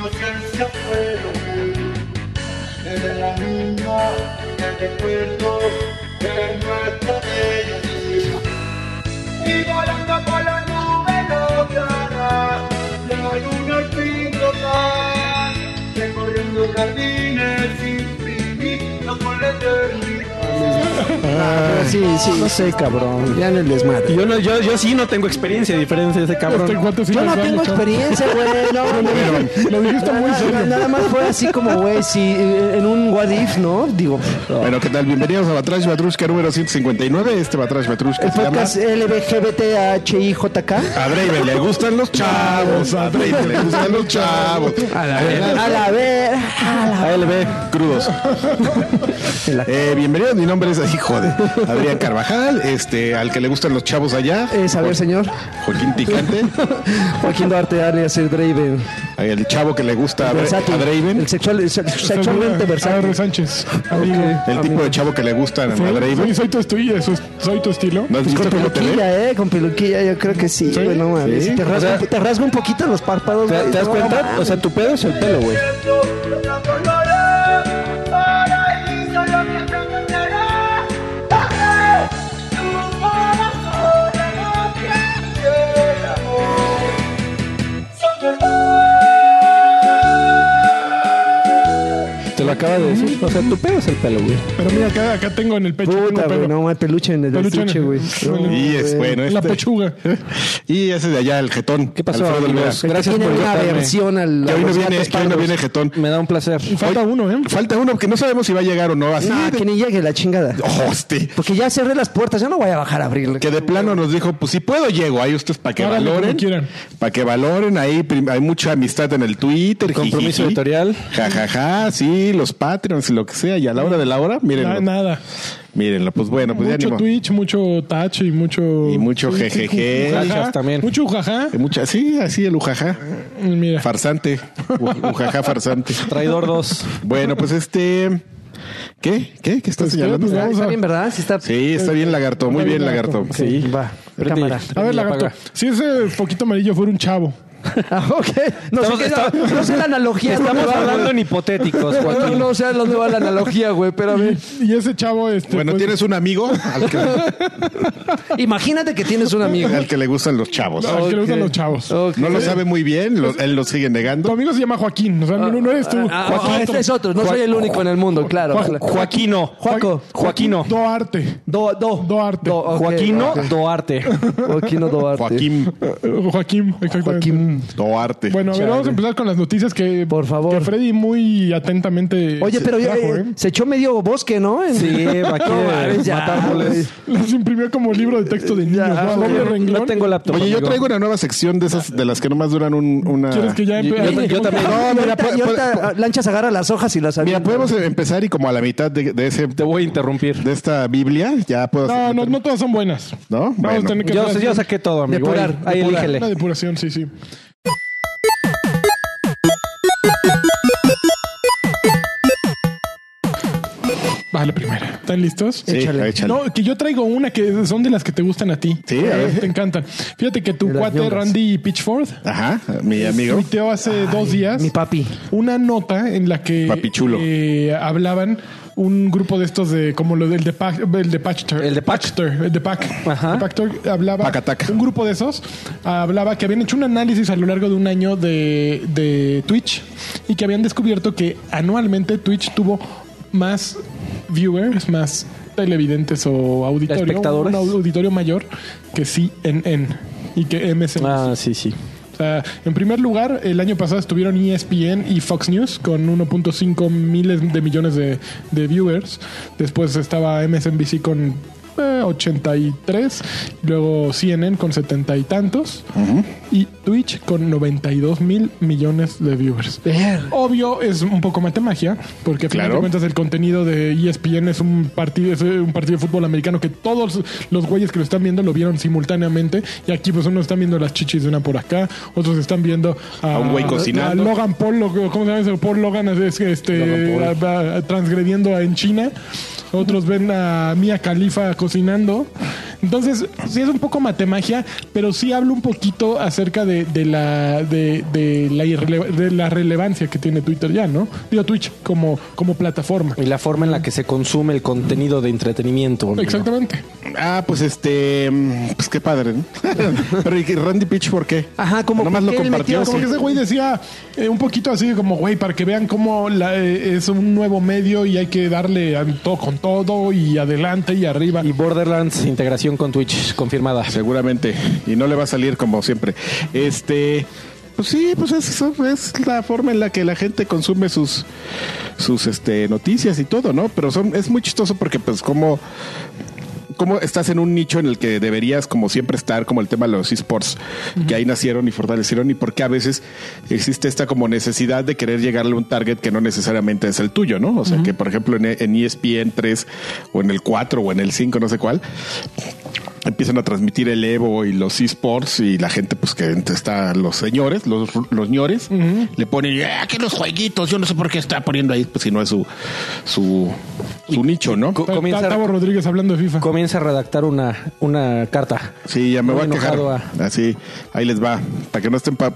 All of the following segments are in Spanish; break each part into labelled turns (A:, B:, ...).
A: ausencia fueron de la niña el recuerdo de nuestra bella niña. Y volando por la nube logrará la luna al fin tocar, recorriendo jardines infinitos por la eternidad.
B: Ah,
C: sí, sí.
B: No sé, cabrón.
C: Ya en el desmadre.
B: Yo, no, yo, yo sí no tengo experiencia, a diferencia de ese
D: Este
B: cabrón.
D: cuate sí
C: Yo
D: las
C: no
D: va a
C: tengo
D: echar.
C: experiencia, güey. No, no, no.
D: Lo dijiste muy
C: Nada-
D: serio.
C: Nada más fue así como, güey, si eh, en un what if, ¿no? Digo, no.
E: Bueno, ¿qué tal? Bienvenidos a Batrash Batrushka número 159. Este Batrash Batrushka
C: el
E: se llama...
C: podcast LBGBTHIJK.
E: A Draven le gustan los chavos. A Draven le gustan los chavos.
B: A la verga.
C: A la ver.
E: ALB crudos. Eh, bienvenidos, mi nombre es así, joder. Adrián Carvajal, este, al que le gustan los chavos allá.
C: Es, a ver, Eh, señor.
E: Joaquín Ticante,
C: Joaquín Duarte, alias el Draven.
E: el chavo que le gusta a, Dra-
C: Versátil.
E: a Draven,
C: El sexual, el se- sexualmente
D: Agarre
C: versátil.
D: Sánchez. Amigo.
E: el tipo de chavo que le gusta a
D: Soy-
E: Draven.
D: soy- Soy tu estilo. Soy tu estilo.
E: ¿No has visto cómo te ve?
C: Peluquilla, eh, con peluquilla, yo creo que sí, güey, no mames.
E: Sí.
C: Te, rasga,
B: O sea,
C: te rasga un poquito los párpados,
B: ¿Te,
C: güey,
B: te das
C: no
B: cuenta?
C: mames.
B: O sea, tu pedo es el pelo, güey. Te lo acaba de decir. O sea, tu pedo es el pelo, güey.
D: Pero mira, acá, acá tengo en el pecho un
C: Puta, güey,
D: pelo.
C: no mames, peluche en el
D: Peluche en el-
C: estuche, güey.
D: en el-
E: Y
C: eh,
E: es bueno,
D: La
E: este-
D: pechuga.
E: Y ese de allá, el jetón.
B: ¿Qué pasó,
E: Alfredo
B: amigos?
E: Olvera.
B: Gracias
C: Tiene
B: por
C: una
B: invitarme.
C: versión al.
E: Que
C: a
E: hoy no
C: los
E: viene,
C: gatos
E: que hoy no
C: pardos.
E: viene jetón.
B: Me da un placer.
D: Falta uno, ¿eh?
E: Falta uno que no sabemos si va a llegar o no. Así
C: Nah,
E: de-
C: que ni llegue la chingada.
E: Hosti.
C: Porque ya cerré las puertas, ya no voy a bajar a abrirle.
E: Que de plano nos dijo, pues si puedo llego, ahí ustedes para que
D: Órale,
E: valoren,
D: como quieran.
E: para que valoren, ahí prim- hay mucha amistad en el Twitter,
B: Compromiso
E: jijiji.
B: editorial.
E: Ja, ja, ja, sí, los Patreons y lo que sea, y a la hora de la hora,
D: Na-
E: mírenlo,
D: Nada.
E: mírenlo, pues bueno, pues ya
D: mucho
E: ni modo.
D: Twitch, mucho Touch y mucho.
E: Y mucho jejeje.
D: Ujajá.
B: Gracias también.
D: Mucho jajá.
E: Eh, Mucha, sí, así el ujaja,
D: Mira.
E: farsante, u- ujaja farsante.
B: Traidor 2.
E: Bueno, pues este, ¿qué? ¿Qué? ¿Qué estás
D: Pues,
E: señalando?
D: pues, vamos
C: Está
D: a-
C: bien, ¿verdad? Sí, está.
E: Sí, está bien lagarto, muy bien lagarto.
B: Sí.
C: Va,
B: Prende-
C: cámara.
D: A ver,
B: prende y
D: lagarto.
B: apaga.
D: Si ese poquito amarillo fuera un chavo.
C: Ah, ok. No sé,
B: Estamos-
C: qué es la-
B: estamos-
C: no sé la analogía.
B: Estamos
C: güey.
B: hablando en hipotéticos,
C: No,
B: Joaquín.
C: no, o sea, ¿dónde va la analogía, güey? Espérame.
D: Y, y ese chavo, este.
E: Bueno,
D: pues,
E: tienes un amigo al que,
C: Imagínate que tienes un amigo.
E: al que le gustan los chavos.
D: al que le gustan
C: Ok.
D: los chavos.
C: Ok.
E: No lo sabe muy bien, lo- él lo sigue negando.
D: Tu amigo se llama Joaquín. O sea, no, no eres tú.
C: Ah, ah, ah, este es otro. No soy el único en el mundo, claro.
D: Juan-
C: claro.
B: Joaquino.
C: Juaco.
B: Joaquino.
D: Duarte.
C: Do, do.
D: Duarte.
C: Do, ok.
B: Joaquino Duarte.
C: Joaquino Duarte.
E: Joaquín
D: Eh, Joaquín, exactamente.
C: Joaquín.
E: Duarte.
D: Bueno, a ver, vamos a empezar con las noticias que,
C: Por favor.
D: que Freddy muy atentamente.
C: Oye, pero ya,
D: trajo,
C: eh,
D: ¿eh?
C: se echó medio bosque, ¿no? En-
B: Sí, va aquí
C: No mames, ya,
B: matar árboles.
D: Las imprimió como libro de texto de niños.
C: Eh, Ya,
D: ¿no? A doble
C: güey.
D: renglón.
B: No tengo laptop.
E: Oye, yo
B: pues, amigo.
E: traigo una nueva sección de esas de las que nomás duran un, una.
D: ¿Quieres que ya
B: Yo-
D: empe-
B: yo- yo también.
C: Y
E: No, mira,
C: ahorita-
E: pu-
C: y ahorita,
E: pu-
C: ah, Lanchas agarra las hojas y las
E: mira,
C: avienta.
E: podemos empezar y como a la mitad de, de ese
B: Te voy a interrumpir.
E: de esta Biblia ya puedo.
D: No,
E: hacer-
D: no, no todas son buenas.
E: ¿No?
D: Vamos
E: Bueno.
D: a tener que
B: Yo,
D: hacer
B: yo saqué todo, amigo.
C: Depurar,
B: Ahí- ahí
C: depurar.
B: elígele.
D: una depuración, sí, sí. Va, la primera. ¿Están listos?
E: Sí,
C: échale.
E: échale.
D: No, que yo traigo una que son de las que te gustan a ti.
E: Sí, a ver.
D: Te encantan. Fíjate que tu
C: De las
D: cuate
C: ñongas.
D: Randy Pitchford
E: Ajá, mi amigo.
D: tuiteó hace dos días
C: Mi papi.
D: una nota en la que
E: Papi chulo.
D: eh, hablaban un grupo de estos de como lo del de Pac- el de Pactor,
B: El de Pac.
D: Pactor, el de Pac,
B: Ajá.
D: El Pactor hablaba
E: Pacataca.
D: un grupo de esos hablaba que habían hecho un análisis a lo largo de un año de, de Twitch y que habían descubierto que anualmente Twitch tuvo más viewers, más televidentes o auditorio,
B: Espectadores.
D: un auditorio mayor que CNN y que MSNBC.
B: Ah, sí, sí.
D: O sea, Ah, en primer lugar, el año pasado estuvieron E ESPN y Fox News con 1.5 miles de millones de, de viewers. Después estaba MSNBC con eh, 83. Luego CNN con 70 y tantos. Y Twitch con 92 mil millones de viewers.
C: Ver.
D: Obvio, es un poco matemagia, porque a final
E: Claro.
D: de cuentas el contenido de E ESPN es un partido, es eh, un partido de fútbol americano que todos los güeyes que lo están viendo lo vieron simultáneamente. Y aquí, pues, unos están viendo las chichis de una por acá, otros están viendo a,
E: A un güey cocinando.
D: a Logan Paul, lo- ¿cómo se llama ese? Paul Logan, es que, este, a- a- transgrediendo en China. Otros ven a Mia Khalifa cocinando. Entonces, sí es un poco matemagia, pero sí hablo un poquito acerca de, de la de, de la, irrele- de la relevancia que tiene Twitter ya, ¿no? Digo, Twitch como, como plataforma.
B: Y la forma en la que se consume el contenido de entretenimiento. amigo.
D: Exactamente.
E: Ah, pues este. mm, Pues qué padre, ¿no? Pero ¿y Randy Pitch por qué?
C: Ajá, como
E: Nomás
C: por
E: lo
C: qué él
E: compartió.
C: metió
D: Como
E: sí.
D: que ese güey decía eh, un poquito así, como güey, para que vean cómo la- eh, es un nuevo medio y hay que darle a todo con todo y adelante y arriba.
B: Y Borderlands, integración con Twitch confirmada.
E: Seguramente. Y no le va a salir como siempre. Este. Pues sí, pues es, es la forma en la que la gente consume sus sus este noticias y todo, ¿no? Pero son, es muy chistoso porque pues como como estás en un nicho en el que deberías como siempre estar, como el tema de los esports, que ahí nacieron y fortalecieron y porque a veces existe esta como necesidad de querer llegarle a un target que no necesariamente es el tuyo, ¿no? O sea, que por ejemplo en, en E ESPN 3 o en el 4 o en el 5, no sé cuál, empiezan a transmitir el Evo y los esports y la gente pues que ent- está los señores, los, los ñores, le ponen "Ah, que los jueguitos, yo no sé por qué está poniendo ahí, pues si no es su su, su nicho, ¿no?
B: Co-
D: Ta- ta-
B: comienza,
D: Tavo Rodríguez hablando de FIFA.
B: comienza a redactar una, una carta.
E: Sí, ya me
B: Muy
E: voy a quejar.
B: enojado
E: Así, ahí les va. Para que no estén pa-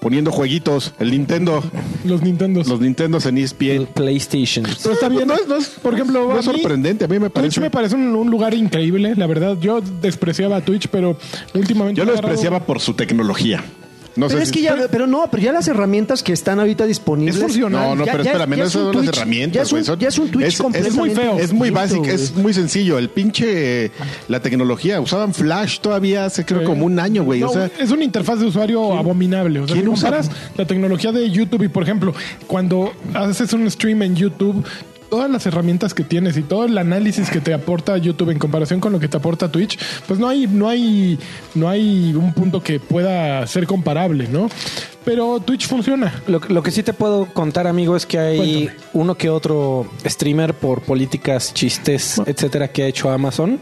E: poniendo jueguitos, el Nintendo,
D: Los Nintendos.
E: los Nintendos en E
B: El
E: ESPN.
B: PlayStation.
D: Pero está bien,
E: No es- no es-
D: por ejemplo,
E: no
D: a
E: es
D: mí-
E: sorprendente, a mí me
D: Twitch
E: parece.
D: me parece un, un lugar increíble, la verdad. Yo despreciaba a Twitch, pero últimamente.
E: Yo lo
D: he agarrado-
E: despreciaba por su tecnología. No
C: Pero
E: sé
C: es
E: si-
C: que ya, pero no, pero ya las herramientas que están ahorita disponibles.
D: Es funcional.
E: No, no,
C: Ya-
E: pero
C: ya-
E: espérame,
C: ya
E: no
C: es
E: esas
C: un
E: son las
C: Twitch, ya
E: herramientas,
C: es un-
E: güey, pues, son-
C: ya es un Twitch
E: es muy
C: completamente
E: feo, es muy
C: distinto,
E: básico, es muy sencillo. El pinche la tecnología usaban Flash todavía hace creo
D: Sí.
E: como un año, güey.
D: No,
E: o sea,
D: es una interfaz de usuario abominable. O sea,
E: quién
D: si
E: usa-
D: comparas la tecnología de YouTube y, por ejemplo, cuando haces un stream en YouTube, todas las herramientas que tienes y todo el análisis que te aporta YouTube en comparación con lo que te aporta Twitch, pues no hay, no hay, no hay un punto que pueda ser comparable, ¿no? Pero Twitch funciona.
B: Lo, lo que sí te puedo contar, amigo, es que hay
D: Cuéntame.
B: uno que otro streamer por políticas, chistes, etcétera, que ha hecho Amazon.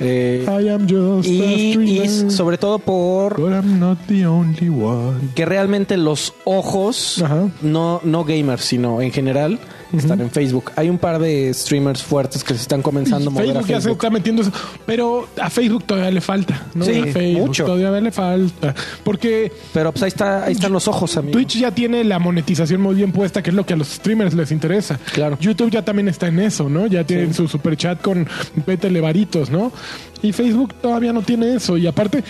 B: Eh,
D: I am just a
B: y, y
D: streamer,
B: sobre todo por
D: but I'm not the only one.
B: que realmente los ojos,
D: Ajá.
B: no, no gamers, sino en general, están en Facebook. Hay un par de streamers fuertes que se están comenzando a mover
D: Facebook ya
B: a
D: se
B: Facebook.
D: está metiendo eso. Pero a Facebook todavía le falta. ¿no?
B: Sí,
D: A Facebook
B: mucho.
D: Todavía le falta. Porque
B: Pero pues ahí, está, ahí están los ojos, amigo.
D: Twitch ya tiene la monetización muy bien puesta, que es lo que a los streamers les interesa.
B: Claro.
D: YouTube ya también está en eso, ¿no? Ya tienen su super chat con vete levaritos, ¿no? Y Facebook todavía no tiene eso. Y aparte.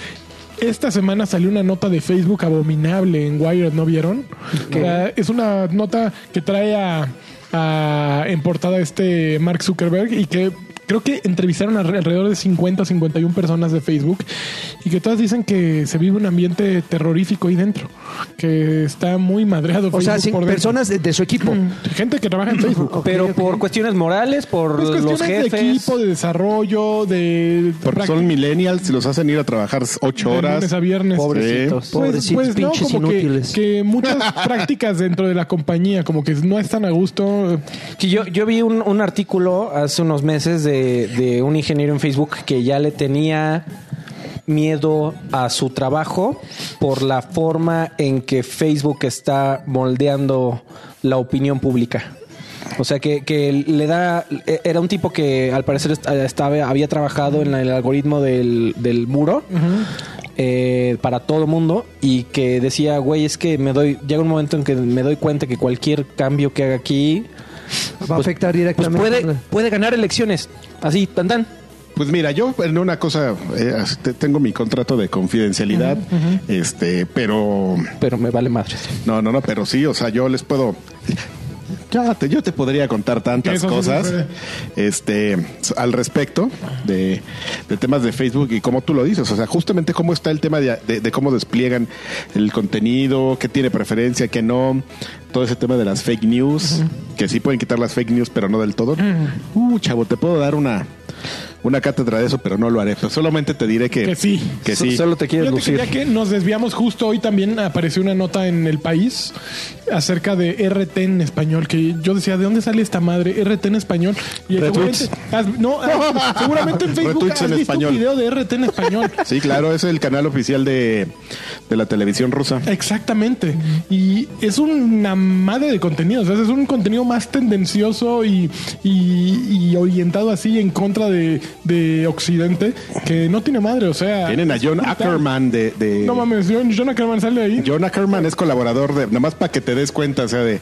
D: Esta semana salió una nota de Facebook abominable en Wired, ¿no vieron? O sea, es una nota que trae a, a- en portada este Mark Zuckerberg y que creo que entrevistaron a- alrededor de 50 51 personas de Facebook y que todas dicen que se vive un ambiente terrorífico ahí dentro, que está muy madreado.
C: O sea,
D: Facebook
C: sin
D: por dentro.
C: personas de, de su equipo.
D: Gente que trabaja en Facebook.
B: Pero por cuestiones morales, por
D: Pues
B: los
D: cuestiones
B: jefes.
D: de equipo, de desarrollo, de...
E: porque
D: práctica-
E: son millennials y los hacen ir a trabajar ocho
D: de
E: horas.
D: lunes a viernes.
E: Pues,
C: Pobrecitos.
D: Pues,
C: Pobrecitos, pinches
D: como que-
C: inútiles.
D: Que, muchas prácticas dentro de la compañía, como que no están a gusto.
B: Que yo, yo vi un, un artículo hace unos meses de, de un ingeniero en Facebook que ya le tenía miedo a su trabajo por la forma en que Facebook está moldeando la opinión pública. O sea que, que le da e- era un tipo que al parecer est- estaba había trabajado en la- el algoritmo del, del muro eh, para todo mundo y que decía güey es que me doy llega un momento en que me doy cuenta que cualquier cambio que haga aquí
C: Va a afectar
B: pues
C: directamente.
B: puede, puede ganar elecciones. Así, tan tan.
E: Pues mira, yo en una cosa eh, te- tengo mi contrato de confidencialidad, este, pero
B: Pero me vale madre.
E: no, no, no, pero sí, o sea, yo les puedo. Ya te- yo te podría contar tantas
D: Eso sí se
E: cosas
D: puede.
E: este, al respecto de, de temas de Facebook y como tú lo dices, o sea, justamente cómo está el tema de, de- de cómo despliegan el contenido, qué tiene preferencia, qué no, todo ese tema de las fake news, que sí pueden quitar las fake news, pero no del todo. Uh, chavo, te puedo dar una, una cátedra de eso, pero no lo haré. Pero solamente te diré que,
D: Que sí.
E: Que sí.
B: Solo te quieres
D: Fíjate que
B: lucir.
D: ya que nos desviamos justo hoy también apareció una nota en El País acerca de RT en español que yo decía de dónde sale esta madre RT en español y
E: Retweets.
D: seguramente has- no has- seguramente en Facebook
E: Retweets
D: has
E: en
D: visto
E: español.
D: un video de RT en español
E: Sí, claro, es el canal oficial de, de la televisión rusa.
D: Exactamente. Y es una madre de contenidos. es un contenido más tendencioso y, y- y orientado así en contra basura de, de Occidente que no tiene madre, o sea.
E: Tienen a
D: es
E: John
D: brutal.
E: Ackerman de, de-
D: No mames, John, John Ackerman sale ahí.
E: John Ackerman es colaborador de, nomás para que te des cuenta, o sea, de,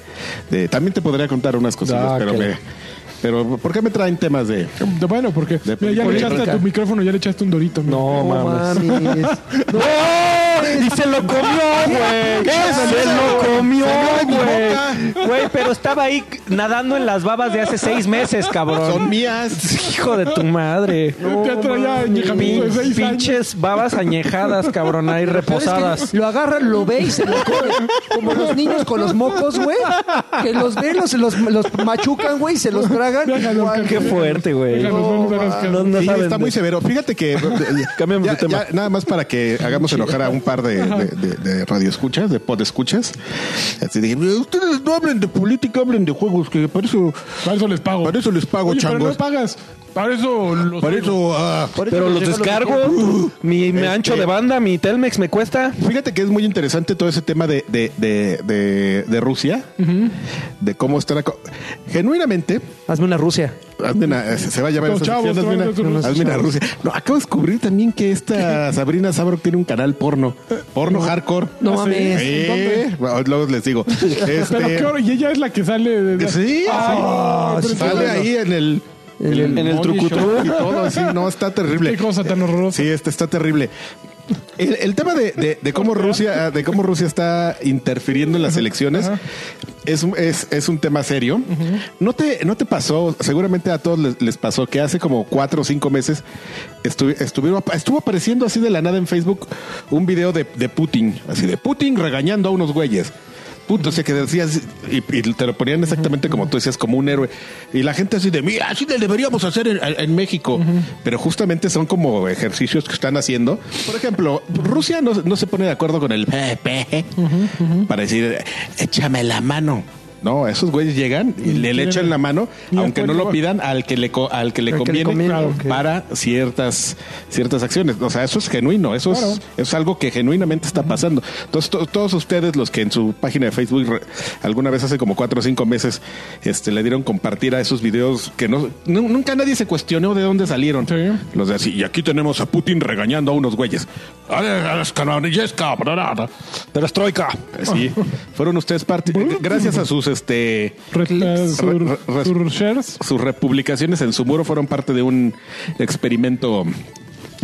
E: de- también te podría contar unas cosillas,
B: Ah,
E: pero
B: que-
E: me- pero ¿por qué me traen temas de?
D: Bueno, porque
E: De
D: mira, ya le
E: política.
D: echaste a tu micrófono, ya le echaste un dorito. mira.
B: No, mames.
C: mames. No, y se lo comió, güey. Se lo comió, güey.
B: Güey, pero estaba ahí nadando en las babas de hace seis meses, cabrón.
E: Son mías.
B: Hijo de tu madre.
D: Ya traía añejamiento de
B: Pin-
D: seis años.
B: pinches babas añejadas, cabrón, ahí reposadas.
C: Lo agarran, lo ve y se lo come. Como los niños con los mocos, güey. Que los ven, los, los, los machucan, güey, y se los tragan.
D: Déjalo,
C: Igual.
D: que-
B: Qué fuerte, güey.
D: Déjanos, vamos a las
B: No,
D: casas.
B: no
E: Sí,
B: sabes.
E: está muy severo. Fíjate que
B: Cambiamos
E: ya-
B: de tema.
E: ya, nada más para que hagamos enojar a un par de, de, de- de radioescuchas, de podescuchas. Así dije, ustedes no hablen de política, hablen de juegos, que para eso,
D: Para eso les pago.
E: para eso les pago,
D: Oye, pero
E: changos.
D: no pagas. Para eso los
E: Para eso, ah,
C: Por eso
B: Pero los
C: dejan
B: descargo, mi, mi ancho de banda, mi Telmex me cuesta.
E: Fíjate que es muy interesante todo ese tema de, de, de, de, de Rusia, de cómo está la... co- Genuinamente,
C: Hazme una Rusia.
E: hazme una- se va a llamar
D: Los
E: esa
D: chavos,
E: sección, hazme
D: todos
E: una-
D: los
E: hazme una Rusia. No, acabo de descubrir también que esta Sabrina Sabrok tiene un canal porno, porno hardcore.
D: Ah,
C: No mames.
E: Eh, bueno, luego les digo.
D: Pero
E: Este,
D: qué hora- y ella es la que sale de- de-
E: sí,
D: Ah,
E: sí,
D: pero
E: sale
D: entonces-
E: ahí en el...
B: En el trucutru.
E: y todo así, no, está terrible.
D: Qué cosa tan horrorosa.
E: Sí, este está terrible. El, el tema de, de- de cómo Rusia, ah, de cómo Rusia está interfiriendo en las elecciones es, un- es, es un tema serio. ¿No te, no te pasó, seguramente a todos les, les pasó que hace como cuatro o cinco meses estu- estuvieron, estuvo apareciendo así de la nada en Facebook un video de, de Putin, así de Putin regañando a unos güeyes. Puto, o sea que decías y, y te lo ponían exactamente como tú decías, como un héroe. Y la gente así de, mira, así le deberíamos hacer en, en México. Pero justamente son como ejercicios que están haciendo. Por ejemplo, Rusia no, no se pone de acuerdo con el PP para decir, échame la mano. No, esos güeyes llegan
C: Mm,
E: y le, le echan la mano,
D: Y
E: aunque no lo
D: después-
E: pidan, al que le, co- al que le
C: Al que le
E: conviene,
C: conviene, ok.
E: para ciertas, ciertas acciones. O sea, eso es genuino, eso es-
D: Claro.
E: es, algo que genuinamente está pasando. Entonces, to- todos ustedes, los que en su página de Facebook re- alguna vez hace como cuatro o cinco meses este, le dieron compartir a esos videos que no, nu- nunca nadie se cuestionó de dónde salieron.
D: Sí.
E: Los de así, y aquí tenemos a Putin regañando a unos güeyes. Perestroika. Sí, fueron ustedes parte. Gracias a sus este
D: Reta- sur-
E: re- re-
D: sur- shares.
E: sus republicaciones en su muro fueron parte de un experimento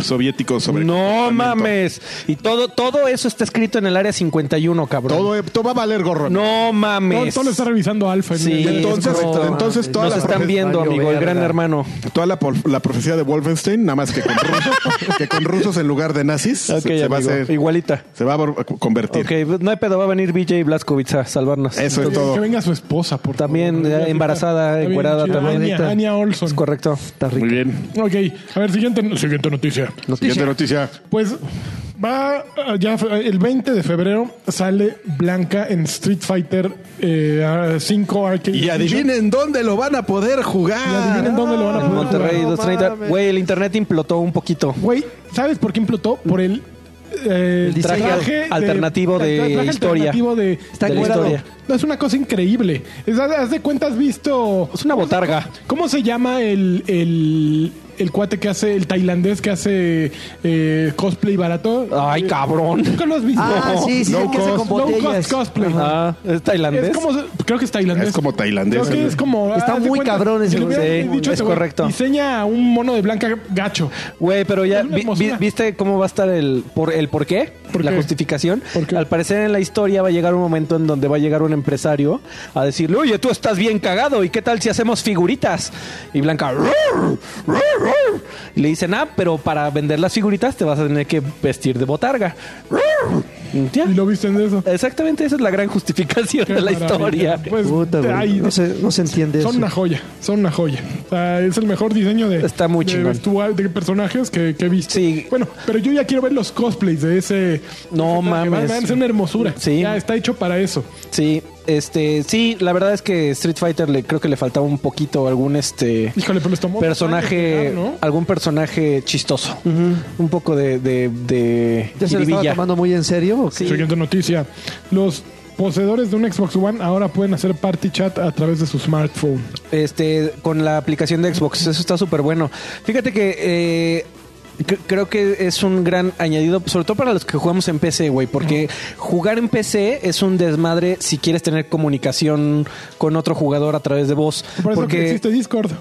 E: soviético sobre
B: No mames. Y todo, todo eso está escrito en el área 51, cabrón.
E: todo, todo va a valer gorro.
B: No
D: Todo,
B: mames.
D: todo lo está revisando Alfa.
B: Sí.
D: mira, ya-
E: entonces,
C: No,
E: entonces
C: mames.
E: toda,
B: Nos
E: la,
B: están
E: profe-
B: viendo,
C: Mario
B: amigo, el gran
C: Verga.
B: hermano.
E: toda la, pol- la profecía de Wolfenstein, nada más que con rusos, que con rusos en lugar de nazis,
B: Ok,
E: se, se va a
B: amigo.
E: hacer-
B: Igualita.
E: se va a vol- convertir.
B: Ok, pues, no hay pedo, va a venir BJ Blazkowicz a salvarnos.
E: Eso es
D: que-
E: todo.
D: Que venga su esposa, por
B: También,
D: favor.
B: eh,
D: Ya,
B: embarazada,
D: está bien
B: encuerada
D: chida.
B: también.
D: Anya, Anya Olson.
B: Es correcto. Está rico.
E: Muy bien.
D: Ok, a ver, siguiente, siguiente noticia.
E: Siguiente noticia.
D: Pues va eh, ya fe- el 20 de febrero sale Blanca en Street Fighter 5 Arcade.
E: Y adivinen dónde lo van a poder jugar.
D: Y adivinen dónde lo van a
B: En
D: poder jugar.
B: Monterrey, 230. Güey, el internet implotó un poquito.
D: Güey, ¿sabes por qué implotó? Por el, eh,
B: El traje alternativo de
D: el
B: historia.
D: alternativo de,
B: Está
D: de
B: encuerado.
D: historia. No, es una cosa increíble. Es- haz, haz de cuenta, has visto.
B: Es una botarga.
D: ¿Cómo se llama el, el, el cuate que hace, el tailandés que hace eh, cosplay barato?
B: Ay,
D: Eh,
B: cabrón.
D: ¿Nunca lo has visto?
C: Ah, sí, sí,
E: Low
C: el que hace
E: cost,
C: con
D: Low
C: botellas.
D: cost cosplay.
B: Ah, ¿es tailandés?
D: Es como, creo que es tailandés.
E: Es como tailandés.
D: Creo que es como.
C: Está
D: haz de
C: muy
D: cuenta,
C: cabrón ese
D: si le
C: güey.
D: hubieran
B: Sí,
D: dicho a
B: es
D: ese güey,
B: correcto.
D: Diseña a un mono de blanca gacho.
B: Güey, pero ya
D: Es una
B: vi-
D: hermosura.
B: vi- viste cómo va a estar el por el por qué,
D: ¿Por
B: la
D: qué?
B: justificación.
D: ¿Por qué?
B: Al parecer en la historia va a llegar un momento en donde va a llegar un empresario a decirle, oye, tú estás bien cagado y qué tal si hacemos figuritas. Y Blanca "Rur, rur, rur". y le dicen, ah, pero para vender las figuritas te vas a tener que vestir de botarga. Rur. Ya.
D: Y lo viste en eso.
B: Exactamente, esa es la gran justificación
D: Qué
B: de la
D: maravilla.
B: historia.
D: Pues,
C: Puta, güey,
D: ay,
C: no, se, no se entiende
D: son
C: eso.
D: una joya, son una joya. O sea, es el mejor diseño de,
B: Está muy
D: de,
B: chingón.
D: vestuario- de personajes que, que he visto.
B: Sí.
D: Bueno, pero yo ya quiero ver los cosplays de ese.
B: No
D: que van-
B: mames.
D: Van a ser una hermosura.
B: Sí.
D: Ya está hecho para eso.
B: Sí, este, sí, la verdad es que Street Fighter le creo que le faltaba un poquito algún este
D: Híjole, pero les tomó.
B: personaje,
D: años de llegar, ¿no?
B: algún personaje chistoso, un poco de de, de
C: ¿Ya se lo estaba
B: jiribilla.
C: tomando muy en serio? o qué?
B: Sí.
D: Siguiente noticia. Los Poseedores de un Xbox One ahora pueden hacer party chat a través de su smartphone.
B: este, con la aplicación de Xbox. Eso está súper bueno. Fíjate que eh, cre- creo que es un gran añadido, sobre todo para los que jugamos en PC, güey, porque jugar en PC es un desmadre si quieres tener comunicación con otro jugador a través de voz.
D: Por eso que
B: porque
D: existe Discord.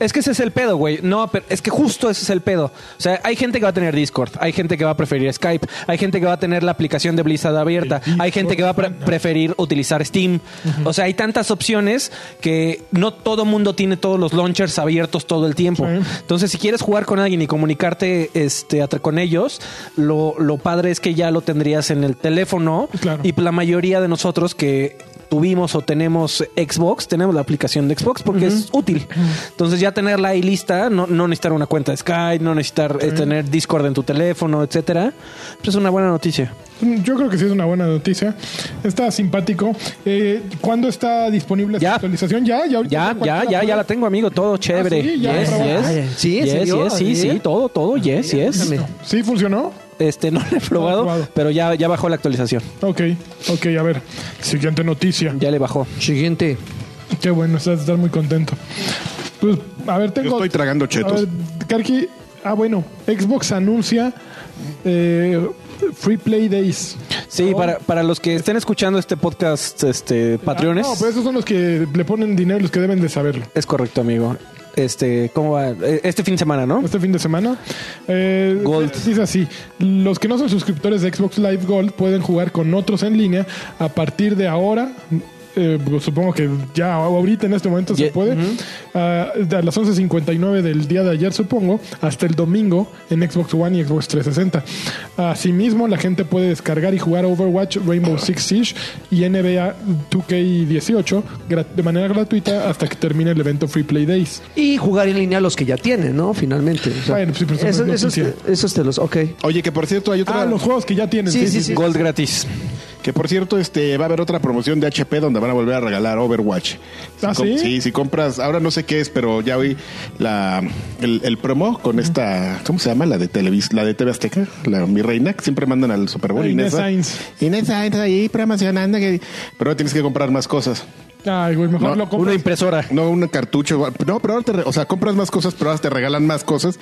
B: es que ese es el pedo, güey. No, pero es que justo ese es el pedo. O sea, hay gente que va a tener Discord, hay gente que va a preferir Skype, hay gente que va a tener la aplicación de Blizzard abierta,
D: El
B: hay gente que va a pre- preferir utilizar Steam. O sea, hay tantas opciones que no todo mundo tiene todos los launchers abiertos todo el tiempo.
D: Sí.
B: Entonces, si quieres jugar con alguien y comunicarte este, atra- con ellos, lo, lo padre es que ya lo tendrías en el teléfono
D: Claro.
B: y la mayoría de nosotros que tuvimos o tenemos Xbox, tenemos la aplicación de Xbox porque es útil. Entonces ya tenerla ahí lista, no, no necesitar una cuenta de Skype, no necesitar eh, tener Discord en tu teléfono, etcétera. Pues es una buena noticia.
D: Yo creo que sí es una buena noticia. Está simpático. Eh, ¿Cuándo está disponible
B: Ya.
D: esta actualización? Ya, ya, ahorita
B: Ya,
D: está
B: ya,
D: cualquiera
B: ya, ya
D: puede-
B: la tengo, amigo, todo chévere.
D: sí, ya,
B: yes,
D: pero bueno.
B: yes.
C: Ah, sí,
B: Yes,
C: ¿en serio?
B: yes, sí,
C: ¿Sí?
B: sí, todo, todo, yes, yes.
C: avísame.
D: Sí, funcionó.
B: Este no lo he probado,
D: probado.
B: pero ya, ya bajó la actualización.
D: Ok, ok, a ver. Siguiente noticia.
B: Ya le bajó.
C: Siguiente.
D: Qué bueno, estás, estás muy contento. Pues, a ver, tengo.
E: Yo estoy tragando chetos.
D: A ver, Karki, ah, bueno, Xbox anuncia eh, Free Play Days.
B: Sí, para, para los que estén escuchando este podcast, este, Patreones.
D: Ah, no, pero esos son los que le ponen dinero, los que deben de saberlo.
B: Es correcto, amigo. Este, ¿cómo va? Eh, Este fin de semana, ¿no?
D: Este fin de semana. Eh,
B: Gold.
D: Dice así: los que no son suscriptores de Xbox Live Gold pueden jugar con otros en línea a partir de ahora. eh, pues, supongo que ya ahorita en este momento se
B: Ye-
D: puede. Ah, a las 11.59 del día de ayer, supongo, hasta el domingo en Xbox One y Xbox 360. Asimismo, la gente puede descargar y jugar Overwatch, Rainbow Six Siege y NBA 2K18 gra- de manera gratuita hasta que termine el evento Free Play Days.
C: Y jugar en línea a los que ya tienen, ¿no? Finalmente. o sea,
D: Bueno, pues sí, pero eso
C: esos,
D: no es
C: esos,
D: noticia.
C: esos te los. Ok.
E: Oye, que por cierto hay otra.
D: Ah, los juegos que ya tienen.
C: Sí, sí, sí.
B: Gold gratis.
E: Que por cierto, este va a haber otra promoción de HP donde van a volver a regalar Overwatch.
D: ¿Ah,
E: si com-
D: sí?
E: si compras, ahora no sé qué es, pero ya oí la el, el promo con esta, ¿cómo se llama? La de Televis, la de TV Azteca, la mi reina, que siempre mandan al Super Bowl
D: Ah, Inés
E: Inés
D: Sainz.
E: Inés Sainz ahí promocionando que- pero ahora tienes que comprar más cosas.
D: Ay, güey, mejor
E: No,
D: lo
B: Una
D: compras.
B: impresora.
E: No, un cartucho. No, pero ahora te, re- o sea, compras más cosas, pero ahora te regalan más cosas.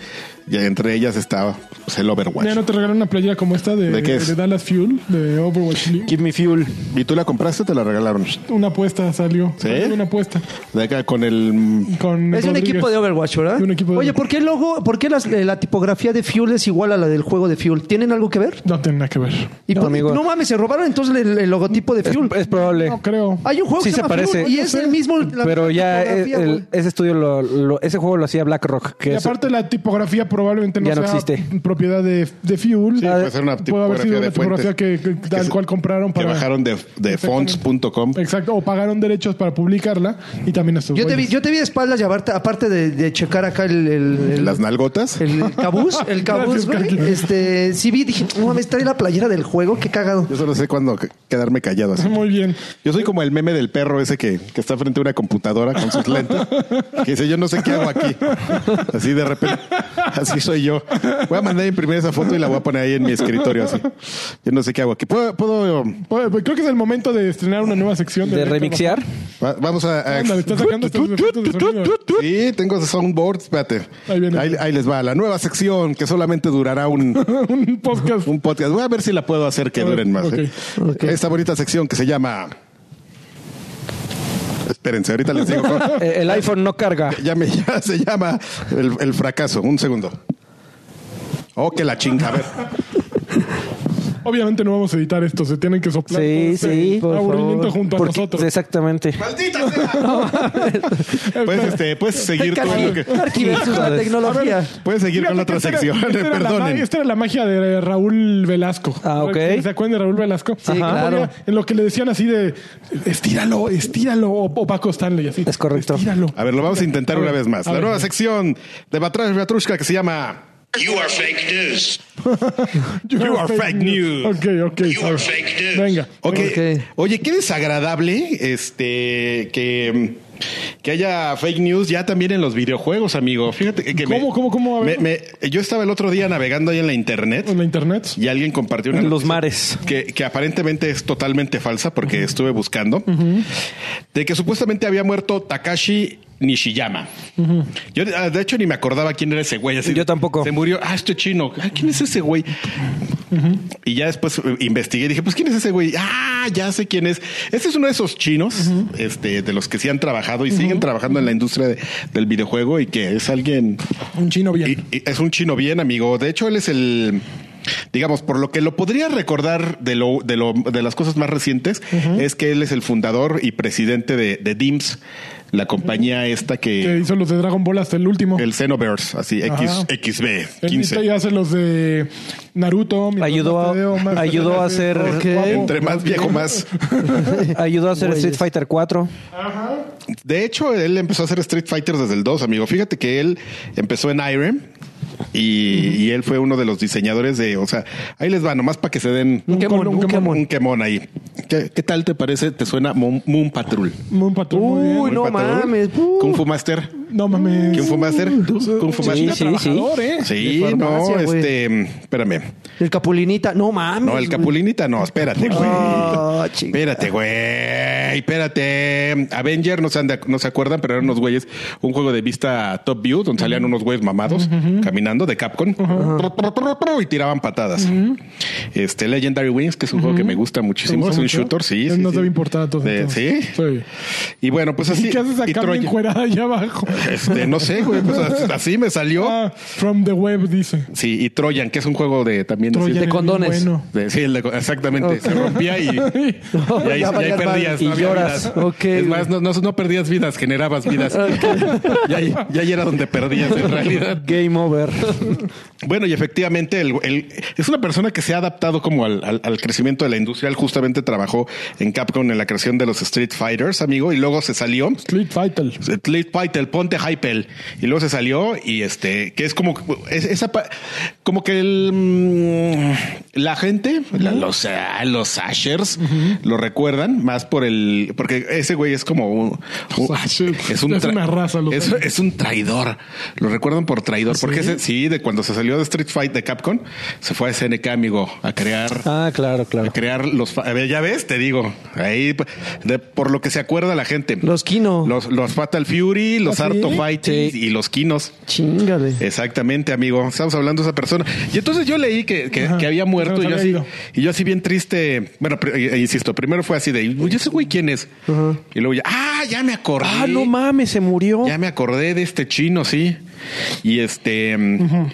E: Y entre ellas está pues, el Overwatch.
D: Ya no te regalan una playera como esta de,
E: ¿De qué es?
D: de Dallas Fuel, de Overwatch League.
B: Give me fuel.
E: Y tú la compraste, te la regalaron.
D: Una apuesta salió.
E: ¿Sí?
D: Una apuesta.
E: De acá con el mm,
D: Con
C: Es un
D: Rodríguez.
C: equipo de Overwatch, ¿verdad?
D: De un equipo de
C: Oye,
D: Overwatch.
C: ¿por qué el logo, por qué las- eh, la tipografía de Fuel es igual a la del juego de Fuel? ¿Tienen algo que ver?
D: No tiene nada que ver.
C: Y
B: No,
C: por-
B: amigo.
C: no mames, se robaron entonces el, el logotipo de Fuel.
B: Es probable.
D: No creo.
C: Hay un juego
B: Sí
C: que
B: se
C: llama
B: parece.
C: Fuel y es el mismo. la
B: Pero
C: misma
B: ya el-
C: tipografía,
B: el-
C: güey.
B: ese estudio, lo, lo- ese juego lo hacía BlackRock. Que
D: Y
B: es-
D: aparte la tipografía probablemente no,
B: Ya no
D: sea
B: existe.
D: propiedad de, de Fuel.
E: Sí, puede ser una
D: Ah, Puede haber sido
E: tipografía de
D: una tipografía que,
E: fuentes
D: que-
E: que
D: tal
E: se-
D: cual compraron
E: que
D: para...
E: bajaron de, de fonts.com.
D: Exacto, o pagaron derechos para publicarla y también estos
C: Yo te, vi,
D: güeyes.
C: yo te vi de espaldas llevarte, aparte de, de checar acá el, el- el-
E: Las nalgotas.
C: el- el cabuz, el cabuz,
D: Gracias,
C: güey.
D: Kaki.
C: Este, sí vi, dije, no mames, trae la playera del juego, qué cagado.
E: Yo solo sé cuándo que- quedarme callado así.
D: Muy bien.
E: Yo soy como el meme del perro ese que, que está frente a una computadora con sus lentes. Que dice, yo no sé qué hago aquí. Así de repente. Así soy yo. Voy a mandar a imprimir esa foto y la voy a poner ahí en mi escritorio así. Yo no sé qué hago aquí. ¿Puedo? puedo
D: Pues, pues, creo que es el momento de estrenar una nueva sección.
B: de remixear.
E: va- vamos a... a-
D: Ándale, está sacando sus efectos de sonido.
E: Sí, tengo ese soundboard. Espérate.
D: Ahí viene.
E: Ahí, ahí les va. La nueva sección que solamente durará un...
D: un podcast.
E: un podcast. Voy a ver si la puedo hacer que
D: A ver,
E: duren más.
D: ok,
E: ¿eh? Esta bonita sección que se llama. Espérense, ahorita les digo. cómo-
B: Eh, el iPhone no carga.
E: ya, me- ya se llama el, el fracaso. Un segundo. Oh, que la chinga. A ver.
D: Obviamente no vamos a editar esto, se tienen que soplar todo
B: Sí,
D: ese
B: sí. por
D: aburrimiento
B: favor.
D: junto a
B: Porque-
D: nosotros.
B: Exactamente.
E: ¡Maldita sea! Puedes, este, puedes seguir con lo que-
C: Carqui versus la tecnología.
E: Puedes seguir
D: Fíjate
E: con la
D: que
E: otra
D: esta era-
E: sección.
D: esta era la ma-
E: Perdonen.
D: Esta era la magia de Raúl Velasco.
B: Ah, ok.
D: ¿Se acuerdan de Raúl Velasco? Sí,
C: claro.
D: En lo que le decían así de estíralo, estíralo, o, o Paco Stanley, así.
B: Es correcto.
D: Estíralo.
E: A ver, lo vamos a intentar
D: A ver,
E: una vez más.
D: a
E: La
D: ver.
E: nueva sección de Batrash Batrushka que se llama.
F: You are fake news.
D: You,
E: are fake news.
D: Ok, ok.
F: You
D: a
F: are
D: ver.
F: fake news.
D: Venga.
E: Ok.
C: Ok.
E: Oye, qué desagradable este que mm, Que haya fake news ya también en los videojuegos, amigo. Fíjate que que me-
D: ¿Cómo, cómo, cómo? A
E: me-
D: ver.
E: me- yo estaba el otro día navegando ahí en la internet
D: En la internet.
E: y alguien compartió una
B: En los
E: noticia
B: mares.
E: que, que aparentemente es totalmente falsa porque estuve buscando de que supuestamente había muerto Takashi Nishiyama. Yo ah, de hecho ni me acordaba quién era ese güey. Así
B: Yo
E: de-
B: tampoco.
E: Se murió. Ah, este chino. Ah, ¿Quién es ese güey? Y ya después eh, investigué y dije, pues quién es ese güey. Ah, ya sé quién es. Ese es uno de esos chinos, este, de los que sí han trabajado y siguen trabajando en la industria de- del videojuego y que es alguien
D: Un chino bien.
E: y- y es un chino bien, amigo. De hecho, él es el, digamos, por lo que lo podría recordar de lo, de lo, de las cosas más recientes, es que él es el fundador y presidente de, de DIMS, la compañía esta
D: que
E: que
D: hizo los de Dragon Ball hasta el último.
E: el Xenoverse, así X,
D: Ajá.
E: XB,
D: Él
E: 15.
D: y hace los de Naruto. mientras
B: Ayudó
D: más
B: a-
D: te veo, más te
B: ayudó
D: veo,
B: a
D: más te
B: hacer-
D: veo,
B: Ok.
D: guapo.
E: Entre más viejo, más.
B: Ayudó a hacer Street Fighter 4.
E: De hecho, él empezó a hacer Street Fighter desde el 2, amigo. Fíjate que él empezó en Irem y, y él fue uno de los diseñadores de, o sea, ahí les va, nomás para que se den
C: Un quemón, un quemón.
E: Un quemón ahí. ¿Qué, qué tal te parece? ¿Te suena Moon, Moon Patrol?
D: Moon Patrol, muy bien.
C: Uy, no
E: Moon Patrol.
C: mames. uh.
E: Kung Fu Master.
D: No mames.
E: ¿Kung Fu Master? ¿Kung Fu
B: Sí,
E: Master? ¿eh?
B: sí, sí.
E: Sí,
C: De
E: no,
C: farmacia, güey.
E: este, espérame.
C: El Capulinita, no mames.
E: No, el
C: güey.
E: Capulinita no, espérate, güey.
C: Ah, chinga.
E: Espérate, güey. Espérate. Avenger, no se, anda- no se acuerdan, pero eran unos güeyes. Un juego de vista top view donde salían unos güeyes mamados caminando de Capcom Tru, tru, tru, tru, y tiraban patadas. Este Legendary Wings, que es un juego que me gusta
D: ¿Te
E: muchísimo.
D: gusta
E: Es un
D: mucho?
E: shooter, sí.
D: Él
E: sí,
D: nos
E: sí.
D: debe importar a todos.
E: De-
D: entonces.
E: sí. Y bueno, pues así.
D: ¿Y qué haces
E: y
D: acá bien
E: Troya.
D: encuerada allá abajo?
E: Este, no sé, güey. Pues as- así me salió.
D: Ah, from the web, dice.
E: Sí, y Trojan, que es un juego de también de-
D: Troyan
C: de
D: es
C: condones.
D: bien Bueno.
E: de- sí, el de- exactamente. Se rompía y, y ahí,
C: Ya
E: y ahí
C: valías
E: perdías.
C: madre.
E: no
C: Y
E: había
C: lloras.
E: vidas.
C: Ok,
E: Es
C: güey.
E: más, no, no, no perdías vidas, generabas vidas. y, ahí, y ahí era donde perdías en realidad.
B: Game over.
E: Bueno, y efectivamente, el- el- es una persona que se ha adaptado como al, al- al crecimiento de la industria. Él justamente trabajó en Capcom en la creación de los Street Fighters, amigo, y luego se salió.
D: Street Fighter.
E: Street Fighter, ponte Hypel. Y luego se salió y este, que es como, es- esa, pa- como que el, mm, la gente, la- los, ah, los Ashers, lo recuerdan más por el, porque ese güey es como un,
D: Los
E: un-
D: Ashers.
E: es un,
D: Es
E: tra-
D: una raza, los
E: es,
D: Ashers. ¿Ah,
E: es un traidor. Lo recuerdan por traidor, porque ese- sí, de cuando se salió de Street Fight de Capcom, se fue a SNK, amigo, a crear
B: Ah, claro, claro.
E: a crear los fa- a ver, ya ves te digo ahí p- de- por lo que se acuerda la gente
C: Los Kino.
E: los, los Fatal Fury los
D: ¿Ah,
E: Art of Fighting y los Kinos
C: Chingale.
E: exactamente amigo estamos hablando de esa persona y entonces yo leí que, que-
D: Ajá.
E: que había muerto
D: No
E: y yo
D: sabía
E: así
D: yo.
E: y yo así bien triste bueno pr- eh, insisto primero fue así de yo sé güey quién es y luego ya ah ya me acordé
B: Ah, no mames, se murió.
E: ya me acordé de este chino, sí. Y este,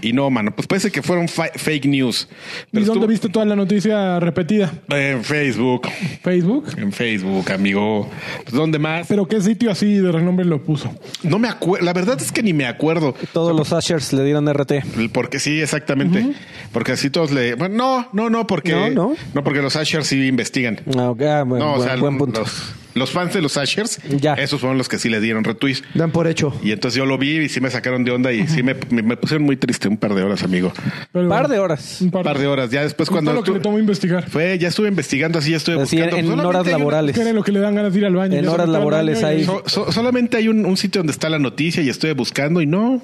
E: y no, mano, pues parece que fueron fa- fake news.
D: ¿Y
E: Pero
D: dónde
E: estuvo-
D: viste toda la noticia repetida?
E: En Facebook.
D: ¿Facebook?
E: En Facebook, amigo. Pues, ¿Dónde más?
D: ¿Pero qué sitio así de renombre lo puso?
E: No me acuerdo. La verdad es que ni me acuerdo.
B: Todos los Ashers le dieron RT.
E: Porque sí, exactamente. Porque así todos le. Bueno, no, no, no, porque.
B: No, no.
E: porque los Ashers sí investigan.
B: Ah, ok, ah, bueno,
E: no, o
B: buen,
E: sea,
B: buen punto.
E: Los, los fans de los Ashers,
B: Ya.
E: esos fueron los que sí le dieron retweets.
C: Dan por hecho.
E: Y entonces yo lo vi y sí me sacaron de onda y sí me, me- me pusieron muy triste un par de horas, amigo.
D: Pero-
B: Par de horas.
D: Un
E: Un par de horas. Ya después
D: Cuando
E: cuando.
D: lo que
E: estu-
D: le tomo investigar.
E: Fue, ya estuve investigando así, ya estuve
B: Así en,
E: buscando.
B: en
E: Solamente
B: horas
E: hay una-
B: laborales.
D: ¿Qué era lo que le dan ganas de ir al baño?
B: En
D: Ya se
B: horas
D: metió al
B: laborales
D: baño y-
B: ahí.
E: So- so- solamente hay un, un sitio donde está la noticia y estoy buscando y no,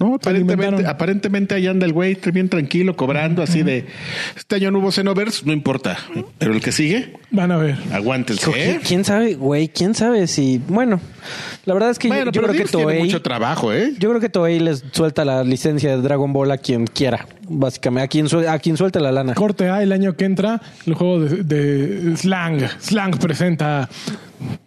E: no, aparentemente,
D: alimentaron.
E: aparentemente ahí anda el güey tr- bien tranquilo cobrando así de este año no hubo Xenoverse, no importa, pero el que sigue,
D: Van a ver.
E: aguántense. ¿eh?
B: Hijo, ¿qui- ¿Quién sabe, güey? ¿Quién sabe si... Bueno, la verdad es que yo-
E: Bueno,
B: yo,
E: pero
B: creo que
E: Dios tiene
B: Toei...
E: mucho trabajo, ¿eh?
B: Yo creo que Toei les suelta la licencia de Dragon Ball a quien quiera, básicamente. A quien, suel- a quien suelta la lana.
D: Corte A, el año que entra, el juego de, de Slang. Slang presenta.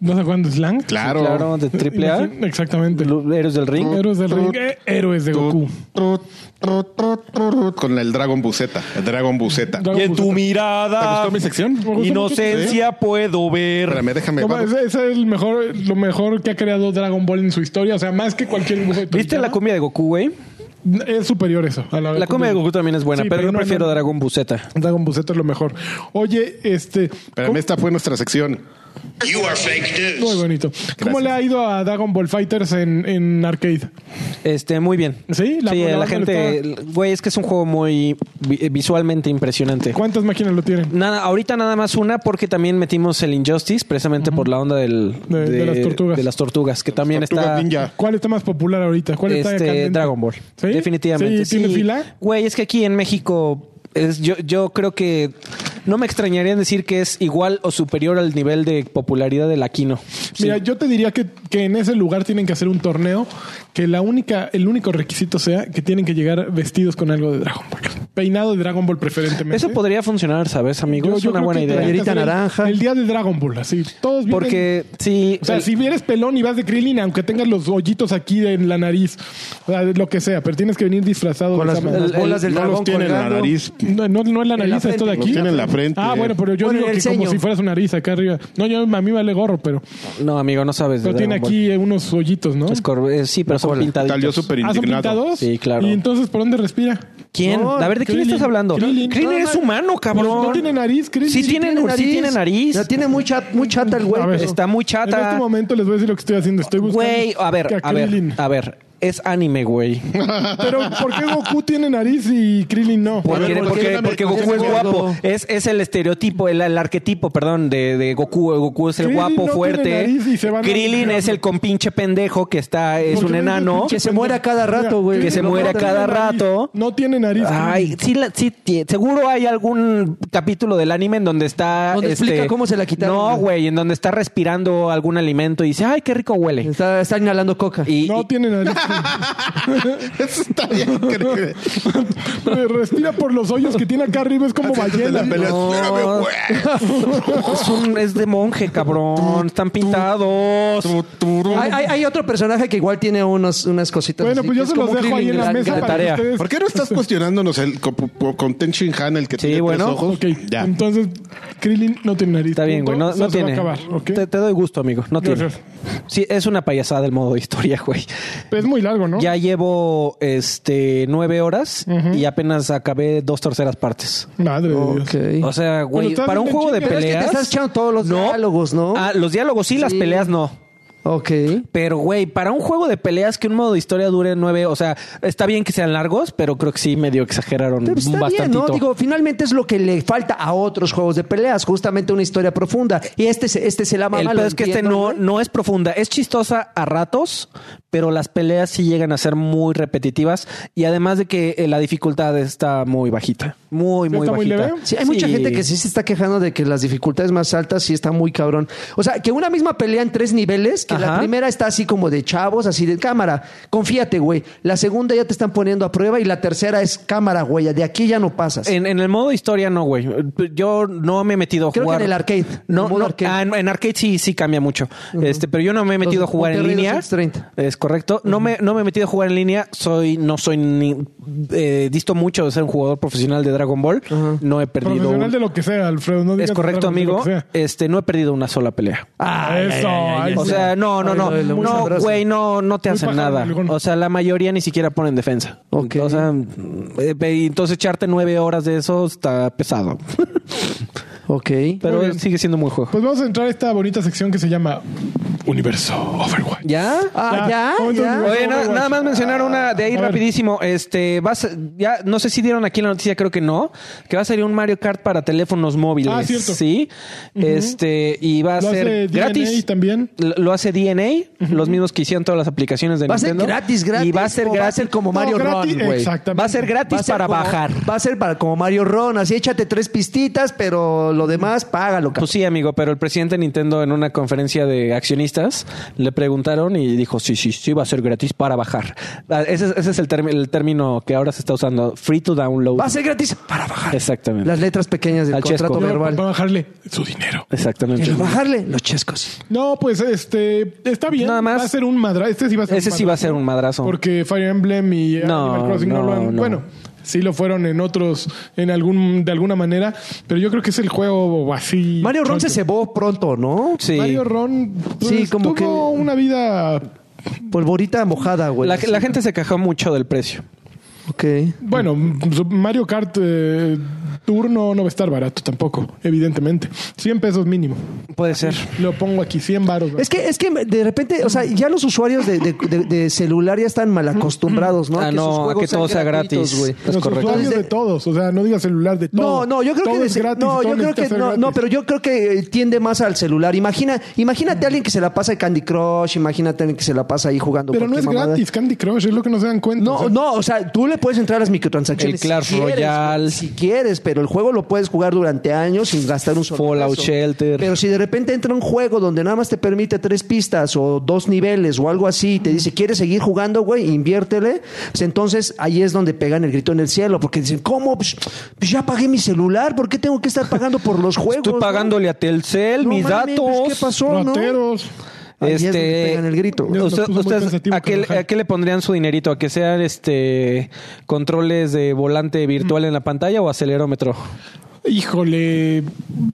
D: ¿No se acuerdan de Slang?
E: Claro.
B: Claro, de triple A.
D: Imagina- Exactamente.
B: Los Héroes del Ring.
D: Héroes del ring, eh, héroes de Goku.
E: Tru, tru, tru, tru, tru, Con el Dragon Buceta, el Dragon Buceta.
D: Dragon Ball Z.
E: ¿Te
B: mirada,
E: gustó mi sección?
B: inocencia puedo ver.
E: Espérame, déjame.
D: No,
E: vamos.
D: ese, ese es el mejor, lo mejor que ha creado Dragon Ball en su historia. O sea, más que cualquier dibujo de
B: ¿Viste la
D: Toriyama,
B: cumbia de Goku, güey?
D: Es superior eso. a la,
B: La cumbia de Goku también es buena,
D: Sí,
B: pero, yo
D: no,
B: prefiero
D: no.
B: Dragon Buceta.
D: Dragon Ball Z es lo mejor. Oye, este.
E: Espérame,
D: ¿cómo-
E: esta fue nuestra sección.
F: You are fake news.
D: Muy bonito. ¿Cómo le ha ido a Dragon Ball Fighters en, en arcade?
B: Este, muy bien.
D: Sí, la-
B: la,
D: la- la-
B: gente. Güey, es que es un juego muy vi- visualmente impresionante.
D: ¿Cuántas máquinas lo tienen?
B: Nada, ahorita nada más una porque también metimos el Injustice precisamente por la onda del,
D: De- de las tortugas.
B: de las tortugas, que también
E: Tortugas
B: está
E: Ninja.
D: ¿Cuál está más popular ahorita? ¿Cuál está
B: este,
D: caliente?
B: Dragon Ball.
D: ¿Sí?
B: Definitivamente.
D: ¿Sí? ¿Tiene
B: sí.
D: fila?
B: Güey, es que aquí en México es, yo, yo creo que no me extrañaría en decir que es igual o superior al nivel de popularidad del Aquino.
D: Mira, yo te diría que, que en ese lugar tienen que hacer un torneo que la única, el único requisito sea que tienen que llegar vestidos con algo de Dragon Ball. Peinado de Dragon Ball preferentemente.
B: Eso podría funcionar, ¿sabes, amigo?
D: Yo-
B: es
D: yo
B: una
D: creo
B: buena
D: que
B: idea.
D: tendrían que
C: Playerita
D: hacer el-
C: naranja.
D: El, día de Dragon Ball, así. Todos vienen-
B: Porque sí,
D: O sea,
B: el-
D: si vienes pelón y vas de Krillin, aunque tengas los hoyitos aquí de- en la nariz, o sea, lo que sea, pero tienes que venir disfrazado
C: Con
D: de
C: las,
D: esa manera.
C: las bolas del
E: no
C: dragón
E: los tiene en la
C: colgando.
E: nariz.
D: No, no, no es la
C: la
D: nariz, esto de
C: frente.
D: aquí.
E: Los tiene en la frente.
D: Ah, bueno, pero yo
C: Bueno,
D: digo
C: en
D: que
C: el
D: como
C: ceño.
D: si fuera su nariz acá arriba. No, yo a mí me vale gorro, pero,
B: no, amigo, no sabes. de
D: pero tiene
B: Dragon Ball.
D: aquí eh, unos hoyitos, ¿no?
B: Es cor- eh, sí, pero son pintaditos.
E: Salió súper
D: Ah, son
E: indignado.
D: pintados.
B: Sí, claro.
D: ¿Y entonces por dónde respira?
B: ¿Quién?
C: No,
B: a ver, ¿de quién
D: Krillin.
B: estás hablando?
D: Krillin.
B: Krillin,
D: No,
B: es humano, cabrón.
D: No tiene nariz, Krillin.
B: Sí, tiene, sí tiene nariz.
C: La tiene muy, chat- muy chata el güey.
D: A ver.
C: pero-
B: Está muy
D: En este
B: chata.
D: momento les voy a decir lo que estoy haciendo. Estoy buscando.
B: Güey, a ver, a ver,
D: Krillin.
B: a ver. Es anime, güey.
D: Pero ¿por qué Goku tiene nariz y Krillin no?
B: Porque,
E: ver, ¿por
B: porque-
E: qué?
B: porque
E: ¿Por qué
B: Goku es
E: es
C: gordo?
B: guapo. Es, es el estereotipo, el, el arquetipo, perdón, de, de Goku. Goku es el
D: Krillin no
B: guapo,
D: tiene
B: fuerte.
D: nariz y se van a-
B: Krillin es el compinche pendejo que está, es
D: Porque
B: un
D: no tiene
B: enano.
D: pinche
C: Que se
D: pendejo.
C: muere a cada rato,
D: Mira,
C: güey.
B: Que se
D: Krillin
B: muere a
D: tiene
B: cada
D: nariz.
B: rato.
D: No tiene nariz.
B: Ay,
D: Krillin.
B: sí, la- sí, ti- seguro hay algún capítulo del anime en donde está. este,
C: Donde explica cómo se la quitaron,
B: No,
C: güey.
B: güey, en donde está respirando algún alimento y dice, ay, qué rico huele.
C: Está, está inhalando coca.
B: Y,
D: No
B: y-
D: tiene nariz.
E: Eso está bien increíble.
D: Respira por los hoyos que tiene acá arriba. Es como
E: Haciéndote
D: ballena.
E: la pelea.
B: No.
E: Espérame, güey.
B: es, un- es de monje, cabrón. Están pintados.
C: Hay, hay- hay otro personaje que igual tiene unos, unas cositas.
D: Bueno,
C: así,
D: pues
C: que
D: yo
C: es
D: se los
C: como
D: dejo ahí
C: Krillin
D: en la
C: de
D: mesa
B: de
D: para
B: tarea.
D: que ustedes.
E: ¿Por qué no estás cuestionándonos el co- co- con Ten Shin Han, el que tiene
B: bueno.
E: tres ojos?
D: Ok,
E: Ya.
D: entonces Krillin no tiene nariz.
B: Está bien, güey. No,
D: Punto.
B: no
D: Eso se va
B: tiene.
D: a acabar, ¿ok?
B: te, te doy gusto, amigo. No tiene.
D: Gracias.
B: Sí, es una payasada el modo historia, güey.
D: Pues Es muy largo, ¿no?
B: Ya llevo este nueve horas y apenas acabé dos terceras partes.
D: Madre de Dios.
C: Ok.
B: O sea,
D: Bueno,
B: güey,
D: está
B: para un
D: bien
B: juego de
D: chinga. Pero
C: es que te
B: peleas.
C: estás echando todos los diálogos, ¿no?
B: Ah, los diálogos sí, las
C: Sí.
B: peleas no.
C: Ok.
B: Pero, güey, para un juego de peleas que un modo de historia dure nueve, o sea, está bien que sean largos, pero creo que sí medio exageraron
C: Pero está bien,
B: bastantito.
C: ¿no? Digo, finalmente es lo que le falta a otros juegos de peleas, justamente una historia profunda. Y este, se- este se la mama.
B: el
C: lo
B: pedo es que este
C: entiendo,
B: no,
C: güey.
B: no es profunda, es chistosa a ratos, pero las peleas sí llegan a ser muy repetitivas y además de que eh, la dificultad está muy bajita, muy, muy
D: ¿Está muy
B: bajita.
D: leve?
C: Sí, hay mucha
B: Sí.
C: gente que sí se está quejando de que las dificultades más altas sí está muy cabrón. O sea, que una misma pelea en tres niveles, que la
B: Ajá.
C: primera está así como de chavos, así de cámara, confíate, güey. La segunda ya te están poniendo a prueba y la tercera es cámara, güey. De aquí ya no pasas.
B: En, en el modo historia no, güey. Yo no me he metido a
C: Creo que
B: jugar.
C: en el arcade.
B: No,
C: El modo
B: no.
C: arcade.
B: Ah, en, en arcade sí, sí cambia mucho. Este, pero yo no me he metido
C: Los
B: a jugar en
C: Monterrey
B: línea.
C: 230.
B: Es correcto. No me, no me he metido a jugar en línea. Soy, no soy ni, eh, disto mucho de ser un jugador profesional de Dragon Ball. No he perdido.
D: Profesional
B: un-
D: de lo que sea, Alfredo. No digas
B: es correcto,
D: de lo
B: amigo.
D: que sea.
B: Este, no he perdido una sola pelea.
C: Ah,
D: Eso, ahí
B: O
D: sí.
B: sea, no, no,
C: Ay,
B: no.
C: lo de la muy
B: No,
C: sabrosa.
B: güey, no, no te
D: Muy
B: hacen
D: pájaro,
B: nada.
D: nalgón.
B: O sea, la mayoría ni siquiera ponen defensa.
C: Ok.
B: O sea, eh, y entonces echarte nueve horas de eso está pesado.
C: Ok.
B: Pero
D: bien.
B: sigue siendo muy juego.
D: Pues vamos a entrar a esta bonita sección que se llama Universo Overwatch.
B: ¿Ya?
C: Ah, ya,
D: Ya, momento
C: ya.
D: de-
B: Oye, na- nada más mencionar una de ahí
D: A ver.
B: rapidísimo. Este, vas, ya, no sé si dieron aquí la noticia, creo que no, que va a salir un Mario Kart para teléfonos móviles.
D: Ah, cierto.
B: Sí. Este, y va a
D: Lo
B: ser
D: hace
B: gratis.
D: DNA también.
B: L- Lo hace DNA, los mismos que hicieron todas las aplicaciones de
C: Va a ser
B: Nintendo.
C: gratis, gratis.
B: Y va a ser
C: o
B: gratis.
C: como
D: No,
C: Mario
D: gratis,
C: Ron, güey.
D: exactamente.
B: Va a ser
C: Va a
B: gratis
C: ser
B: para
C: como-
B: bajar.
C: Va a ser para como Mario Ron, así échate tres pistitas, pero lo demás págalo. cabrón.
B: Pues sí, amigo, pero el presidente de Nintendo en una conferencia de accionistas le preguntaron y dijo, sí, sí, sí, va a ser gratis para bajar. Ah, Ese, es- ese es el, termi- el término que ahora se está usando, free to download.
C: Va a ser gratis para bajar.
B: Exactamente.
C: Las letras pequeñas del
B: Al chesco.
C: contrato
B: Yo-
D: Para
C: verbal.
D: bajarle su dinero.
B: Exactamente.
C: Pero bajarle los chescos.
D: No, pues este está bien.
B: Nada más.
D: Va a ser un madrazo. Este sí va a ser
B: Ese
D: un
B: sí va a ser un madrazo.
D: Porque Fire Emblem y
B: No,
D: Animal Crossing no,
B: no,
D: lo han.
B: no.
D: Bueno, sí lo fueron en otros, en algún, de alguna manera, pero yo creo que es el juego así.
C: Mario Ron se
D: choncho.
C: cebó pronto, ¿no?
B: sí.
D: Mario Ron pues,
C: Sí, como
D: tuvo
C: que-
D: una vida
C: Polvorita mojada, güey.
B: la, la gente se quejó mucho del precio.
C: Ok.
D: Bueno, su- Mario Kart eh, Tour no, no va a estar barato tampoco, evidentemente. 100 pesos mínimo.
B: Puede ser.
D: Lo pongo aquí, 100 baros.
C: Es que, es que de repente, o sea, ya los usuarios de, de- de- de celular ya están mal acostumbrados, ¿no?
B: Ah, no,
C: sus
B: a
C: juegos
B: que todo
C: sean
B: sea
C: gratuitos,
B: gratis.
C: güey.
B: Es
D: Los
B: correcto.
D: usuarios de
C: Entonces,
D: todos, o sea, no digas celular de
C: No,
D: todo.
C: no, yo creo
D: Todo
C: que
D: es
C: de-
D: gratis,
C: no,
D: todo
C: yo creo
D: necesita
C: que
D: ser
C: no, no,
D: gratis.
C: pero yo creo que eh, tiende más al celular. Imagina, imagínate a alguien que se la pasa de Candy Crush, imagínate a alguien que se la pasa ahí jugando.
D: Pero no
C: cualquier
D: es
C: mamada.
D: gratis, Candy Crush, es lo que no se dan cuenta. o
C: No,
D: sea,
C: no, o sea, tú le puedes entrar a las microtransacciones.
B: El Clash
C: quieres,
B: Royale.
C: güey, Si quieres, pero el juego lo puedes jugar durante años sin gastar un solo
B: Fallout
C: peso.
B: Shelter.
C: Pero si de repente entra un juego donde nada más te permite tres pistas o dos niveles o algo así y te dice, ¿quieres seguir jugando, güey? Inviértele. Pues entonces ahí es donde pegan el grito en el cielo porque dicen, ¿cómo? Pues, pues ya pagué mi celular, ¿por qué tengo que estar pagando por los juegos?
B: Estoy
C: no?
B: pagándole a Telcel
C: No
B: mis
C: mames,
B: datos.
C: pues, ¿Qué pasó, no?
D: rateros.
C: Ahí es donde
B: Este,
C: pegan el grito.
D: Yo me
B: Usted-
D: puse muy
B: ustedes,
D: pensativo
B: ¿a, qué,
D: con Jaime.
B: a qué le pondrían su dinerito? ¿A que sean este controles de volante virtual en la pantalla o acelerómetro?
D: Híjole,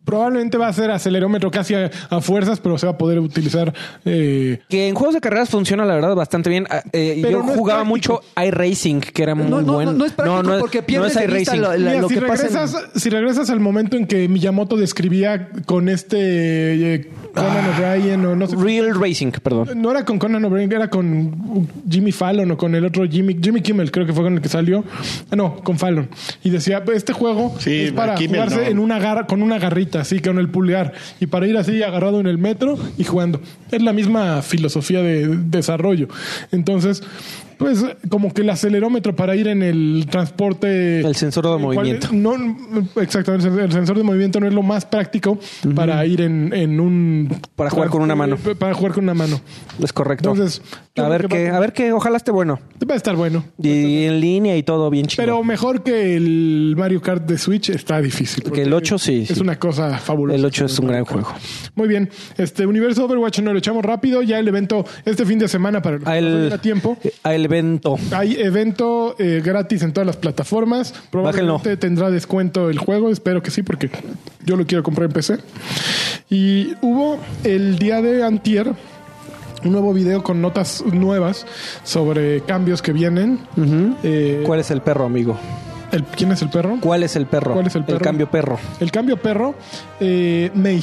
D: probablemente va a ser acelerómetro casi a, a fuerzas, pero se va a poder utilizar. eh,
B: Que en juegos de carreras funciona, la verdad, bastante bien. Ah, eh,
D: Pero
B: yo
D: no es
B: jugaba
D: práctico.
B: mucho iRacing, que era muy
C: No, no, no,
B: bueno.
C: no es práctico porque pierdes de vista lo- la-
D: mira,
C: lo
D: si,
C: que pasa en-
D: regresas, si regresas al momento en que Miyamoto describía con este eh, Conan
C: Ah.
D: O'Brien o no sé.
B: Real Racing, perdón.
D: No era con Conan O'Brien, era con Jimmy Fallon o con el otro Jimmy, Jimmy Kimmel, creo que fue con el que salió. Ah, No, con Fallon. Y decía, este juego
E: Sí,
D: es para
E: Kimmel
D: jugarse
E: no.
D: en una garra, con una garrita, así, con el pulgar. Y para ir así agarrado en el metro y jugando. Es la misma filosofía de desarrollo. Entonces, pues como que el acelerómetro para ir en el transporte...
B: El sensor de
D: ¿Cuál-
B: movimiento.
D: no, exactamente. El sensor de movimiento no es lo más práctico para ir en, en un.
B: Para jugar con una mano.
D: Para jugar con una mano.
B: Es correcto.
D: Entonces, yo
B: a
D: creo
B: ver
D: que
B: qué,
D: va-
B: a ver qué, ojalá esté bueno.
D: Va a estar bueno.
B: Y en línea y todo bien chido.
D: Pero mejor que el Mario Kart de Switch está difícil. porque
B: Que el 8 sí,
D: Es
B: sí.
D: una cosa fabulosa.
B: El 8 es un gran juego.
D: Muy bien. Este universo Overwatch no lo echamos rápido. Ya el evento este fin de semana para los que nos
B: Al,
D: den a tiempo.
B: al evento.
D: Hay evento eh, gratis en todas las plataformas. Probablemente
B: Bájenlo.
D: tendrá descuento el juego. Espero que sí, porque yo lo quiero comprar en PC. Y hubo el día de Antier un nuevo video con notas nuevas sobre cambios que vienen. Eh,
B: ¿Cuál es el perro, amigo?
D: el- ¿Quién es el perro?
B: ¿Cuál es el perro?
D: ¿Cuál es el perro?
B: cambio perro.
D: El cambio perro, eh, May.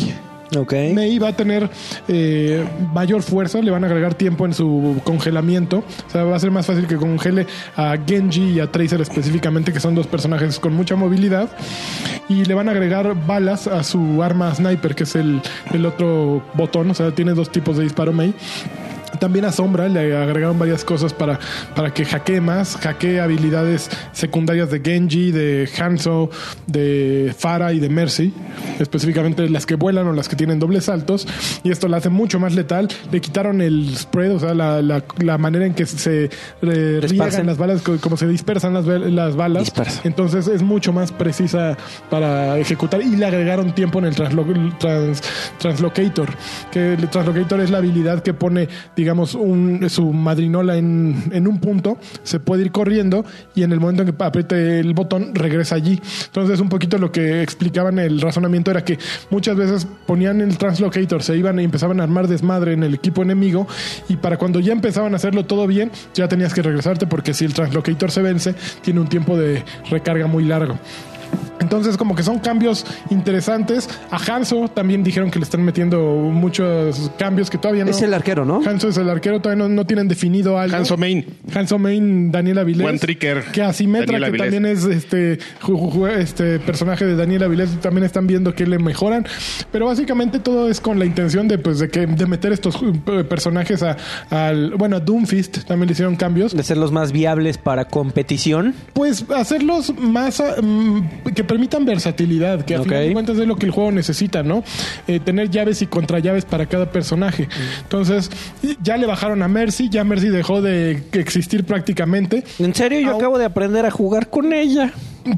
B: Ok.
D: May va a tener eh, mayor fuerza, le van a agregar tiempo en su congelamiento. O sea, va a ser más fácil que congele a Genji y a Tracer específicamente, que son dos personajes con mucha movilidad. Y le van a agregar balas a su arma sniper, que es el, el otro botón. O sea, tiene dos tipos de disparo May. También a Sombra le agregaron varias cosas para, para que hackee más, hackee habilidades secundarias de Genji, de Hanzo, de Farah y de Mercy, específicamente las que vuelan o las que tienen dobles saltos, y esto la hace mucho más letal. Le quitaron el spread, o sea, la, la- la manera en que se eh, riegan
B: Esparcen.
D: las balas, co- como se dispersan las, bal- las balas.
B: Dispersa.
D: Entonces es mucho más precisa para ejecutar y le agregaron tiempo en el translo- trans- translocator, que el translocator es la habilidad que pone, digamos, un, su madrinola en, en un punto, se puede ir corriendo y en el momento en que apriete el botón regresa allí. Entonces un poquito lo que explicaban el razonamiento era que muchas veces ponían el translocator, se iban y empezaban a armar desmadre en el equipo enemigo y para cuando ya empezaban a hacerlo todo bien, ya tenías que regresarte porque si el translocator se vence, tiene un tiempo de recarga muy largo. Entonces, como que son cambios interesantes. A Hanso también dijeron que le están metiendo muchos cambios que todavía no.
C: Es el arquero, ¿no?
D: Hanso es el arquero, todavía no, no tienen definido algo.
E: Hanso Main.
D: Hanso Main, Daniel Avilés.
E: One Tricker.
D: Que Asimetra,
E: Daniel
D: que
E: Avilés.
D: también es este, ju- ju- ju- este personaje de Daniel Avilés, también están viendo que le mejoran. Pero básicamente todo es con la intención de, pues, de, que, de meter estos ju- personajes a, al. Bueno, a Doomfist también le hicieron cambios.
B: De ser los más viables para competición.
D: Pues hacerlos más ah, mm, que permitan versatilidad, que a
B: Ok.
D: final de cuentas es lo que el juego necesita, ¿no? Eh, tener llaves y contrallaves para cada personaje. Entonces, y- ya le bajaron a Mercy, ya Mercy dejó de existir prácticamente.
B: En serio, yo
D: Au.
B: acabo de aprender a jugar con ella.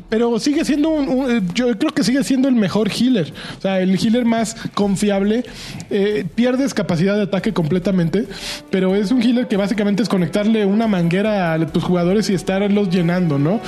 D: pero sigue siendo un, un- Yo creo que sigue siendo el mejor healer. O sea, el healer más confiable. Eh, pierdes capacidad de ataque completamente. Pero es un healer que básicamente es conectarle una manguera a tus jugadores y estarlos llenando, ¿no?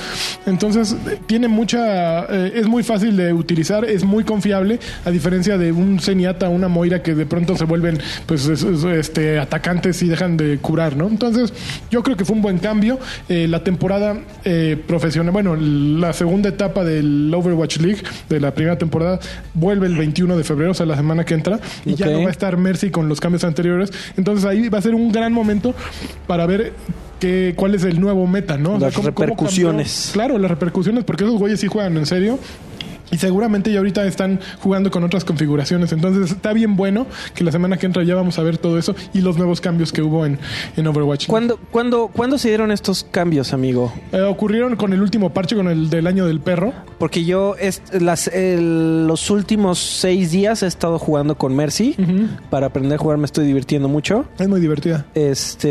D: Entonces, eh, tiene mucha. eh, es muy fácil de utilizar, es muy confiable. A diferencia de un Zenyatta, una Moira que de pronto se vuelven pues es- es- este atacantes y dejan de curar, ¿no? Entonces, yo creo que fue un buen cambio. Eh, la temporada eh, profesional, bueno, la segunda etapa del Overwatch League de la primera temporada vuelve el 21 de febrero, o sea, la semana que entra, y ya
B: Ok.
D: no va a estar Mercy con los cambios anteriores. Entonces, ahí va a ser un gran momento para ver qué cuál es el nuevo meta, ¿no? O
B: Las
D: cambió-
B: repercusiones.
D: claro, las repercusiones, porque esos güeyes sí juegan en serio. Y seguramente ya ahorita están jugando con otras configuraciones. Entonces está bien bueno que la semana que entra ya vamos a ver todo eso y los nuevos cambios que hubo en, en Overwatch.
B: ¿Cuándo, cuándo, cuándo se dieron estos cambios, amigo?
D: Eh, ocurrieron con el último parche, con el del año del perro.
B: Porque yo est- las, el- los últimos seis días he estado jugando con Mercy. Para aprender a jugar me estoy divirtiendo mucho.
D: Es muy divertida.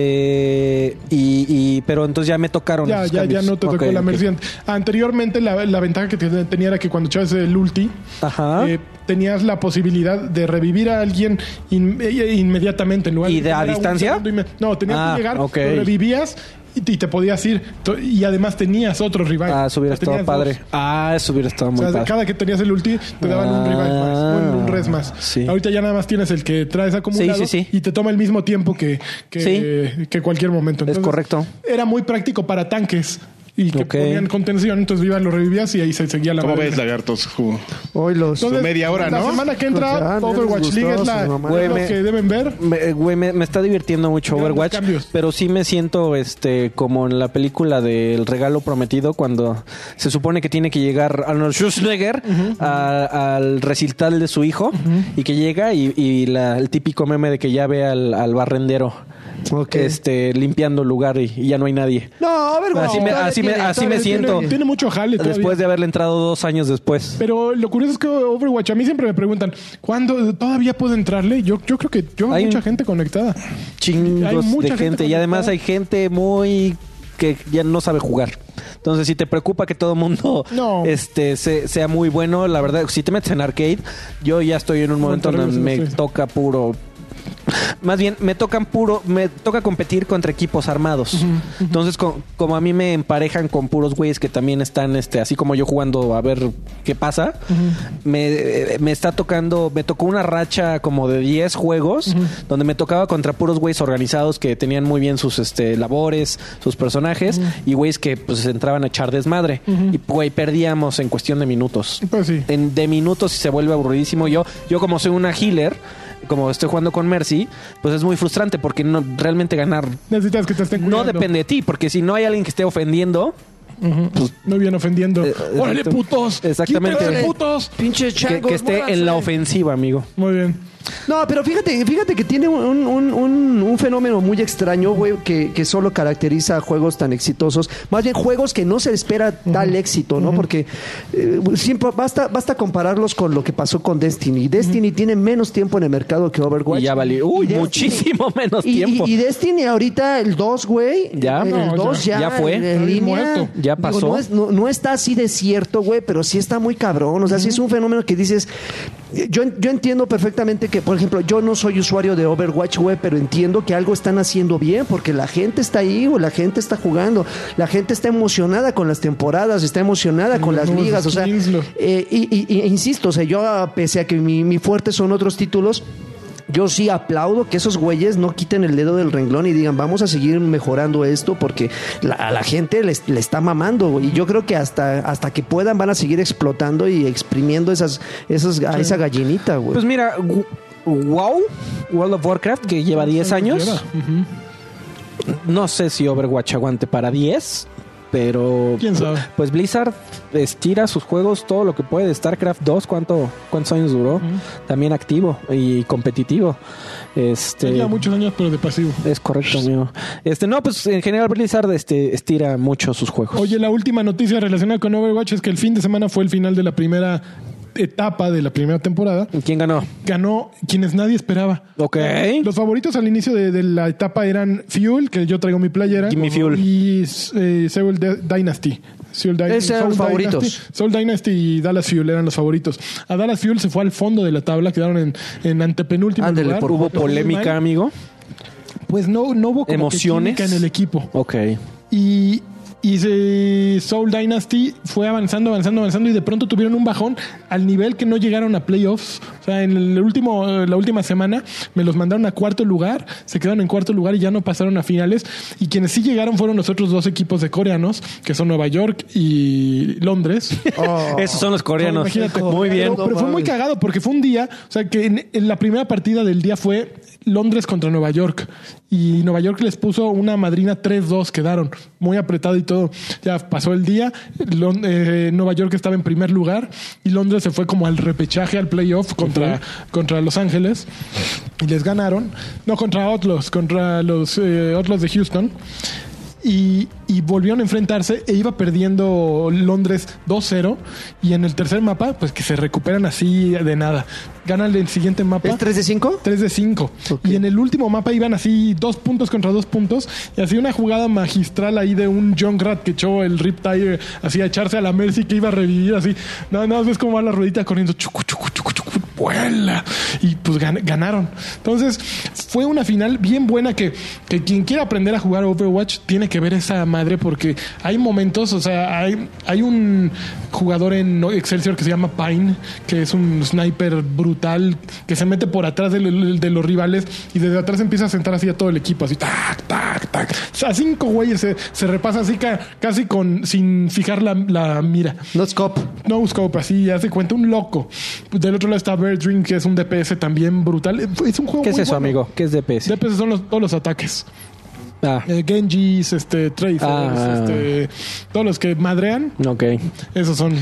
B: Este y, y- pero entonces ya me tocaron.
D: Ya,
B: esos
D: ya, ya
B: cambios.
D: no te tocó
B: Ok,
D: la
B: ok.
D: Mercy. Anteriormente la, la ventaja que te- tenía era que cuando echabas el ulti,
B: Ajá.
D: eh, tenías la posibilidad de revivir a alguien in- eh, inmediatamente en lugar
B: ¿Y de a
D: tener un
B: distancia?
D: segundo y me- no, tenías
B: Ah,
D: que llegar,
B: ok.
D: lo revivías y te, y te podías ir. To- Y además tenías otro rival.
B: ah, eso hubiera
D: O sea, tenías
B: estado padre.
D: dos.
B: Ah, eso hubiera estado
D: O
B: muy
D: sea,
B: padre.
D: cada que tenías el ulti, te daban un
B: Ah,
D: rival más, un, un res más.
B: sí.
D: Ahorita ya nada más tienes el que traes acumulado
B: Sí, sí, sí.
D: y te toma el mismo tiempo que, que,
B: Sí.
D: que cualquier momento.
B: Es correcto.
D: Era muy práctico para tanques y que
B: Ok.
D: ponían contención, entonces iban, lo revivías y ahí se seguía la
E: ¿Cómo
D: madre.
E: ves, lagartos? Ju-
C: Hoy los.
D: Entonces,
E: Su media hora,
D: La
E: ¿no?
D: semana que
C: Pues ya,
D: entra,
C: ya les
D: Overwatch
C: gustó
D: League es
C: sus
D: la
C: mamadas.
D: es lo
B: Güey, me-
D: que deben ver.
B: Me, eh, güey, me, me está divirtiendo mucho
D: Grandes
B: Overwatch,
D: cambios.
B: pero sí me siento este como en la película del regalo prometido cuando se supone que tiene que llegar Arnold Schwarzenegger a- al recital de su hijo y que llega y, y la- el típico meme de que ya ve al, al barrendero
C: Ok.
B: este limpiando el lugar y, y ya no hay nadie.
C: No, a ver,
B: Así me- así me- así me
D: Tiene-
B: siento.
D: Tiene, mucho jale todavía.
B: Después de haberle entrado dos años después.
D: Pero lo curioso es que Overwatch, a mí siempre me preguntan, ¿cuándo todavía puedo entrarle? Yo, yo creo que yo veo
B: Hay
D: mucha
B: un-
D: gente conectada. Hay
B: chingos
D: mucha
B: de
D: gente
B: gente y además
D: conectada.
B: hay gente muy que ya no sabe jugar. Entonces, si te preocupa que todo el mundo
D: No.
B: este, se- sea muy bueno, la verdad, si te metes en arcade, yo ya estoy en un momento donde
D: terribles,
B: me
D: sí.
B: toca puro. Más bien, me tocan puro, me toca competir contra equipos armados. Entonces, co- como a mí me emparejan con puros güeyes que también están, este, así como yo jugando a ver qué pasa, me, me está tocando, me tocó una racha como de 10 juegos donde me tocaba contra puros güeyes organizados que tenían muy bien sus este, labores, sus personajes y güeyes que pues se entraban a echar desmadre. Y güey, perdíamos en cuestión de minutos.
D: Pues sí.
B: En- de minutos y se vuelve aburridísimo. Yo, yo como soy una healer, como estoy jugando con Mercy, pues es muy frustrante porque no, realmente ganar
D: Necesitas que te estén
B: no
D: cuidando.
B: depende de ti, porque si no hay alguien que esté ofendiendo,
D: No bien ofendiendo.
B: Eh,
D: ¡Órale,
B: exacto.
D: putos!
B: Exactamente.
D: ¡Quítense, putos!
C: Pinches
B: que,
C: changos.
B: que esté en
C: muévanse.
B: la ofensiva, amigo.
D: Muy bien.
C: No, pero fíjate, fíjate que tiene un, un- un- un fenómeno muy extraño, güey, que, que solo caracteriza a juegos tan exitosos. Más bien juegos que no se espera tal éxito, ¿no? Porque eh, siempre basta, basta compararlos con lo que pasó con Destiny. Destiny tiene menos tiempo en el mercado que Overwatch.
B: Y ya valió. Uy,
C: Y Destiny-
B: muchísimo menos
C: y,
B: tiempo.
C: y- y Destiny ahorita, el 2, güey.
B: Ya.
C: El
D: No,
C: 2
B: ya.
C: ya.
B: Ya fue.
C: en- en
D: Está bien
C: línea.
D: muerto.
B: Ya pasó.
C: no, es- no- no está así de cierto, güey, pero sí está muy cabrón. O sea, sí es un fenómeno que dices. Yo, yo entiendo perfectamente que, por ejemplo, yo no soy usuario de Overwatch, güey, pero entiendo que algo están haciendo bien porque la gente está ahí, güey, la gente está jugando, la gente está emocionada con las temporadas, está emocionada con
D: Los
C: las
D: nuevos
C: ligas, o sea,
D: skins, los-
C: eh, y, y- y- insisto, o sea, yo, a- pese a que mi, mi fuerte son otros títulos, yo sí aplaudo que esos güeyes no quiten el dedo del renglón y digan, vamos a seguir mejorando esto porque la- a la gente les- le está mamando. güey. Y yo creo que hasta, hasta que puedan van a seguir explotando y exprimiendo esas, esas, a esa gallinita, güey.
B: Pues mira, gu- WoW, World of Warcraft, que lleva 10
D: Lleva.
B: años. No sé si Overwatch aguante para 10, pero.
D: ¿Quién sabe?
B: Pues Blizzard estira sus juegos todo lo que puede. StarCraft 2, ¿cuánto, ¿cuántos años duró? También activo y competitivo. Este.
D: Tenía muchos años, pero de pasivo.
B: Es correcto, amigo. Este, no, pues en general Blizzard este, estira mucho sus juegos.
D: Oye, la última noticia relacionada con Overwatch es que el fin de semana fue el final de la primera etapa de la primera temporada.
B: ¿Quién ganó?
D: ganó quienes nadie esperaba.
B: Ok.
D: Los favoritos al inicio de, de la etapa eran Fuel, que yo traigo mi playera.
B: Gimme Fuel.
D: Y eh, Seoul D- Dynasty. Soul Dynasty.
C: Esos eran los
D: Soul Dynasty-
C: favoritos.
D: Soul Dynasty y Dallas Fuel eran los favoritos. A Dallas Fuel se fue al fondo de la tabla, quedaron en, en antepenúltimo
C: Ándele,
D: lugar.
C: por
B: ¿Hubo
D: Lo fue muy
B: polémica,
D: mal.
B: amigo?
D: Pues no, no hubo como que
B: ¿Emociones?
D: química en el equipo.
B: Ok.
D: Y, y se- Soul Dynasty fue avanzando, avanzando, avanzando y de pronto tuvieron un bajón al nivel que no llegaron a playoffs. O sea, en el último, eh, la última semana me los mandaron a cuarto lugar, se quedaron en cuarto lugar y ya no pasaron a finales. Y quienes sí llegaron fueron los otros dos equipos de coreanos, que son Nueva York y Londres.
B: Esos son los coreanos.
D: Oh. Imagínate.
B: Muy bien.
D: Pero, pero fue muy cagado porque fue un día, o sea, que en, en la primera partida del día fue Londres contra Nueva York y Nueva York les puso una madrina 3-2, quedaron muy apretado y todo. Ya pasó el día, Lon- eh, Nueva York estaba en primer lugar y Londres se fue como al repechaje, al playoff contra, contra Los Ángeles y les ganaron. No contra Outlaws, contra los eh, Outlaws de Houston. Y, y volvieron a enfrentarse e iba perdiendo Londres 2-0 y en el tercer mapa pues que se recuperan así de nada. Ganan el siguiente mapa.
C: ¿Es 3 de 5?
D: 3 de 5.
C: Ok.
D: Y en el último mapa iban así dos puntos contra dos puntos. Y así una jugada magistral ahí de un John Grant que echó el Riptide así a echarse a la Mercy que iba a revivir así. Nada, nada más ves cómo va la ruedita corriendo. Chucu, chucu, chucu, chucu, vuela. Y pues gan- ganaron. Entonces fue una final bien buena que, que quien quiera aprender a jugar Overwatch tiene que ver esa madre porque hay momentos, o sea, hay, hay un jugador en Excelsior que se llama Pine, que es un sniper brutal, que se mete por atrás de, lo- de los rivales y desde atrás empieza a sentar así a todo el equipo, así, tac, tac, tac. O sea, cinco güeyes se, se repasa así ca- casi con, sin fijar la, la mira.
C: No Scop.
D: No Scope, así, hace cuenta, un loco. Del otro lado está Dream que es un DPS también brutal. Es un juego
B: ¿Qué es
D: muy
B: eso,
D: bueno.
B: amigo? ¿Qué es DPS?
D: DPS son los- todos los ataques.
B: ah,
D: Eh, Genjis, este, Tracers,
B: Ah.
D: este, todos los que madrean,
B: ok.
D: esos son.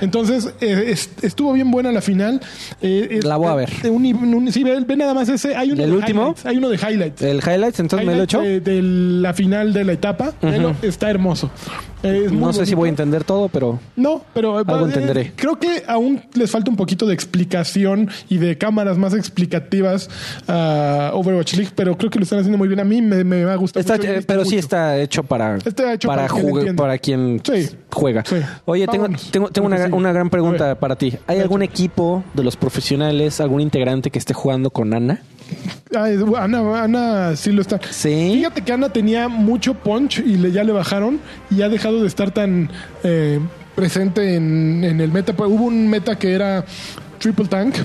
D: Entonces, eh, es- estuvo bien buena la final. Eh, es-
B: La voy a ver.
D: eh, un- un- sí, ve, ve nada más ese. Hay uno
B: ¿El
D: de
B: último?
D: highlights, Hay uno de highlights.
B: ¿El highlights entonces me lo
D: Highlights
B: echo?
D: de, de la final de la etapa. Velo, Está hermoso. Eh, es muy
B: No sé si
D: bonito.
B: voy a entender todo, pero
D: No, pero eh,
B: Algo entenderé.
D: creo que aún les falta un poquito de explicación y de cámaras más explicativas a Overwatch League, pero creo que lo están haciendo muy bien. A mí me, me va a gustar.
B: Está,
D: mucho, me
B: eh,
D: gusta
B: pero sí
D: mucho.
B: está hecho para,
D: Está hecho
B: para,
D: para que le
B: jugue-
D: entienda.
B: para quien
D: Sí.
B: juega.
D: Sí.
B: Oye, tengo,
D: Vámonos.
B: tengo,
D: Creo
B: tengo una,
D: que sí.
B: una gran
D: A
B: pregunta
D: ver.
B: para ti. ¿Hay algún equipo de los profesionales, algún integrante que esté jugando con Ana?
D: Ah, es- Ana, Ana sí lo está.
B: Sí.
D: Fíjate que Ana tenía mucho punch y le, ya le bajaron y ha dejado de estar tan eh, presente en, en el meta. Pues Hubo un meta que era Triple Tank.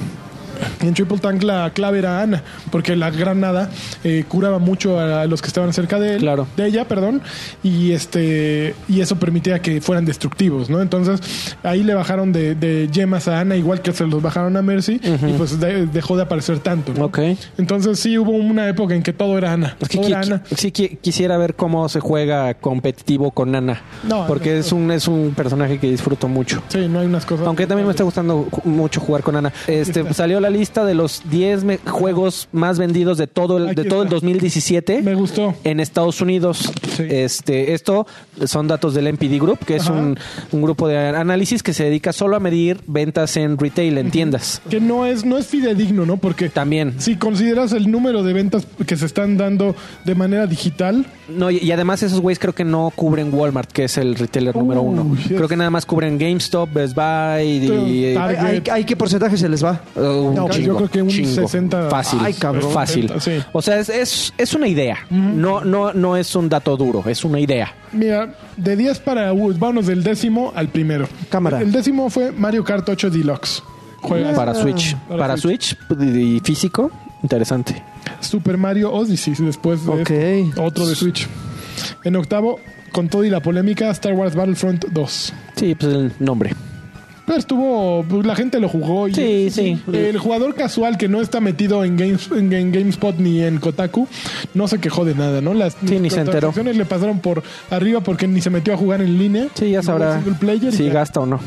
D: Y en Triple Tank la clave era Ana, porque la granada eh, curaba mucho a los que estaban cerca de él,
B: Claro.
D: de ella, perdón, y este y eso permitía que fueran destructivos, ¿no? Entonces ahí le bajaron de, de yemas a Ana, igual que se los bajaron a Mercy, y pues de- dejó de aparecer tanto. ¿no?
B: Ok.
D: Entonces sí hubo una época en que todo era Ana.
B: Es que
D: todo
B: qui-
D: era Ana.
B: qui- sí qui- quisiera ver cómo se juega competitivo con Ana.
D: No,
B: porque
D: no, no.
B: es un es un personaje que disfruto mucho.
D: Sí, no hay unas cosas.
B: Aunque también me está gustando ju- mucho jugar con Ana. Este salió la lista de los 10 me- juegos más vendidos de todo el, de
D: Aquí
B: todo el
D: está.
B: 2017.
D: Me gustó.
B: en Estados Unidos.
D: Sí.
B: Este, esto son datos del NPD Group, que es
D: Ajá.
B: un, un grupo de análisis que se dedica solo a medir ventas en retail, en tiendas.
D: Que no es, no es fidedigno, ¿no? Porque
B: También.
D: si consideras el número de ventas que se están dando de manera digital,
B: No, y, y además esos güeyes creo que no cubren Walmart, que es el retailer número
D: Uy,
B: uno.
D: yes.
B: Creo que nada más cubren GameStop, Best Buy y... eh,
D: Target.
C: ¿Hay, hay, hay qué porcentaje se les va?
B: uh, un
D: No, pues yo creo que un 60.
B: Fácil.
C: Ay, cabrón.
B: Fácil.
D: 60, sí.
B: O sea, es, es, es una idea. No, no, no es un dato duro, es una idea.
D: Mira, de 10 para Wood, vámonos del décimo al primero.
C: Cámara.
D: El décimo fue Mario Kart 8 Deluxe. Juega Ah,
B: Para Switch. Para,
D: Para
B: Switch pues, y físico, interesante.
D: Super Mario Odyssey después de
C: Ok.
D: este, otro de Switch. En octavo, con todo y la polémica, Star Wars Battlefront 2.
B: Sí, pues el nombre.
D: Pero estuvo, pues, la gente lo jugó. Y,
B: Sí, sí.
D: El jugador casual que no está metido en, games, en, en GameSpot ni en Kotaku no se quejó de nada, ¿no? Las
B: Sí, ni se enteró.
D: transacciones le pasaron por arriba porque ni se metió a jugar en línea.
B: Sí, ya
D: Jugó
B: sabrá
D: single player y
B: si
D: ya.
B: gasta o no.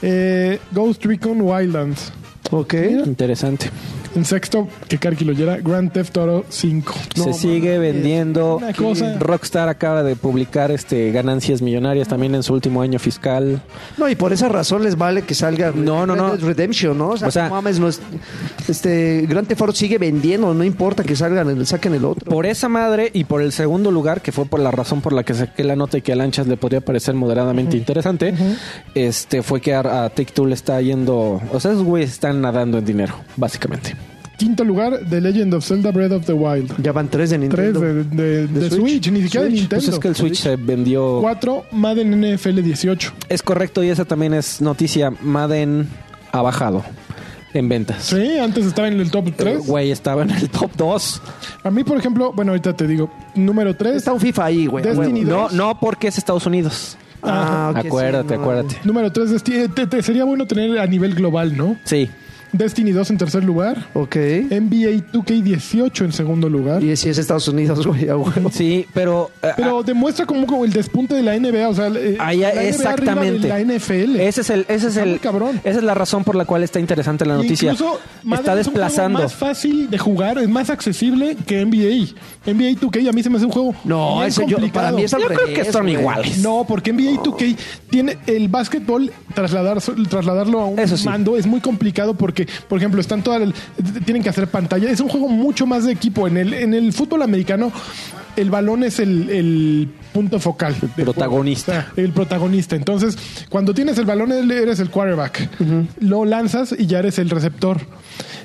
D: Eh, Ghost Recon Wildlands.
C: Ok.
B: Interesante.
D: En sexto, que Karki lo oyera, Grand Theft Auto 5.
B: se
D: No,
B: sigue vendiendo.
D: Una cosa.
B: Rockstar acaba de publicar este ganancias millonarias también en su último año fiscal.
C: No, y por esa razón les vale que salga Red-
B: No, no,
C: Red
B: no.
C: Dead Redemption, ¿no? O sea,
B: O sea-
C: no mames, no es- este Grand Theft Auto sigue vendiendo, no importa que salgan, el- saquen el otro.
B: Por esa madre y por el segundo lugar, que fue por la razón por la que saqué la nota y que a Lanchas le podría parecer moderadamente interesante, este fue que a, a Take Two le está yendo. O sea, esos güeyes están nadando en dinero, básicamente.
D: Quinto lugar, The Legend of Zelda Breath of the Wild.
C: Ya van tres de
D: Tres
C: Nintendo.
D: de, de- de Switch. ni siquiera de
C: Switch.
D: Nintendo.
B: Pues es que el Switch se vendió.
D: Cuatro, Madden NFL 18.
B: Es correcto y esa también es noticia. Madden ha bajado en ventas.
D: Sí, antes estaba en el top
B: Eh,
D: 3.
B: Güey, estaba en el top 2.
D: A mí, por ejemplo, bueno, ahorita te digo, número 3.
C: Está un FIFA ahí, güey.
D: Destiny
C: Huevo.
B: No,
D: dos.
B: no, porque es Estados Unidos.
C: Ah, ok, sí,
B: acuérdate,
C: no.
B: acuérdate.
D: Número 3, sería bueno tener a nivel global, ¿no?
B: Sí.
D: Destiny 2 en tercer lugar.
C: Ok.
D: Eh, NBA 2K18 en segundo lugar.
C: Y ah. si es Estados Unidos, güey, a huevo.
B: Sí, pero. eh,
D: Pero demuestra como, como el despunte de la NBA, o sea, eh,
B: ah, ya,
D: la NBA
B: exactamente.
D: arriba de la NFL.
B: Ese es el, ese es
D: Está muy
B: el,
D: cabrón.
B: esa es la razón por la cual está interesante la
D: Y
B: noticia.
D: Incluso Madden es
B: está
D: un juego
B: desplazando.
D: más fácil de jugar, es más accesible que NBA. NBA 2K a mí se me hace un juego.
C: No,
D: bien
C: eso yo- para mí es al
B: Yo creo
C: revés,
B: que son
C: güey.
B: iguales.
D: No, porque NBA 2K tiene el básquetbol trasladar, trasladarlo a un
B: Eso sí.
D: mando es muy complicado porque, por ejemplo, están todas el- tienen que hacer pantalla. Es un juego mucho más de equipo. En el, en el fútbol americano, el balón es el, el punto focal. del juego.
B: protagonista.
D: O sea, el protagonista. Entonces, cuando tienes el balón, él- eres el quarterback. Lo lanzas y ya eres el receptor.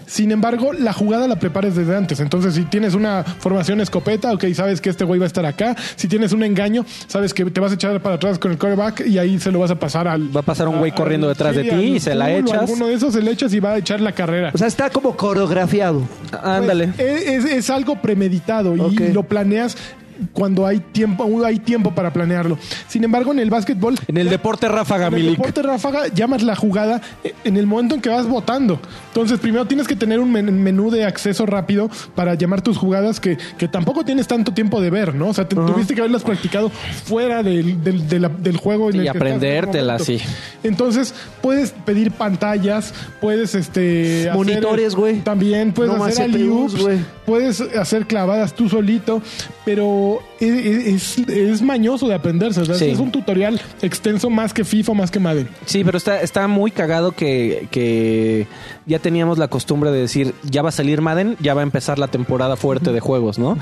D: Sin embargo, la jugada la prepares desde antes. Entonces, si tienes una formación escopeta, ok, sabes que este güey va a estar acá. Si tienes un engaño, sabes que te vas a echar para atrás con el quarterback y ahí se lo vas a pasar al.
B: Va a pasar un güey corriendo detrás de ti
D: al
B: y se la
D: culo,
B: echas.
D: Ah,
B: Pues,
D: Alguno de esos se le echas y va a echar la carrera.
C: O sea, está como coreografiado.
B: Ándale.
D: Pues, es, es- es algo premeditado y
C: Ok.
D: lo planeas cuando hay tiempo, aún hay tiempo para planearlo. Sin embargo, en el básquetbol.
B: en el deporte ráfaga,
D: En el
B: Milik.
D: deporte ráfaga llamas la jugada eh, en el momento en que vas votando. Entonces, primero tienes que tener un men- menú de acceso rápido para llamar tus jugadas que, que tampoco tienes tanto tiempo de ver, ¿no? O sea, te- tuviste que haberlas practicado fuera del, del- de la- del juego. En
B: Y
D: el que estás en ese
B: aprendértelas,
D: momento.
B: sí.
D: Entonces, puedes pedir pantallas, puedes este hacer-
C: Monitores, güey.
D: También puedes
C: No más
D: hacer
C: CPUs,
D: alley-oops,
C: güey.
D: puedes hacer clavadas tú solito, pero e, es, es- es mañoso de aprenderse. o sea,
B: Sí.
D: Es un tutorial extenso más que FIFA, más que Madden.
B: Sí, pero está, está muy cagado que, que ya teníamos la costumbre de decir, ya va a salir Madden, ya va a empezar la temporada fuerte de juegos, ¿no?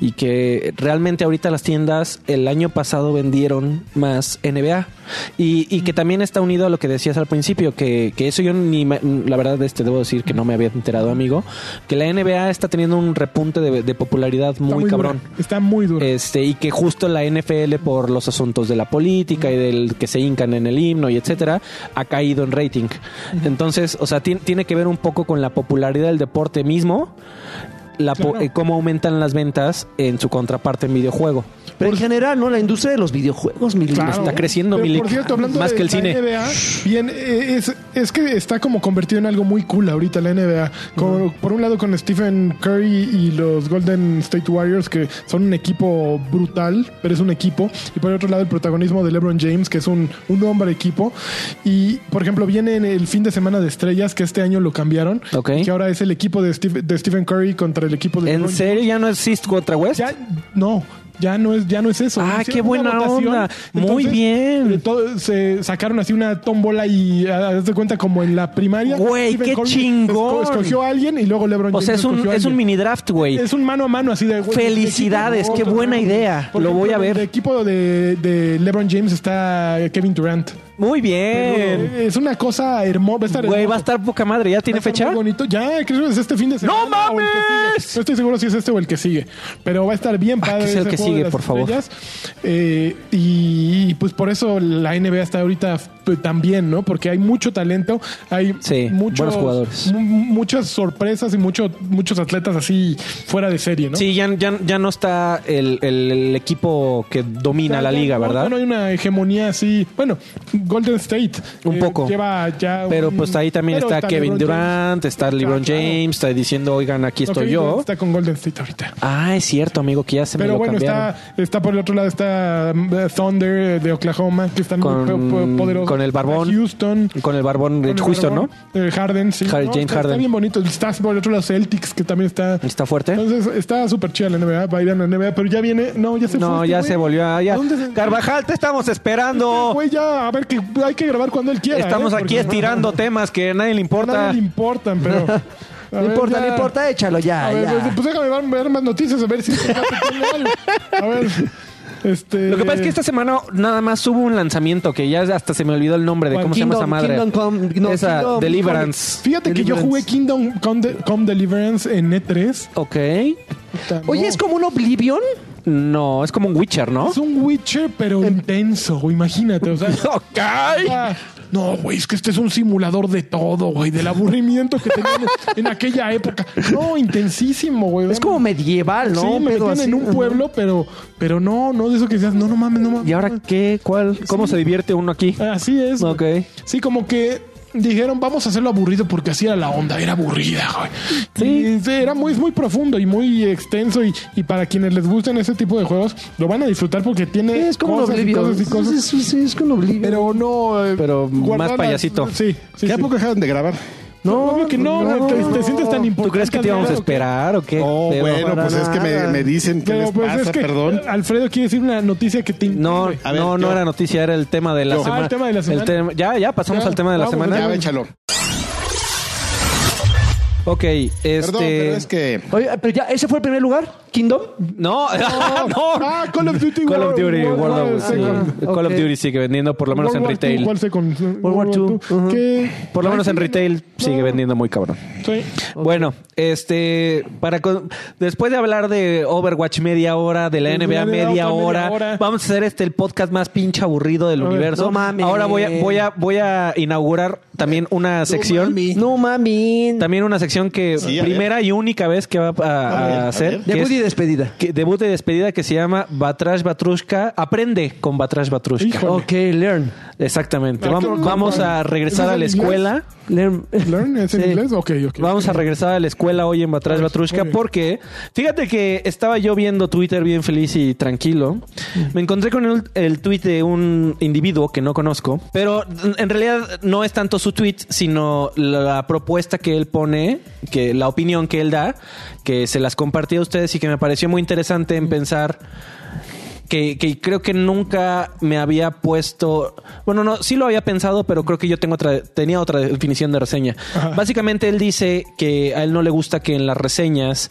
B: Y que realmente ahorita las tiendas el año pasado vendieron más NBA. Y, y que también está unido a lo que decías al principio, que, que eso yo ni, me- la verdad, este, debo decir que no me había enterado, amigo, que la NBA está teniendo un repunte de, de popularidad
D: Está
B: muy,
D: dura,
B: cabrón.
D: Está muy duro.
B: Este, y que justo la NFL, por los asuntos de la política y del que se hincan en el himno y etcétera, ha caído en rating. Entonces, o sea, tien- tiene que ver un poco con la popularidad del deporte mismo, la po-
D: Claro.
B: eh, cómo aumentan las ventas en su contraparte en videojuego.
C: Pero en general, ¿no? La industria de los videojuegos, mi lindo.
B: está creciendo,
D: Pero,
B: Milik,
D: Por cierto, hablando
B: más
D: de
B: que el
D: la
B: cine.
D: NBA, bien, eh, es, es que está como convertido en algo muy cool ahorita la NBA. Con- Por un lado con Stephen Curry y los Golden State Warriors, que son un equipo brutal, pero es un equipo. Y por otro lado el protagonismo de LeBron James, que es un, un hombre equipo. Y, por ejemplo, viene en el fin de semana de estrellas, que este año lo cambiaron.
B: Ok.
D: Que ahora es el equipo de, Steve- de Stephen Curry contra el equipo de
B: ¿En
D: LeBron
B: serio ya no existe contra West?
D: ya no ya no es ya no es eso
B: Ah,
D: Hicieron
B: qué buena
D: una votación,
B: onda. Muy bien.
D: eh, todo- se sacaron así una tómbola y ah, haz de cuenta como en la primaria
B: Güey,
D: Stephen
B: qué
D: Curry
B: chingón.
D: esco- escogió a alguien y luego LeBron
B: O sea,
D: James
B: es un,
D: escogió a
B: es un
D: alguien.
B: mini draft, güey.
D: es un mano a mano así de güey,
B: Felicidades,
D: equipo,
B: qué
D: otro,
B: buena
D: otro.
B: idea.
D: Por
B: Lo
D: ejemplo,
B: voy a
D: en
B: ver.
D: El equipo de, de LeBron James está Kevin Durant.
B: Muy bien.
D: Es una cosa hermosa. Va a estar
B: Güey,
D: hermoso.
B: va a estar poca madre. ¿Ya tiene
D: Va a estar
B: fecha?
D: muy bonito. Ya, creo que es este fin de semana.
B: ¡No
D: o el que
B: mames!
D: sigue. No estoy seguro si es este o el que sigue. Pero va a estar bien
B: Ah,
D: padre.
B: que sea el
D: ese
B: que
D: juego
B: sigue,
D: de las
B: por favor.
D: estrellas. Eh, y, y, pues por eso la NBA está ahorita eh, tan bien, ¿no? Porque hay mucho talento, hay
B: Sí,
D: muchos
B: buenos jugadores.
D: mu- muchas sorpresas y mucho, muchos atletas así fuera de serie, ¿no?
B: Sí, ya, ya, ya no está el, el- el equipo que
D: O sea,
B: domina la
D: ya
B: liga,
D: no-
B: ¿verdad?
D: No hay una hegemonía así. Bueno, Golden State. eh,
B: Un poco.
D: Lleva ya
B: Pero
D: un-
B: pues ahí también
D: pero
B: está,
D: LeBron
B: Kevin Durant,
D: James.
B: está LeBron
D: Ah, claro.
B: James, está diciendo, oigan, aquí
D: No,
B: estoy
D: Kevin Durant
B: yo.
D: Está con Golden State ahorita.
B: Ah, es cierto, amigo, que ya se me
D: Pero
B: lo
D: bueno,
B: cambiaron.
D: está, está por el otro lado, está mm, Thunder de Oklahoma, que están
B: Con-
D: muy po- po- poderosos.
B: con el barbón.
D: Houston.
B: Con el barbón
D: con el
B: de Houston, ¿no?
D: barbón. Eh, Harden, sí.
B: Har-
D: No,
B: James
D: está, Está
B: Harden.
D: bien bonito. Está por el otro lado Celtics, que también está...
B: ¿Está fuerte?
D: Entonces, está súper chida la NBA, va a ir a la NBA, pero ya viene... No, ya se fue,
B: No,
D: este
B: ya
D: güey.
B: se volvió a... ya.
D: ¿Dónde se-
B: Carvajal, te estamos esperando.
D: Güey, ya, a ver, que hay que grabar cuando él quiera.
B: Estamos
D: ¿eh?
B: aquí
D: Porque-
B: estirando temas que a nadie le
D: A
B: importa.
D: nadie le importan, pero... a
C: No
D: ver,
C: importa,
D: ya.
C: no importa, échalo ya.
D: A ver,
C: ya.
D: pues, pues déjame ver, ver más noticias, a ver si... se va a tener algo. a ver, este...
B: Lo que pasa es que esta semana nada más hubo un lanzamiento que ya hasta se me olvidó el nombre de
C: Juan,
B: cómo se llama esa
C: Kingdom-
B: madre.
C: Kingdom Come- no,
B: Esa,
C: Kingdom-
B: Deliverance.
D: Fíjate que yo jugué Kingdom Come, De- Come Deliverance en E E3.
B: Ok.
D: Puta, no.
C: Oye, es como un Oblivion.
B: No, es como un Witcher, ¿no? Em-
D: Es un Witcher, pero intenso, güey, imagínate. O sea,
B: Ok.
D: Ah, No, güey, es que este es un simulador de todo, güey, del aburrimiento que tenían en aquella época. No, intensísimo, güey.
C: Es como medieval, ¿no?
D: Sí, me
C: Un pedo
D: metían
C: así.
D: en un pueblo, pero, pero no, no de eso que decías, no, no mames, no mames.
B: ¿Y ahora qué? ¿Cuál? ¿Cómo se divierte uno aquí?
D: Así es. güey.
B: Ok.
D: Sí, como que dijeron, vamos a hacerlo aburrido porque así era la onda, era aburrida, güey.
B: Sí.
D: Y, sí, era muy, es muy profundo y muy extenso y, y para quienes les gusten ese tipo de juegos, lo van a disfrutar porque tiene
C: Sí, Es como un
D: cosas y
C: Oblivion.
D: cosas y cosas.
C: Sí, sí, sí, es como un Oblivion.
D: Pero no... eh,
B: Pero más
D: guardar las-
B: payasito.
D: Sí, sí,
E: ¿Qué
D: sí.
E: época dejaron de grabar?
D: No, obvio que no,
C: no,
D: te,
C: no.
D: te sientes tan importante.
B: ¿Tú crees que te íbamos a esperar o qué?
E: Oh,
B: Eh, Pero-
E: bueno, pues es que me,
C: nada.
E: me dicen que les
D: Pero pues
E: pasa,
D: es que
E: perdón.
D: Alfredo quiere decir una noticia que te
B: No,
D: intrigue.
E: A ver,
B: no, no
E: yo.
B: era noticia, era el tema de la
E: Yo. Ah,
B: semana.
D: el tema de la semana.
B: tema- ya, ya, pasamos
D: Ya,
B: al tema de la
D: vamos,
B: semana.
E: Ya, échalo.
B: Ok, este...
E: Perdón, pero es que...
C: Oye, pero ya, ¿ese fue el primer lugar? ¿Kingdom?
B: No, no.
D: Ah, Call of Duty
B: Call of
D: World-
B: Duty,
D: World
B: World
D: War
B: War, sí.
D: Second.
B: Call of
C: Ok.
B: Duty sigue vendiendo, por lo menos en retail.
D: ¿Cuál se con World
C: War II, ujú.
D: que-
B: Por lo menos en retail sigue vendiendo muy cabrón.
D: Sí.
B: Bueno, este, para con- después de hablar de Overwatch media hora, de la
D: De
B: NBA
D: la
B: media,
D: otra media
B: hora,
D: hora.
B: vamos a hacer este el podcast más pinche aburrido del
D: ver,
B: universo.
C: no mames.
B: Ahora voy a, voy a, voy a inaugurar también una sección,
E: mami.
C: No, mami.
B: también una sección que
E: Sí, a ver.
B: primera y única vez que va a, a
E: A ver, a
B: hacer
E: ver.
B: que
C: Debut
B: es-
C: y despedida.
B: que- debut de despedida que se llama Batrash Batrushka. Aprende con Batrash Batrushka.
D: Híjole.
C: Ok, learn.
B: Exactamente.
D: Ah,
B: Vam-
D: qué
B: Vamos,
D: bueno.
B: a regresar
D: ¿Eso es
B: a
D: en
B: la
D: inglés?
B: escuela.
C: Learn.
D: ¿Learn es en
C: Sí.
D: inglés? Ok, ok.
B: Vamos a regresar a la escuela hoy en Batrash
D: Ay, muy
B: Batrushka
D: bien.
B: porque fíjate que estaba yo viendo Twitter bien feliz y tranquilo. Me encontré con el, el tweet de un individuo que no conozco, pero en realidad no es tanto su tweet, sino la, la propuesta que él pone, que la opinión que él da, que se las compartí a ustedes y que me pareció muy interesante en pensar que, que creo que nunca me había puesto. Bueno, no, sí lo había pensado, pero creo que yo tengo otra, tenía otra definición de reseña. Básicamente, él dice que a él no le gusta que en las reseñas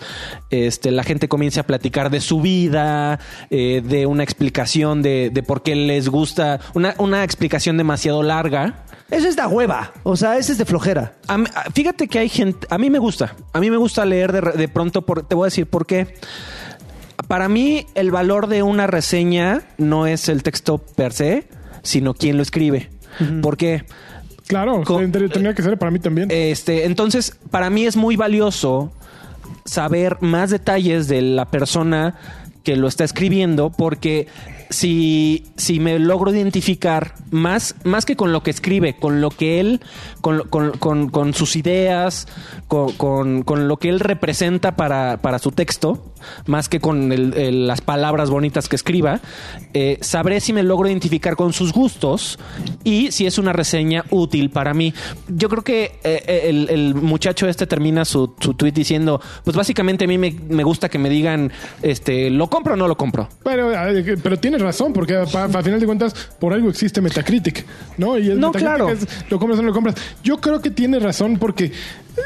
B: este, la gente comience a platicar de su vida, eh, de una explicación de, de por qué les gusta, una, una explicación demasiado larga.
C: Eso es de hueva. O sea, ese es de flojera.
B: A mí- a- fíjate que hay gente. A mí me gusta. A mí me gusta leer de, re- de pronto. Por, te voy a decir por qué. Para mí, el valor de una reseña no es el texto per se, sino quién lo escribe. ¿Por qué?
D: Claro,
B: Co-
D: entre- tenía que ser para mí también.
C: Eh.
B: Este, entonces, para mí es muy valioso saber más detalles de la persona que lo está escribiendo, porque si, si me logro identificar más, más que con lo que escribe, con lo que él, con, lo- con- con- con sus ideas, con, con- con lo que él representa para, para su texto, más que con el- el- las palabras bonitas que escriba, eh, sabré si me logro identificar con sus gustos y si es una reseña útil para mí. Yo creo que eh, el, el muchacho este termina su, su tweet diciendo, pues básicamente a mí me, me gusta que me digan, este, ¿lo compro o no lo compro?
D: Pero, eh, pero tienes razón, porque a, pa- a final de cuentas, por algo existe Metacritic, ¿no? Y el
B: No,
D: Metacritic
B: claro.
D: es, lo compras o no lo compras. Yo creo que tiene razón porque eh,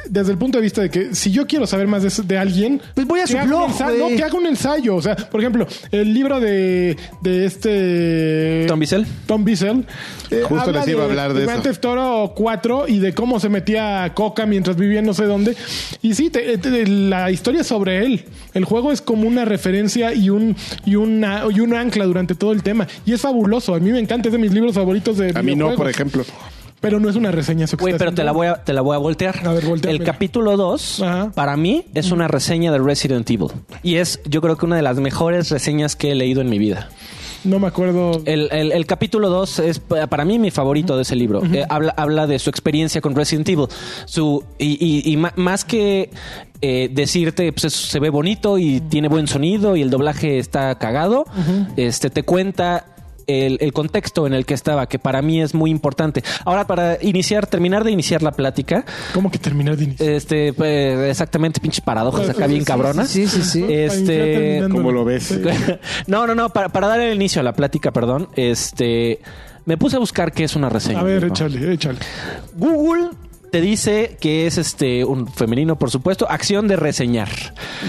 D: desde el punto de vista de que si yo quiero saber más de, eso- de alguien...
C: Pues voy a
D: que
C: su
D: haga
C: blog,
D: un ensa-
C: güey.
D: No, que haga un ensayo. O sea, por ejemplo, el libro de, de este...
B: ¿Tom Bissell?
D: Tom Bissell. eh,
E: Justo
D: habla
E: les iba a hablar de
D: Grand
E: eso.
D: Theft Toro 4 y de cómo se metía a coca mientras vivía en no sé dónde. Y sí, te- te- la historia es sobre él. El juego es como una referencia y un y una y un ancla durante todo el tema y es fabuloso. A mí me encanta, es de mis libros favoritos de
E: A mí no,
D: videojuegos.
E: por ejemplo.
D: Pero no es una reseña eso que
B: Güey,
D: está
B: pero te la
D: haciendo.
B: voy a, te la voy a voltear.
D: A ver, voltea,
B: el
D: mira.
B: capítulo 2,
D: Ajá.
B: para mí, es una reseña de Resident Evil. Y es, yo creo que una de las mejores reseñas que he leído en mi vida.
D: No me acuerdo.
B: El, el- el capítulo 2 es pa- para mí mi favorito de ese libro. Eh, habla, habla de su experiencia con Resident Evil. Su, y y- y ma- más que eh, decirte, pues, es- se ve bonito y tiene buen sonido y el doblaje está cagado, este, te cuenta el, el contexto en el que estaba, que para mí es muy importante. Ahora, para iniciar, terminar de iniciar la plática,
D: ¿Cómo que terminar de iniciar?
B: este, pues, exactamente, pinches paradojas acá bien cabronas.
C: Pues, Sí, sí, sí.
B: Este.
E: ¿Cómo lo ves?
B: No, no, no, para, para dar el inicio a la plática, perdón, este me puse a buscar qué es una reseña.
D: A
E: eh,
D: ver,
B: Bilbo.
D: échale, échale.
B: Google te dice que es este un femenino, por supuesto, acción de reseñar.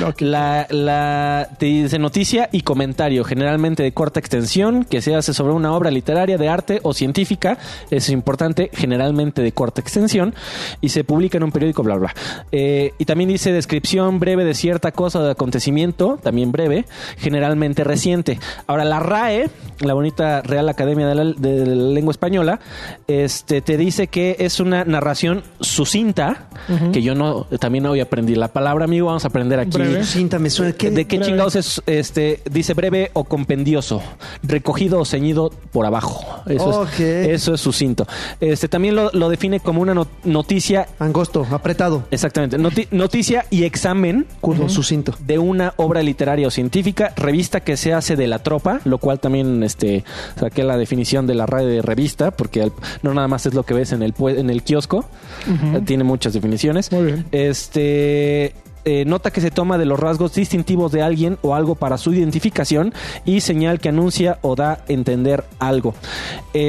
D: Ok.
B: La, la te dice noticia y comentario, generalmente de corta extensión, que se hace sobre una obra literaria, de arte o científica, es importante, generalmente de corta extensión, y se publica en un periódico, bla, bla. Eh, y también dice descripción breve de cierta cosa o de acontecimiento, también breve, generalmente reciente. Ahora, la RAE, la bonita Real Academia de la, de la Lengua Española, este, te dice que es una narración sucinta, que yo no, también hoy aprendí la palabra, amigo, vamos a aprender aquí.
D: Breve.
C: Cinta me suena. ¿Qué?
B: ¿Eh? ¿De qué
D: Breve.
B: chingados es? Este, dice breve o compendioso, recogido o ceñido por abajo. Eso,
C: Ok.
B: es, eso es sucinto. Este, también lo, lo define como una no- noticia,
C: Angosto, apretado,
B: exactamente, noti- noticia y examen
C: curvo, sucinto.
B: de una obra literaria o científica, revista que se hace de la tropa, lo cual también este, saqué la definición de la radio de revista, porque al- no nada más es lo que ves en el, pue- en el kiosco, Eh, tiene muchas definiciones.
D: Muy bien.
B: Este. eh, nota que se toma de los rasgos distintivos de alguien o algo para su identificación y señal que anuncia o da a entender algo.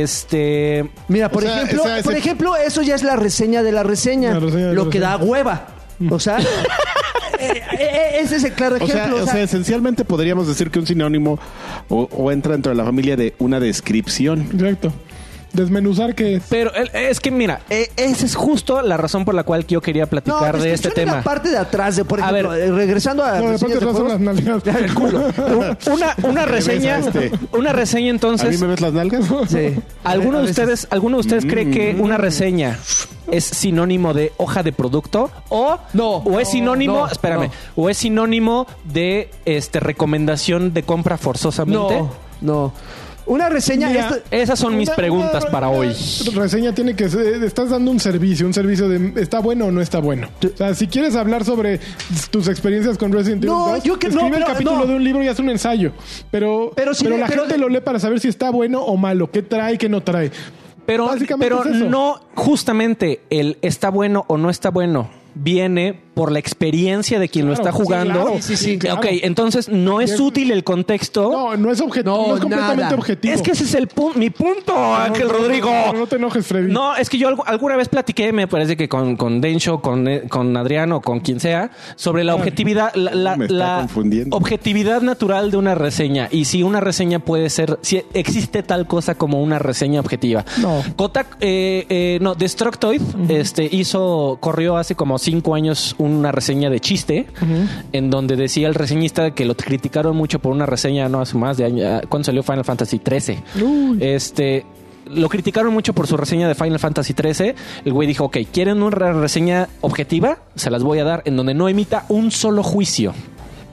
B: Este.
C: Mira, por
E: O sea,
C: ejemplo,
E: o sea, ese-
C: por ejemplo, eso ya es la reseña de la reseña,
D: La reseña de
C: lo
D: la
C: que da hueva. O sea, eh, eh, ese es el claro
E: O sea,
C: ejemplo.
E: o sea, esencialmente podríamos decir que un sinónimo o, o entra dentro de la familia de una descripción.
D: Exacto. Desmenuzar que es.
B: Pero el- es que mira, eh, esa es justo la razón por la cual yo quería platicar de este
C: escuchando
B: tema.
C: La parte de atrás, de, por
B: A
C: ejemplo,
B: ver.
C: eh, regresando
B: Ah,
C: a.
D: No, de
C: reseñas
D: parte
C: de
D: atrás son las
C: juegos.
D: nalgas.
C: El culo.
B: Una, una reseña,
E: ves a este?
B: una reseña
E: ¿A mí
B: entonces.
E: me ves las nalgas?
C: Sí.
B: ¿Alguno
C: A
B: de
C: veces.
B: ustedes, alguno de ustedes cree que una reseña es sinónimo de hoja de producto o
C: No.
B: o es sinónimo,
C: No,
B: espérame, o es sinónimo de este recomendación de compra forzosamente?
C: No, no. Una reseña.
D: Mira,
C: esto-
B: Esas son mis
D: Una-
B: preguntas
D: una-
B: para
D: una
B: hoy.
D: Reseña tiene que ser, eh, estás dando un servicio, un servicio de está bueno o no está bueno. O sea, si quieres hablar sobre tus experiencias con Resident Evil,
C: No,
D: 2,
C: yo que- no,
D: escribe el
C: pero-
D: capítulo
C: no.
D: de un libro y haz un ensayo. Pero,
C: Pero
D: pero,
C: sí,
D: la
C: pero-
D: gente lo lee para saber si está bueno o malo, qué trae, qué no trae.
B: Pero,
D: Básicamente
B: pero
D: es eso.
B: no, justamente el está bueno o no está bueno viene por la experiencia de quien lo
D: Claro,
B: está jugando.
D: sí, claro, sí, sí, claro.
B: Ok, entonces no es útil el contexto.
D: No, no es objetivo,
C: No,
D: no, es completamente
C: nada.
D: objetivo.
B: Es que ese es el punto, mi punto, Ángel Rodrigo.
D: No, no te enojes, Freddy.
B: No, es que yo algu- alguna vez platiqué, me parece que con, con Dencho, con, eh, con Adriano, con quien sea, sobre
D: Ah,
B: la objetividad, la, la-
E: Me está
B: la
E: confundiendo.
B: objetividad natural de una reseña. Y si una reseña puede ser, si existe tal cosa como una reseña objetiva.
D: No.
B: Kotak, eh, eh, no, Destructoid este, hizo, corrió hace como cinco años una reseña de chiste, en donde decía el reseñista que lo criticaron mucho por una reseña, no hace más de año, ah, cuando salió Final Fantasy XIII.
D: Uy.
B: Este. Lo criticaron mucho por su reseña de Final Fantasy XIII. El güey dijo, ok, ¿quieren una reseña objetiva? Se las voy a dar en donde no emita un solo juicio.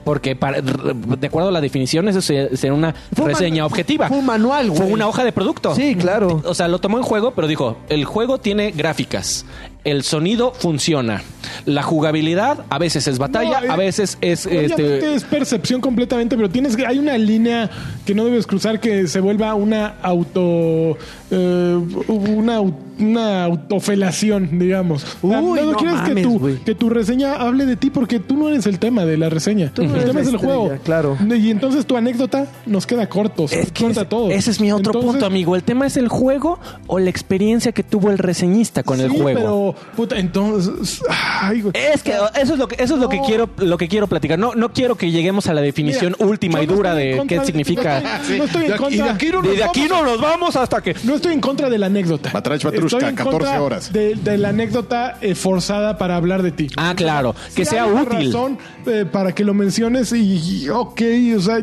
B: Porque para- de acuerdo a la definición, eso se- sería una
C: Fue un
B: reseña
C: man-
B: objetiva.
C: fue un manual, güey.
B: Fue una hoja de producto.
C: Sí, claro.
B: O sea, lo tomó en juego, pero dijo, el juego tiene gráficas. El sonido funciona. La jugabilidad a veces es batalla,
D: No, eh,
B: a veces es...
D: Obviamente
B: este,
D: es percepción completamente, pero tienes que- hay una línea que no debes cruzar que se vuelva una auto eh, una, au- una autofelación, digamos. O sea,
C: Uy, no
D: quieres que
C: mames, güey.
D: tu, que tu reseña hable de ti porque tú no eres el tema de la reseña.
C: no
D: el
C: eres
D: tema
C: la
D: es el
C: estrella,
D: juego.
C: claro.
D: Y entonces tu anécdota nos queda corto, se
B: Es que
D: corta
B: ese,
D: todo.
B: ese es mi otro
D: Entonces,
B: punto, amigo. El tema es el juego o la experiencia que tuvo el reseñista con el
D: sí,
B: juego.
D: Pero puta, entonces ay, güey.
B: Es que eso es lo que eso es lo que quiero lo que quiero platicar. No no quiero que lleguemos a la definición
D: Mira,
B: última
D: yo
B: y
D: no
B: dura
D: estoy en
B: de
D: contra
B: qué
D: de-
B: significa.
D: no estoy en
E: Y de
D: contra.
E: aquí no
B: Y de aquí no nos vamos hasta que
D: No estoy en contra de la anécdota.
E: Batrach, batrush. sus
D: Estoy
E: ca-
D: en
E: 14
D: contra
E: horas.
D: De, de la anécdota eh, forzada para hablar de ti.
F: Ah, claro. Que
D: Sí
F: sea
D: hay una
F: útil.
D: razón eh, para que lo menciones y, y, ok, o sea,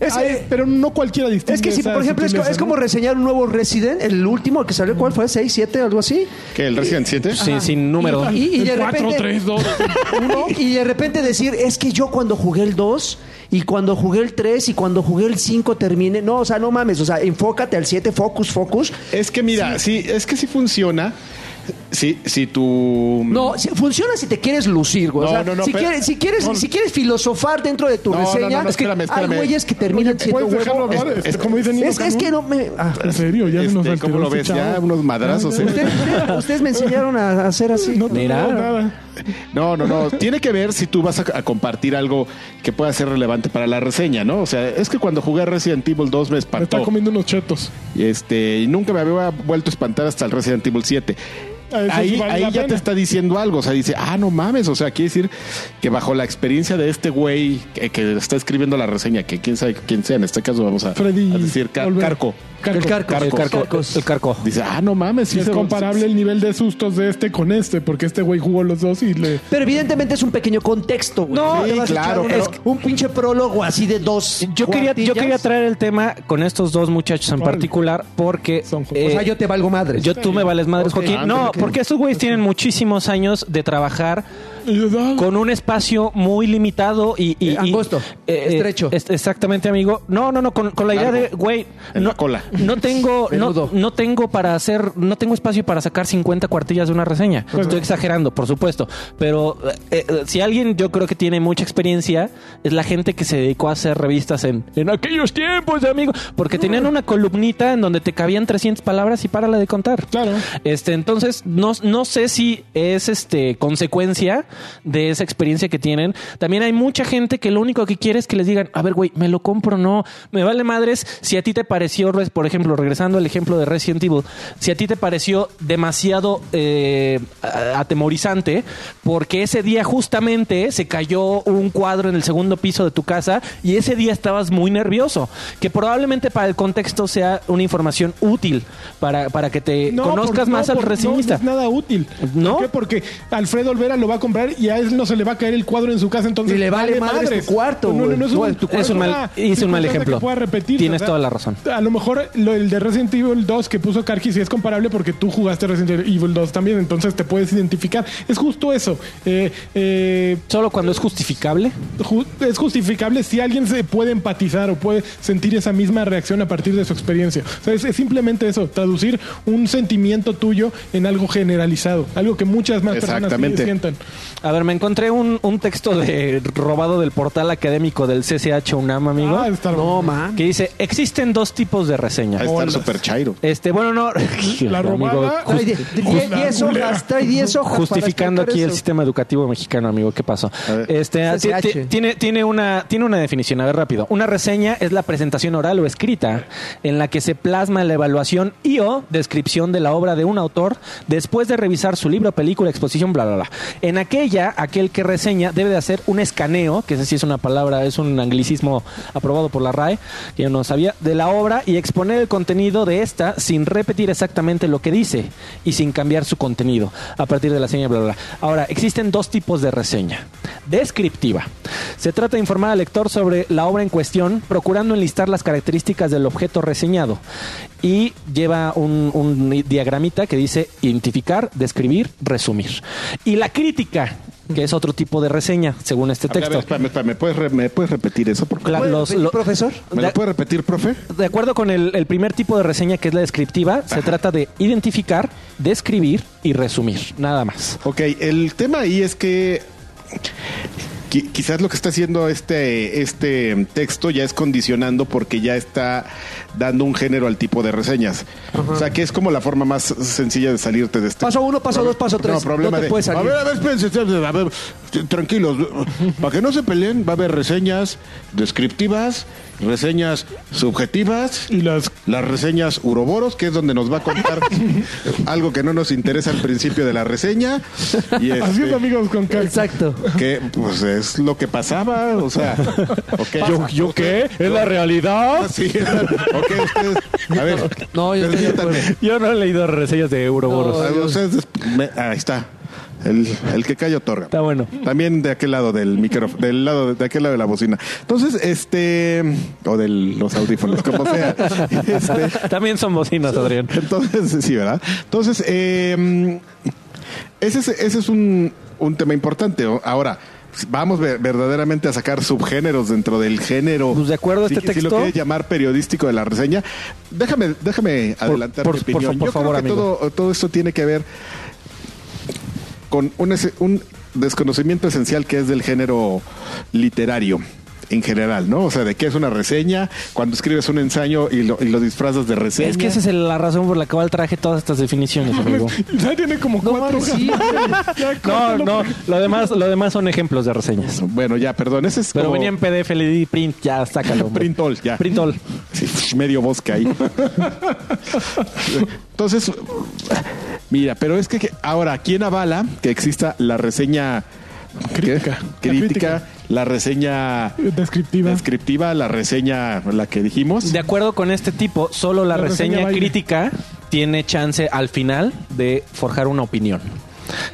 C: Es-
D: hay- pero no cualquiera distingue.
C: Es que si,
D: esa
C: por ejemplo, es, co-
D: sutileza,
C: es como
D: ¿no?
C: reseñar un nuevo Resident, el último, el que salió, ¿cuál fue? ¿6, 7, algo así?
E: ¿Qué? ¿El Resident 7?
F: Sí, sin número.
C: Y, y de
D: Cuatro,
C: repente,
D: tres, dos,
C: y de repente decir, es que yo cuando jugué el 2 y cuando jugué el 3 y cuando jugué el 5 terminé. No, o sea, no mames, o sea, enfócate al 7, focus, focus.
E: Es que mira, sí. es que sí funciona. Si, si tu.
C: No, si- funciona si te quieres lucir, güey. O
E: No,
C: sea,
E: no, no,
C: si,
E: pero-
C: quieres, si, quieres,
E: no.
C: si quieres filosofar dentro de tu
E: No, no, no,
C: reseña,
E: no,
C: es que
E: espérame, espérame.
C: hay güeyes que terminan
D: Oye,
C: siendo
D: ¿puedes dejarlo
C: huevos.
D: hablar?
E: Es-
D: Este,
E: es-
D: como dicen
C: Es, es que no me. ah.
D: En serio, ya
E: Este,
D: nos
E: ¿Cómo lo
D: alteró
E: ves?
D: este
E: Ya
D: chavo.
E: unos madrazos. ¿eh?
C: Ustedes, ustedes- ustedes me enseñaron a hacer así.
D: No, no,
B: Mira.
D: no, nada.
E: No, no, no. Tiene que ver si tú vas a, a compartir algo que pueda ser relevante para la reseña, ¿no? O sea, es que cuando jugué Resident Evil 2 me
D: Me está
E: espantó.
D: comiendo unos chetos.
E: Este, y nunca me había vuelto a espantar hasta el Resident Evil 7.
D: Ah, eso sí
E: Ahí,
D: vale
E: ahí
D: la
E: ya
D: pena.
E: te está diciendo algo, o sea, dice, ah, no mames, o sea, quiere decir que bajo la experiencia de este güey que, que está escribiendo la reseña, que quién sabe quién sea, en este caso vamos a,
D: Freddy.
E: a decir Car-
D: Olvera.
E: Carco.
D: Carco.
B: El
E: Carco.
B: carco. El carco.
E: Dice, ah, no mames, sí
D: es
E: se-
D: comparable el nivel de sustos de este con este, porque este güey jugó los dos y le.
C: Pero evidentemente es un pequeño contexto, güey.
E: No,
C: te
E: sí,
C: vas a
E: claro,
C: echar un-
E: pero-
C: un pinche prólogo así de dos.
B: Yo quería, yo
C: cuartillas.
B: quería traer el tema con estos dos muchachos en
D: ¿Cuál?
B: particular porque
D: Son-
B: eh,
C: O sea, yo te valgo madre.
B: yo tú me vales madres,
C: Ok.
E: Ah,
B: Joaquín. No,
E: ok.
B: porque estos güeyes tienen muchísimos años de trabajar
D: y yo, ah,
B: con un espacio muy limitado y, y-
C: Eh,
B: y-
C: angosto, estrecho.
B: es- exactamente, amigo. No, no, no, con, con la idea
E: Largo.
B: de, güey,
E: En
B: no,
E: la cola.
B: no tengo,
C: Menudo.
B: no, no tengo para hacer, no tengo espacio para sacar 50 cuartillas de una reseña. Estoy exagerando, por supuesto, pero eh, eh, si alguien yo creo que tiene mucha experiencia es la gente que se dedicó a hacer revistas en, en aquellos tiempos, amigo, porque tenían una columnita en donde te cabían 300 palabras y párala de contar.
D: Claro.
B: Este, entonces, no, no sé si es este consecuencia de esa experiencia que tienen. También hay mucha gente que lo único que quiere es que les digan, a ver, güey, me lo compro, no, me vale madres. Si a ti te pareció, res- por ejemplo, regresando al ejemplo de Resident Evil, si a ti te pareció demasiado eh, a- atemorizante, porque ese día justamente se cayó un cuadro en el segundo piso de tu casa y ese día estabas muy nervioso, que probablemente para el contexto sea una información útil para, para que te
D: No,
B: conozcas
D: por- no,
B: más al
D: por-
B: reseñista.
D: No, no es nada útil.
B: ¿No?
D: ¿Por qué? Porque Alfredo Olvera lo va a comprar y a él no se le va a caer el cuadro en su casa, entonces.
C: Y le vale madres tu cuarto,
D: No, no,
C: güey.
D: no es
C: No,
D: un,
C: es tu
B: es un
D: una
B: mal- hice un mal
D: circunstancia
B: ejemplo.
D: que pueda repetirse,
B: Tienes
D: o sea,
B: toda la razón.
D: A lo mejor lo, el de Resident Evil 2 que puso Karki sí es comparable porque tú jugaste Resident Evil 2 también, entonces te puedes identificar. Es justo eso. Eh, eh,
B: Solo cuando es justificable.
D: ju- es justificable si alguien se puede empatizar o puede sentir esa misma reacción a partir de su experiencia. O sea, es, es simplemente eso, traducir un sentimiento tuyo en algo generalizado, algo que muchas más personas sí
E: Exactamente.
D: sientan.
B: A ver, me encontré un, un texto de robado del portal académico del CCH UNAM, amigo,
D: Ah, está
C: No, man.
B: que dice, existen dos tipos de reseña.
E: a estar
D: Olas.
E: súper chairo.
B: Este, bueno, no.
D: La robada-
B: just-
C: Trae die- die- diez hojas, trae 10 hojas. para
B: justificando
C: explicar
B: aquí el
C: eso.
B: sistema educativo mexicano, amigo. ¿Qué pasó?
E: A ver.
B: Este, ah, ti-
C: CCH.
B: ti- tiene, tiene, una, tiene una definición. A ver, rápido. Una reseña es la presentación oral o escrita en la que se plasma la evaluación y o descripción de la obra de un autor después de revisar su libro, película, exposición, bla, bla, bla. En aquella, aquel que reseña debe de hacer un escaneo, que ese sí es una palabra, es un anglicismo aprobado por la RAE, que yo no sabía, de la obra y exponer el contenido de esta sin repetir exactamente lo que dice y sin cambiar su contenido a partir de la seña, bla, bla, bla. Ahora, existen dos tipos de reseña. Descriptiva. Se trata de informar al lector sobre la obra en cuestión, procurando enlistar las características del objeto reseñado. Y lleva un, un diagramita que dice identificar, describir, resumir. Y la crítica, que es otro tipo de reseña, según este
E: A ver, a ver, pues,
B: texto.
E: espérame, espérame, ¿puedes re- ¿me puedes repetir eso? Porque
B: La-
C: ¿Puede
B: los-
C: repetir,
B: lo-
C: profesor?
E: ¿Me lo
B: de-
E: puedes repetir, profe?
B: de acuerdo con el, el primer tipo de reseña, que es la descriptiva, se trata de identificar, describir y resumir, nada más.
E: Ok, el tema ahí es que qui- quizás lo que está haciendo este, este texto ya es condicionando porque ya está dando un género al tipo de reseñas. O sea, que es como la forma más sencilla de salirte de este.
C: Paso uno, paso dos, paso tres.
E: problema
C: No te
E: de-
C: puedes salir.
E: A ver, a ver, espérense, espérense, a ver. t- tranquilos, para que no se peleen, va a haber reseñas descriptivas, reseñas subjetivas
D: Y las
B: Este.
E: las reseñas Uroboros, que es donde nos va a contar algo que no nos interesa al principio de la reseña. Y este,
D: haciendo amigos con Cax.
C: Exacto.
E: que pues es lo que pasaba, o sea, ¿o qué?
F: ¿Yo, yo qué? ¿Es la realidad?
E: Sí, ok, ustedes, a ver,
C: No, yo estoy de
E: permítanme.
C: acuerdo.
F: Yo no he leído reseñas de Euroboros.
E: A ver, ustedes des- me- ahí está. El, el que calla otorga.
F: Está bueno.
E: También de aquel lado del micrófono, del lado de, de aquel lado de la bocina. Entonces, este o de los audífonos, como sea. Este,
F: También son bocinas, Adrián.
E: Entonces, sí, ¿verdad? Entonces, eh, ese es, ese es un, un tema importante. ¿no? Ahora, vamos ver- verdaderamente a sacar subgéneros dentro del género.
B: Pues, de acuerdo a
E: Si-
B: este
E: Si lo
B: texto.
E: quieres llamar periodístico de la reseña, déjame, déjame adelantar
B: por-
E: mi opinión.
B: por fa- por
E: Yo creo
B: favor,
E: que
B: amigo.
E: todo, todo esto tiene que ver con un, ese- un desconocimiento esencial que es del género literario en general, ¿no? O sea, de qué es una reseña, cuando escribes un ensayo y lo, y lo disfrazas de reseña.
B: Es que esa es el- la razón por la que va el traje todas estas definiciones, amigo.
D: Ya tiene como cuatro. Ya,
B: No,
D: córtalo.
B: no, lo demás, lo demás son ejemplos de reseñas.
E: Bueno, ya, perdón. Ese es
B: Pero
E: como
B: venía en PDF, le di print, ya, sácalo. hombre.
E: print all, ya.
B: Print all.
E: Sí, medio bosque ahí. Entonces, mira, pero es que que- ahora, ¿quién avala que exista la reseña ¿qué?
D: Crítica.
E: Crítica, la reseña
D: Descriptiva.
E: descriptiva, la reseña, la que dijimos?
B: De acuerdo con este tipo, solo la,
D: La reseña
B: reseña,
D: baile.
B: crítica tiene chance al final de forjar una opinión.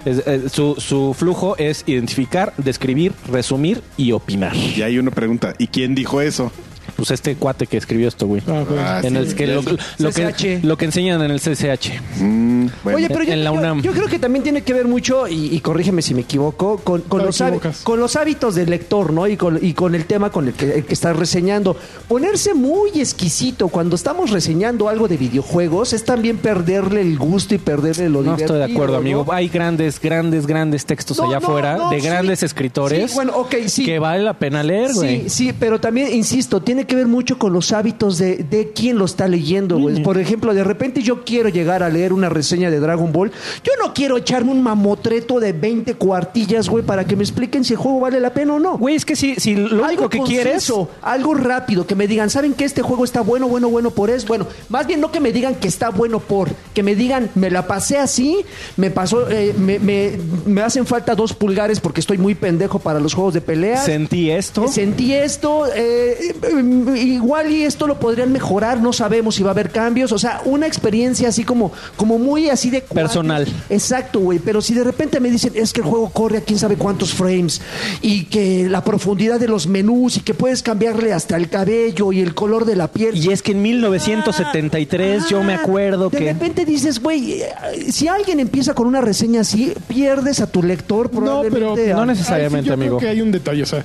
B: Es- eh, su, su flujo es identificar, describir, resumir y opinar.
E: Y ahí uno pregunta, ¿y quién dijo eso?
B: Pues este cuate que escribió esto, güey.
D: Ah, pues,
E: Ah,
B: en
E: sí,
B: el que lo, lo que
C: CCH.
B: lo que enseñan en el CCH.
E: Mm, bueno.
C: Oye, pero yo,
B: En la
C: yo-
B: UNAM.
C: yo creo que también tiene que ver mucho, y, y corrígeme si me equivoco, con, con
D: No
C: los, hábi-
D: equivocas.
C: con los hábitos del lector, ¿no? Y con, y con el tema con el que, el que estás reseñando. Ponerse muy exquisito cuando estamos reseñando algo de videojuegos es también perderle el gusto y perderle lo
B: No
C: divertido.
B: estoy de acuerdo,
C: ¿no?
B: amigo. Hay grandes, grandes, grandes textos
C: No,
B: allá
C: no,
B: afuera
C: no,
B: de
C: sí.
B: grandes escritores
C: Sí, bueno, ok, sí.
B: que vale la pena leer, güey.
C: Sí, sí, pero también, insisto, tiene que ver mucho con los hábitos de, de quién lo está leyendo, güey. Por ejemplo, de repente yo quiero llegar a leer una reseña de Dragon Ball. Yo no quiero echarme un mamotreto de 20 cuartillas, güey, para que me expliquen si el juego vale la pena o no.
B: Güey, es que si, si lo único que quieres
C: conciso, algo rápido, que me digan, ¿saben que este juego está bueno, bueno, bueno por es? Bueno, más bien no que me digan que está bueno por, que me digan, me la pasé así, me pasó, eh, me, me- me hacen falta dos pulgares porque estoy muy pendejo para los juegos de pelea.
B: sentí esto.
C: Sentí esto, eh, eh, igual y esto lo podrían mejorar, no sabemos si va a haber cambios, o sea, una experiencia así como, como muy así de... cuates.
B: Personal.
C: Exacto, güey, pero si de repente me dicen, es que el juego corre a quién sabe cuántos frames y que la profundidad de los menús y que puedes cambiarle hasta el cabello y el color de la piel. Ah,
B: Y es que en 1973 yo me
D: Ah,
B: acuerdo
C: de
B: que...
C: repente dices, güey, eh, si alguien empieza con una reseña así, pierdes a tu lector
D: No,
C: probablemente.
D: pero
C: a-
B: no neces- necesariamente,
D: Ahí yo Creo
B: amigo.
D: que hay un detalle, o sea,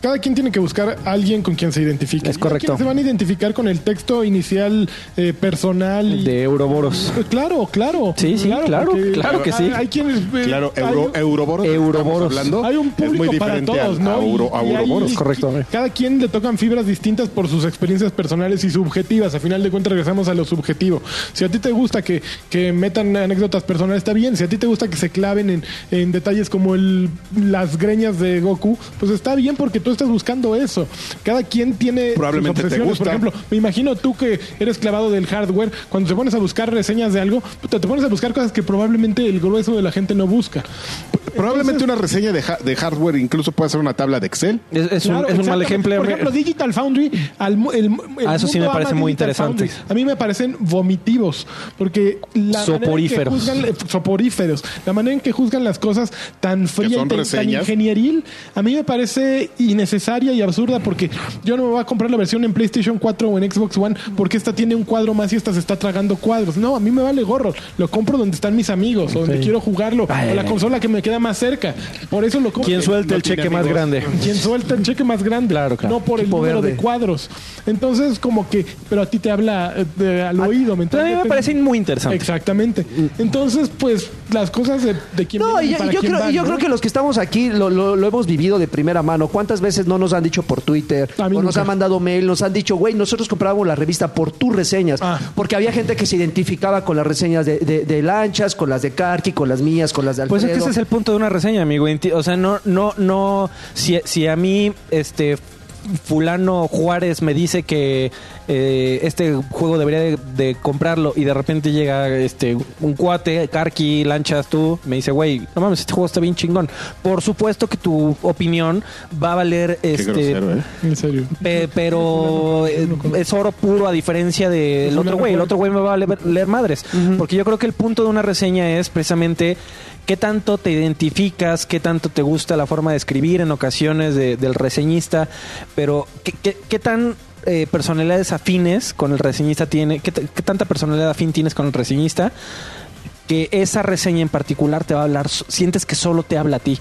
D: cada quien tiene que buscar a alguien con quien se identifique.
B: Es
D: Y
B: correcto.
D: hay quienes se van a identificar con el texto inicial eh, personal y-
B: De Euroboros.
D: Eh, Claro, claro.
B: Sí, sí, claro,
D: porque
B: claro que sí.
D: Hay, hay quienes. eh,
E: Claro,
D: hay
E: Euro-
D: un-
E: Euroboros.
B: Euroboros.
E: estamos hablando,
D: Hay un público
E: es muy
D: para
E: diferente
D: todos,
E: a,
D: ¿no?
E: a Euro- a
D: Y- y hay-
E: Euroboros. eh.
D: y-
B: Correcto.
D: Cada quien le tocan fibras distintas por sus experiencias personales y subjetivas. A final de cuentas regresamos a lo subjetivo. Si a ti te gusta que, que metan anécdotas personales, está bien. Si a ti te gusta que se claven en, en detalles como el, las greñas de Goku, pues está bien porque tú estás buscando eso. Cada quien tiene sus
E: Probablemente te
D: obsesiones. Por
E: gusta.
D: ejemplo, me imagino tú que eres clavado del hardware, cuando te pones a buscar reseñas de algo, puta, te pones a buscar cosas que probablemente el grueso de la gente no busca.
E: Probablemente una reseña de, ha- de hardware incluso puede ser una tabla de Excel.
B: Es, es un,
D: Claro,
B: es un mal
D: exactamente.
B: ejemplo.
D: Por ejemplo, Digital Foundry. al mu- el mu- el
B: Ah, eso sí
D: mundo
B: me parece
D: ama
B: muy
D: Digital
B: interesante.
D: Foundry. A mí me parecen vomitivos. Porque la manera en que
B: Soporíferos.
D: juzgan- eh, soporíferos. La manera en que juzgan las cosas tan fría
E: son
D: y tan- tan
E: reseñas.
D: ingenieril, a mí me parece innecesaria y absurda. Porque yo no me voy a comprar la versión en PlayStation 4 o en Xbox One porque esta tiene un cuadro más y esta se está tragando cuadros. No, a mí me vale gorro. Lo compro donde están mis amigos o donde quiero jugarlo o la consola que me queda más cerca. Por eso lo compro.
B: Quien suelte el cheque más grande.
D: Quien suelta el cheque más grande.
B: Claro, claro.
D: No por el número
C: verde.
D: de cuadros. Entonces, como que, pero a ti te habla eh, de- al oído, ¿me
B: A mí
D: entiendes?
B: me parece muy interesante.
D: Exactamente. Entonces, pues, las cosas de, de quién
C: No,
D: vienen
C: y
D: para
C: y yo,
D: quién
C: creo,
D: van,
C: y yo
D: ¿no?
C: creo que los que estamos aquí lo, lo- lo hemos vivido de primera mano. ¿Cuántas veces no nos han dicho por Twitter?
D: A
C: O
D: mí
C: nos
D: nunca.
C: han mandado mail, nos han dicho, güey, nosotros comprábamos la revista por tus reseñas.
D: Ah.
C: Porque había gente que se identificaba con las reseñas de, de- de lanchas, con las de Karki, con las mías, con las de Alfredo.
B: Pues es que ese es el punto de una reseña, amigo. Inti- O sea, no, no, no. Si, si a mí, este. Fulano Juárez me dice que eh, este juego debería de, de comprarlo y de repente llega este un cuate, Karki, Lanchas, tú, me dice, güey, no mames, este juego está bien chingón. Por supuesto que tu opinión va a valer este
E: grosero, ¿eh?
D: En serio.
B: Pe- pero eh, es oro puro a diferencia del
D: Fulano
B: otro güey. El
D: Juárez.
B: otro güey me va a le- leer, madres. Porque yo creo que el punto de una reseña es precisamente qué tanto te identificas, qué tanto te gusta la forma de escribir en ocasiones de- del reseñista, pero qué, qué- qué tan... eh, personalidades afines con el reseñista tiene, qué, t- qué tanta personalidad afín tienes con el reseñista, que esa reseña en particular te va a hablar, so- sientes que solo te habla a ti.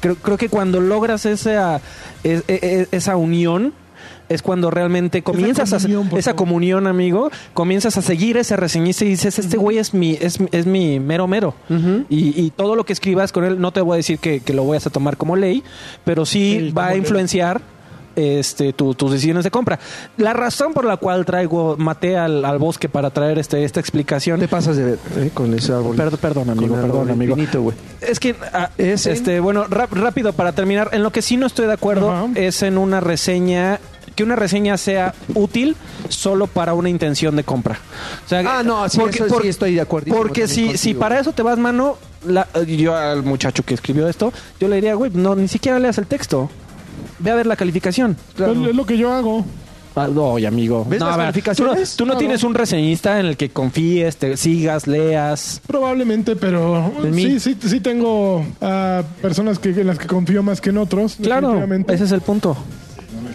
B: Creo, creo que cuando logras esa, es- e- e- esa unión, es cuando realmente comienzas
D: comunión,
B: a
D: por
B: esa
D: favor.
B: comunión, amigo, comienzas a seguir ese reseñista y dices, este güey es mi, es, es mi mero mero. y, y todo lo que escribas con él, no te voy a decir que, que lo vayas a tomar como ley, pero sí,
D: Sí,
B: va
D: como
B: a
D: ley.
B: influenciar. Este, tu- tus decisiones de compra. La razón por la cual traigo, maté al, al bosque para traer este, esta explicación
C: Te pasas de ver eh, con ese árbol.
B: Perdón, perdón,
C: Con
B: amigo,
C: el
B: perdón,
C: árbol
B: amigo.
C: infinito, güey.
B: Es que, ah,
C: ¿Es en-
B: este, bueno, ráp- rápido para terminar. En lo que sí no estoy de acuerdo
D: Ajá.
B: es en una reseña. Que una reseña sea útil solo para una intención de compra. O sea,
C: Ah, no, sí, eso sí estoy de acuerdo
B: Porque
C: también
B: si, si
C: contigo.
B: para eso te vas mano, la- yo al muchacho que escribió esto, yo le diría, güey, no, ni siquiera leas el texto. Ve a ver la calificación.
D: Es- Es lo que yo hago.
B: Ah, No, y amigo.
C: ¿Ves
B: No,
C: las
B: a ver,
C: calificaciones?
B: Tú no, tú no
D: Claro.
B: tienes un reseñista en el que confíes, te sigas, leas.
D: Probablemente, pero
B: En mí.
D: sí, sí, sí tengo ah, personas que, en las que confío más que en otros.
B: Claro,
D: definitivamente.
B: ese es el punto.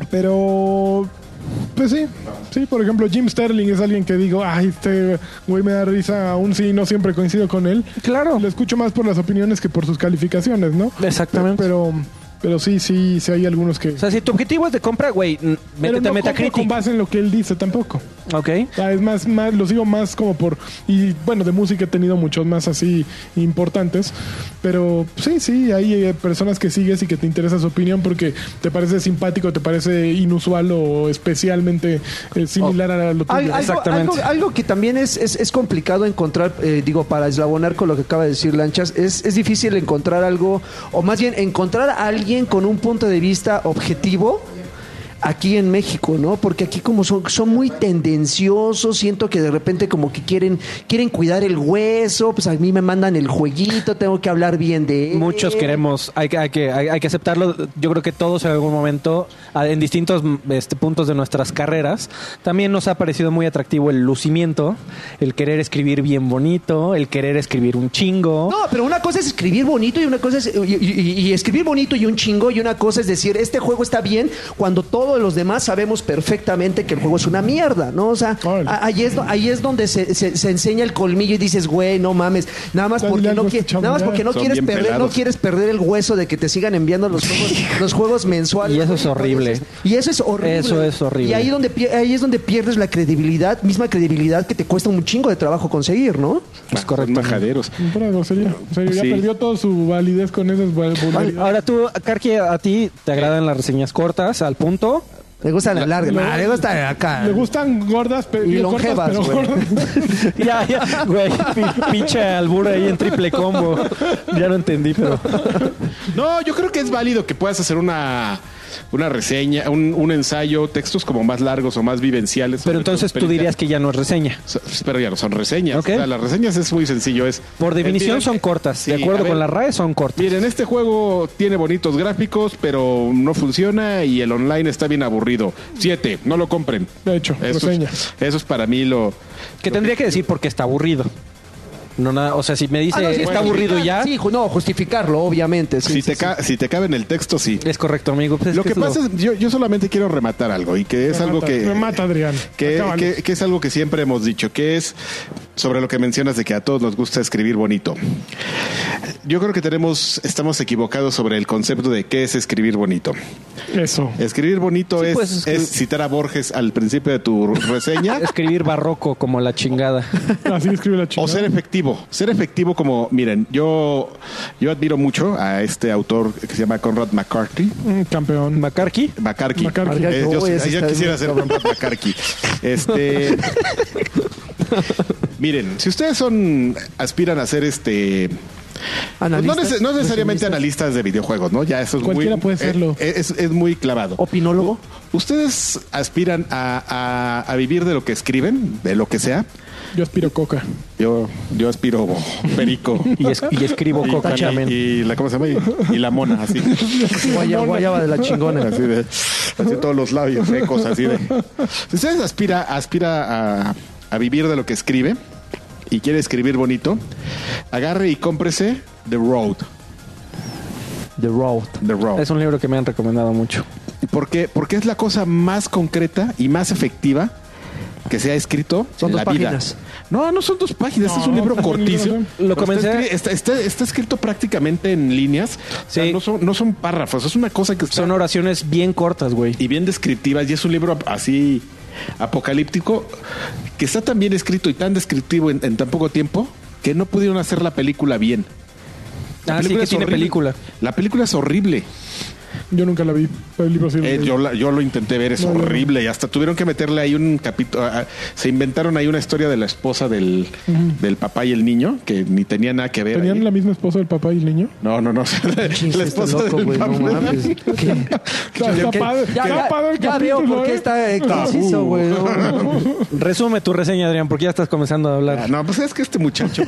D: Pero, pues sí, sí, por ejemplo, Jim Sterling es alguien que digo, ay, este güey me da risa, aún si no siempre coincido con él.
B: Claro.
D: Lo escucho más por las opiniones que por sus calificaciones, ¿no?
B: Exactamente.
D: Pero, pero sí, sí, sí hay algunos que...
B: O sea, si tu objetivo es de compra, güey, n-
D: pero
B: métete a
D: no compro con
B: Metacritic.
D: base en lo que él dice tampoco.
B: Ok.
D: O sea, es más, más, lo sigo más como por... Y bueno, de música he tenido muchos más así importantes. Pero sí, sí, hay eh, personas que sigues y que te interesa su opinión porque te parece simpático, te parece inusual o especialmente eh, similar a lo
C: Oh. Al-
D: tuyo.
C: algo-
B: Exactamente.
C: Algo, algo que también es, es, es complicado encontrar, eh, digo, para eslabonar con lo que acaba de decir Lanchas, es, es difícil encontrar algo, o más bien encontrar a alguien con un punto de vista objetivo aquí en México, ¿no? Porque aquí como son, son muy tendenciosos, siento que de repente como que quieren quieren cuidar el hueso, pues a mí me mandan el jueguito, tengo que hablar bien de él.
B: Muchos queremos, hay que, hay, que, hay, hay que aceptarlo. Yo creo que todos en algún momento, a- en distintos mm, este, puntos de nuestras carreras, también nos ha parecido muy atractivo el lucimiento, el querer escribir bien bonito, el querer escribir un chingo.
C: No, pero una cosa es escribir bonito y una cosa es. Y, y- y escribir bonito y un chingo, y una cosa es decir, este juego está bien, cuando todos los demás sabemos perfectamente que el juego es una mierda, ¿no? O sea,
D: Órale.
C: a- ahí es, do- ahí es donde se, se- se enseña el colmillo y dices, güey, no mames, nada más
D: Ya
C: porque
D: dile
C: no,
D: algo a
C: qui-
D: este chavo,
C: nada más
D: ya.
C: porque no
E: Son
C: quieres
E: bien
C: perder, no
E: pelados.
C: quieres perder el hueso de que te sigan enviando los juegos, los juegos mensuales.
B: Y eso es horrible.
C: Y eso es horrible.
B: Eso es horrible.
C: Y ahí, donde, pier- ahí es donde pierdes la credibilidad, misma credibilidad que te cuesta un chingo de trabajo conseguir, ¿no?
E: Es correcto. Majaderos.
D: Pura grosería. O sea, ya
E: Sí.
D: perdió toda su validez con esas vul- vulgaridades.
B: Ahora tú, Karki, a ti te agradan las reseñas cortas, al punto.
C: Le gusta la larga,
D: lo-
C: nah, le gusta acá.
D: Le gustan gordas, pero
C: Y
D: cortas,
C: longevas,
D: pero
C: güey.
D: gordas.
B: Ya, ya, güey, pi- pinche albur ahí en triple combo. Ya lo entendí, pero.
E: No, yo creo que es válido que puedas hacer una, una reseña, un, un ensayo, textos como más largos o más vivenciales.
B: Pero entonces tú dirías que ya no es reseña.
E: So- Pero ya no son reseñas.
B: Ok.
E: O sea, las reseñas es muy sencillo. Es,
B: Por definición
E: Miren,
B: son cortas.
E: sí,
B: de acuerdo
E: a ver,
B: con la RAE son cortas.
E: Miren, este juego tiene bonitos gráficos, pero no funciona y el online está bien aburrido. Siete, no lo compren.
D: De hecho,
E: Eso
D: reseña.
E: es, eso es para mí lo.
B: que tendría que decir porque está aburrido. No nada, o sea, si me dice
C: Ah, no, sí,
B: está
C: justificar-
B: aburrido ya,
C: Sí, ju- no, justificarlo, obviamente. sí,
E: si,
C: sí,
E: te ca- si te cabe en el texto, sí.
B: es correcto, amigo. Pues
E: lo que pasa es, yo, yo solamente quiero rematar algo y que es algo
D: mata,
E: que.
D: me mata, Adrián.
E: que,
D: Acábalo.
E: que- que es algo que siempre hemos dicho, que es sobre lo que mencionas de que a todos nos gusta escribir bonito. Yo creo que tenemos, estamos equivocados sobre el concepto de qué es escribir bonito.
D: Eso.
E: Escribir bonito
B: Sí,
E: es,
B: pues, escri-
E: es citar a Borges al principio de tu reseña.
B: Escribir barroco como la chingada.
D: Así escribe la chica.
E: O ser efectivo, ser efectivo como, miren, yo, yo admiro mucho a este autor que se llama Conrad McCarthy,
D: Mm, campeón.
B: Macarqui.
E: Macarqui.
D: Macarqui.
E: Eh, yo
C: Uy, ese
E: yo
C: está
E: quisiera
C: bien
E: ser Conrad Macarqui. Este. Miren, si ustedes son. aspiran a ser este. pues no,
C: Analistas,
E: neces- no necesariamente
C: reseñistas.
E: analistas de videojuegos, ¿no? Ya eso es
D: Cualquiera
E: muy.
D: puede
E: eh,
D: serlo.
E: Es, es muy clavado.
C: Opinólogo.
E: ¿Ustedes aspiran a, a- a vivir de lo que escriben, de lo que sea?
D: Yo aspiro coca.
E: Yo, yo aspiro perico.
B: Y, es- y escribo
E: Y-
B: coca
E: y-
B: también.
E: y la, ¿cómo se llama? Y- y la mona, así.
C: Guaya- guayaba de la chingona.
E: Así de, así todos los labios secos, así de. Si ustedes aspira, aspira a, a vivir de lo que escribe y quiere escribir bonito, agarre y cómprese The Road.
C: The Road.
E: The Road.
B: Es un libro que me han recomendado mucho.
E: Porque, porque es la cosa más concreta y más efectiva que se ha escrito
C: Son
E: en
C: dos
E: la vida.
C: páginas.
E: No, no son dos páginas,
D: No,
E: es un libro
D: es un
E: cortísimo.
D: libro,
E: Pero
B: Lo comencé-
E: Está, escri- está, está- está escrito prácticamente en líneas. O sea,
B: Sí.
E: no, son, no son párrafos, es una cosa que está-
B: Son oraciones bien cortas, güey.
E: y bien descriptivas y es un libro ap- así apocalíptico que está tan bien escrito y tan descriptivo en, en tan poco tiempo que no pudieron hacer la película bien.
B: Ah, sí, que
E: es
B: tiene
E: horrible.
B: película.
E: La película es horrible.
D: Yo nunca la vi. Pero el libro sí lo
E: Eh,
D: leí.
E: yo, la- yo lo intenté ver, es
D: No, no, no.
E: horrible. Y hasta tuvieron que meterle ahí un capítulo. ah, ah, Se inventaron ahí una historia de la esposa del, del papá y el niño, que ni tenía nada que ver.
D: ¿Tenían
E: ahí.
D: la este misma esposa del papá y el niño?
E: No, no, no.
C: Pinche
E: la esposa
C: loco,
E: del
C: güey, no
E: papá.
C: mames. ¿Qué?
D: Está, está
E: que-
D: padre,
C: Ya,
D: está
C: ya-
D: padre el
C: ya veo
D: capítulo,
C: por qué
D: ¿eh?
C: está eh, conciso,
E: Tabú.
C: güey. No,
B: Resume tu reseña, Adrián, porque ya estás comenzando a hablar.
E: Ah, No, pues es que este muchacho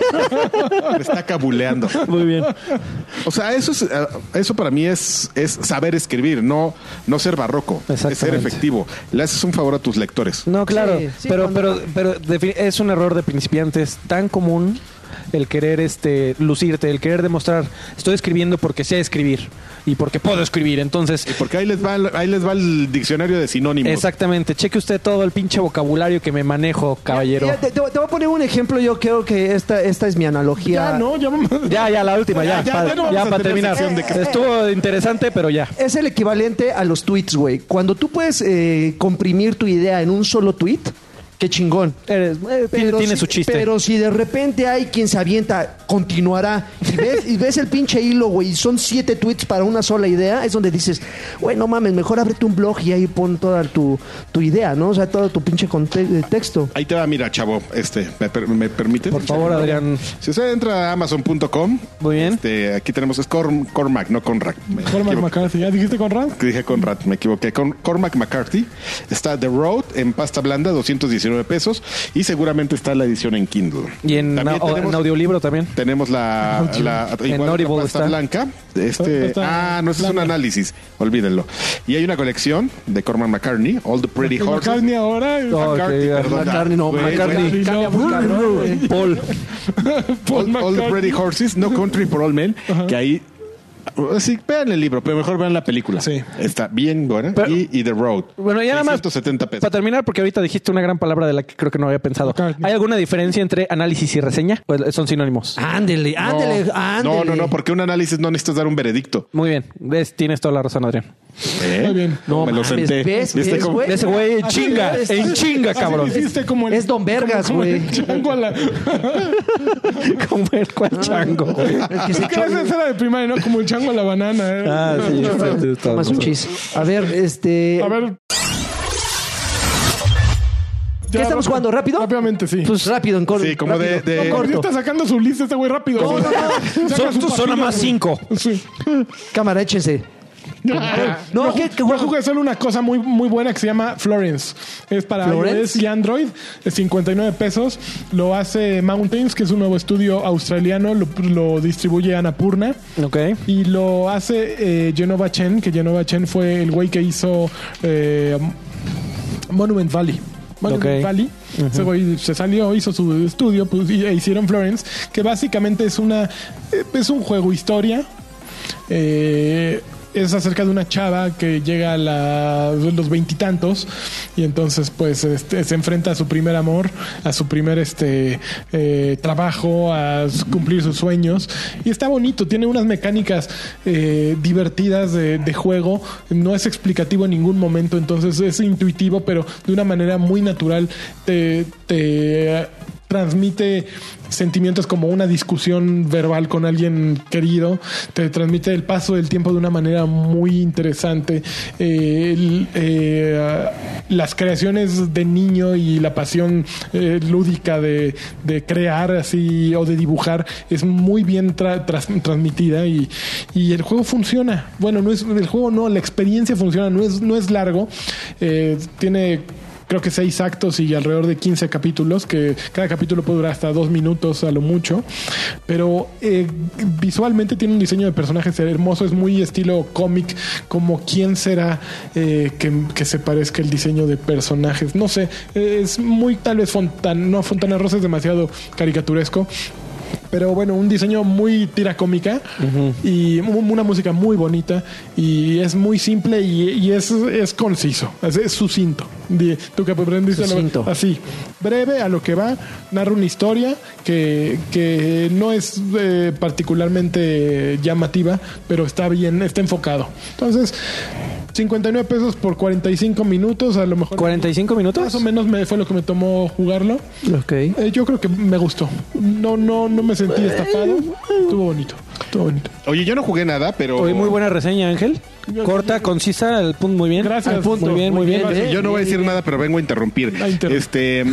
E: me está cabuleando.
B: Muy bien.
E: O sea, eso es, eh, eso para mí es, es saber escribir, no, no ser barroco, es ser
B: Exactamente.
E: efectivo. Le haces un favor a tus lectores.
B: No, claro,
C: Sí, sí,
B: pero,
C: cuando-
B: pero, pero defi- es un error de principiantes tan común el querer este lucirte, el querer demostrar, estoy escribiendo porque sé escribir y porque puedo escribir, entonces
E: Porque ahí les va, el- ahí les va el diccionario de sinónimos.
B: exactamente, cheque usted todo el pinche vocabulario que me manejo, caballero.
C: Mira, te, te voy a poner un ejemplo. Yo creo que esta, esta es mi analogía.
D: Ya, no, ya mamá.
B: Ya, ya, la última,
E: Ya,
B: ya,
E: ya,
B: para,
E: ya no vamos
B: ya
E: a
B: para
E: tener
B: terminar.
E: sección de que-
B: Estuvo interesante, pero ya.
C: Es el equivalente a los tweets, güey. Cuando tú puedes eh, comprimir tu idea en un solo tweet, qué chingón.
B: Eres- eh, tiene, tiene
C: si,
B: su chiste.
C: Pero si de repente hay quien se avienta, continuará. Y ves, y ves el pinche hilo, güey, y son siete tweets para una sola idea, es donde dices, güey, no mames, mejor ábrete un blog y ahí pon toda tu, tu idea, ¿no? O sea, todo tu pinche conte- eh, texto.
E: Ahí te va, mira, chavo, este, ¿me, per- me permite?
B: Por favor, Adrián.
E: Si usted entra a amazon.com,
B: Muy bien.
E: este, aquí tenemos, es Corm- Cormac, no Conrad. Me
D: Cormac
E: equivoqué.
D: McCarthy. ¿Ya dijiste Conrad?
E: Dije Conrad, me equivoqué. Con- Cormac McCarthy. Está The Road en pasta blanda, 219 pesos. Y seguramente está la edición en Kindle.
B: Y en,
E: También
B: au- en audiolibro también.
E: Tenemos la, la
B: En
E: igual
B: Audible
E: la pasta
B: está.
E: blanca. Este,
D: Está-
E: ah, no, ese es un
D: blanca.
E: análisis. Olvídenlo. Y hay una colección de Cormac McCartney, All the Pretty
D: Porque
E: Horses.
D: McCartney ahora. eh,
B: No,
E: McCarthy,
B: que-
E: perdón.
C: McCartney, no,
E: Güey,
B: McCartney.
E: güey.
D: Cambia muy cabrón, güey.
B: Paul.
D: Paul
E: All, All the
D: McCartney.
E: Pretty Horses, No Country for All Men, que ahí. Sí, vean el libro, pero mejor vean la película.
D: Sí.
E: Está bien buena.
B: Pero-
E: y, y The Road.
B: Bueno, ya nada más.
E: 170 pesos.
B: Para terminar, porque ahorita dijiste una gran palabra de la que creo que no había pensado.
D: McCartney.
B: ¿Hay alguna diferencia entre análisis y reseña? Pues son sinónimos.
C: Ándele, ándele, ándele.
E: No, no, no, porque un análisis no necesitas dar un veredicto.
B: Muy bien. Ves, tienes toda la razón, Adrián.
E: ¿Eh?
D: Muy bien.
E: No, me lo
C: mames,
E: senté. este
C: ¿ves?
E: ¿Viste
C: ¿Ves,
E: cómo?
C: güey?
B: Ese güey en
D: Así
B: chinga,
D: eres.
B: en chinga,
D: Así
B: cabrón.
D: le hiciste como el-
C: Es Don Vergas,
D: como- como
C: güey.
D: el chango a la-
B: Como el cual chango. güey.
C: El que se
D: Es que
C: echó-
D: esa era de primaria, ¿no? Como el chango a la banana. eh.
B: Ah, sí, sí, sí,
C: Toma su chis. A ver, este.
D: A ver. Ya,
C: estamos jugando? ¿Rápido?
D: Rápidamente, sí.
C: Pues rápido, en corto.
E: Sí, como de-
C: rápido,
E: de-
C: en
D: Porque
C: corto.
D: está sacando su lista este güey rápido. Saca
B: Son
D: su
B: tu zona
D: papila,
B: más
D: güey.
B: cinco.
D: Sí.
C: Cámara, échense. No,
D: Yo
C: ¿qué-
D: ju-
C: qué
D: yo
C: juego?
D: jugué solo una cosa muy, muy buena que se llama Florence. Es para
C: ¿Florence?
D: iOS y Android. Es 59 pesos. Lo hace Mountains, que es un nuevo estudio australiano. Lo, lo distribuye Anapurna.
B: Ok.
D: Y lo hace eh, Genova Chen, que Genova Chen fue el güey que hizo eh, Monument Valley. Monument
B: Ok.
D: Valley. Ese güey se salió, hizo su estudio pues, y, e hicieron Florence, que básicamente es una eh, es un juego historia. eh, es acerca de una chava que llega a la- los veintitantos y, entonces pues este, se enfrenta a su primer amor, a su primer este eh, trabajo, a s- cumplir sus sueños y está bonito, tiene unas mecánicas eh, divertidas de, de juego, no es explicativo en ningún momento, entonces es intuitivo pero de una manera muy natural te- te eh, transmite sentimientos como una discusión verbal con alguien querido, te transmite el paso del tiempo de una manera muy interesante, Eh, el- eh, las creaciones de niño y la pasión eh, lúdica de, de crear así o de dibujar es muy bien tra- tras- transmitida y, y el juego funciona. Bueno, no es el juego no, la experiencia funciona, no es, no es largo, Eh, tiene creo que seis actos y alrededor de 15 capítulos, que cada capítulo puede durar hasta dos minutos a lo mucho, pero eh, visualmente tiene un diseño de personajes hermoso, es muy estilo cómic, como quién será eh, que, que se parezca el diseño de personajes, no sé, eh, es muy tal vez Fontana, no, Fontana Rosa es demasiado caricaturesco, pero bueno, un diseño muy tira cómica y mu- una música muy bonita y es muy simple y, y es, es conciso, es, es sucinto. Di- Tú que aprendiste lo-
C: Sucinto.
D: así, breve a lo que va, narra una historia que, que no es eh, particularmente llamativa, pero está bien, está enfocado. Entonces, 59 pesos por 45 minutos, a lo mejor...
B: 45
D: Más
B: minutos.
D: o menos me fue lo que me tomó jugarlo.
C: Ok.
D: Eh, yo creo que me gustó. No, no, no me sentí estafado. Estuvo bonito. Estuvo bonito.
E: Oye, yo no jugué nada, pero.
B: Oye, muy buena reseña, Ángel. Corta, concisa, al punto muy bien.
D: Gracias.
B: Al punto. Muy bien, muy
C: Muy
B: bien.
C: bien, ¿eh?
E: Yo no voy a decir nada, pero vengo a interrumpir.
D: Ah, interrum-
E: Este,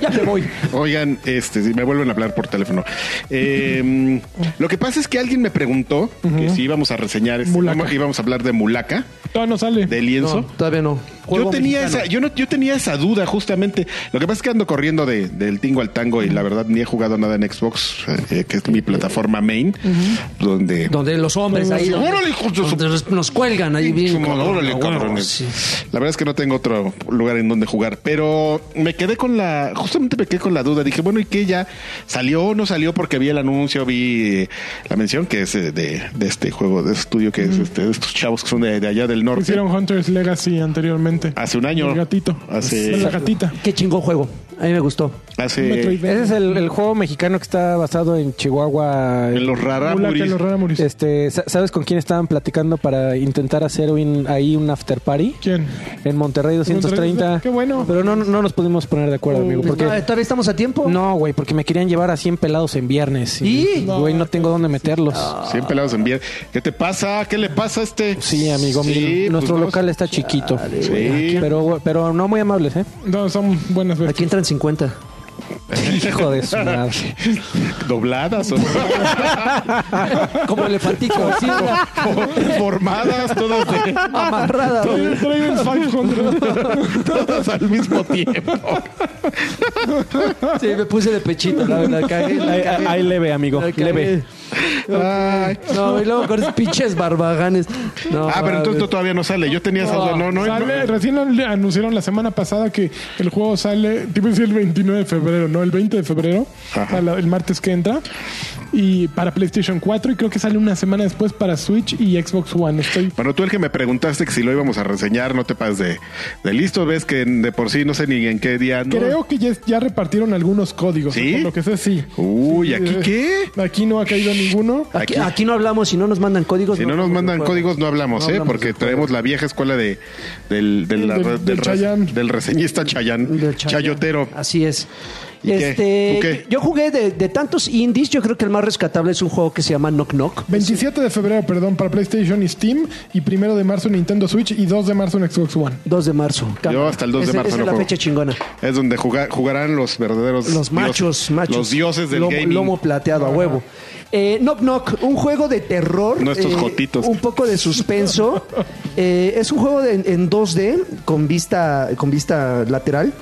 C: ya me voy.
E: oigan, este, si me vuelven a hablar por teléfono. Eh, lo que pasa es que alguien me preguntó que si íbamos a reseñar, este,
D: Mulaca.
E: íbamos a hablar de Mulaca,
D: Todavía no sale.
E: de lienzo.
C: No, todavía no.
E: Yo
C: Juego
E: tenía,
C: mexicano.
E: esa, yo, no, yo tenía esa duda, justamente. Lo que pasa es que ando corriendo de- del tingo al tango y la verdad ni he jugado nada en Xbox, eh, que es mi plataforma main, donde.
C: Donde los hombres Pues ahí. donde-
E: Órale, hijo de su-
C: donde nos- nos cuelgan ahí bien.
E: Chuma,
C: cabrón,
E: órale,
C: a huevo,
E: cabrones.
C: sí.
E: La verdad es que no tengo otro lugar en donde jugar, pero me quedé con la, justamente me quedé con la duda. Dije, bueno, ¿y qué ya salió o no salió? Porque vi el anuncio, vi eh, la mención que es eh, de, de este juego, de este estudio que es este, de estos chavos que son de, de allá del norte.
D: Hicieron Hunter's Legacy anteriormente.
E: Hace un año.
D: El gatito.
E: Hace-
D: La gatita.
C: Qué chingón juego. A mí me gustó.
E: Hace
B: Ese es el, el juego mexicano que está basado en Chihuahua.
E: en los
D: Mulaca,
E: raramuris.
D: los Raramuris.
B: Este, sa- ¿Sabes con quién estaban platicando para intentar hacer un- ahí un after party?
D: ¿Quién?
B: En Monterrey 230.
D: Qué bueno.
B: Pero no, no nos pudimos poner de acuerdo, amigo.
C: Ah,
B: Porque,
C: ¿Todavía estamos a tiempo?
B: no, güey, porque me querían llevar a 100 pelados en viernes.
C: ¿Y?
B: Güey, no tengo dónde meterlos.
E: Siempre pelados en bien. ¿Qué te pasa? ¿Qué le pasa a este?
B: Sí, amigo
E: Sí,
B: mío.
E: pues
B: Nuestro
E: no.
B: local está chiquito.
E: Sí.
B: Pero, pero no muy amables, ¿eh?
D: No, son buenas veces.
C: Aquí entran 50.
B: Hijo de su madre.
E: Dobladas o
C: Como elefantito. sí, una-
E: formadas, todas de-
C: amarrada. güey.
D: Traigo- traigo el 500.
E: todas al mismo tiempo.
C: Sí, me puse de pechito, la verdad. Cagué, la
F: Ahí,
C: cagué,
F: ahí leve, amigo.
C: la cagué.
F: Leve.
E: Ay.
C: No, y luego con esos pinches barbaganes. No,
E: Ah, pero entonces
C: mames.
E: tú todavía no sale. Yo tenía esa duda. No, no,
D: Sale-
E: no.
D: recién le anunciaron la semana pasada que el juego sale, tipo decir el 29 de febrero, ¿no? El 20 de febrero,
E: Ajá.
D: a la- el martes que entra, y para PlayStation 4 y creo que sale una semana después para Switch y Xbox One. Estoy
E: Bueno, tú el que me preguntaste que si lo íbamos a reseñar, no te pases de, de listo. Ves que de por sí no sé ni en qué día. ¿no?
D: Creo que ya, ya repartieron algunos códigos.
E: ¿Sí?
D: Por lo que sé, sí.
E: Uy, ¿aquí
D: eh,
E: qué? Ah,
D: Aquí no ha caído ninguno.
C: Aquí, aquí no hablamos, si no nos mandan códigos.
E: Si no nos mandan
C: juego.
E: códigos, no hablamos,
C: No
E: ¿eh?
C: hablamos
E: Porque
C: del juego.
E: traemos la vieja escuela de, del, del,
D: Del-
E: del-
D: del Chayán.
E: del reseñista Chayán.
C: Del Chayo.
E: Chayotero.
C: Así es.
E: ¿Y qué?
C: Este,
E: ¿Tú qué?
C: Yo jugué de, de tantos indies, yo creo que el más rescatable es un juego que se llama Knock Knock.
D: 27 de febrero, perdón, para PlayStation y Steam. Y primero de marzo en Nintendo Switch y 2 de marzo en Xbox One.
C: 2 de marzo.
E: Yo hasta el 2 de
C: Ese-
E: marzo
C: Esa
E: no
C: es la
E: juego.
C: fecha chingona.
E: Es donde juga- jugarán los verdaderos.
C: Los
E: dios-
C: machos, machos.
E: Los dioses del
C: lomo,
E: gaming.
C: Lomo plateado a huevo. Eh, knock Knock, un juego de terror.
E: No estos
C: eh,
E: jotitos.
C: Un poco de suspenso. Eh, es un juego de- en 2D con vista, con vista lateral.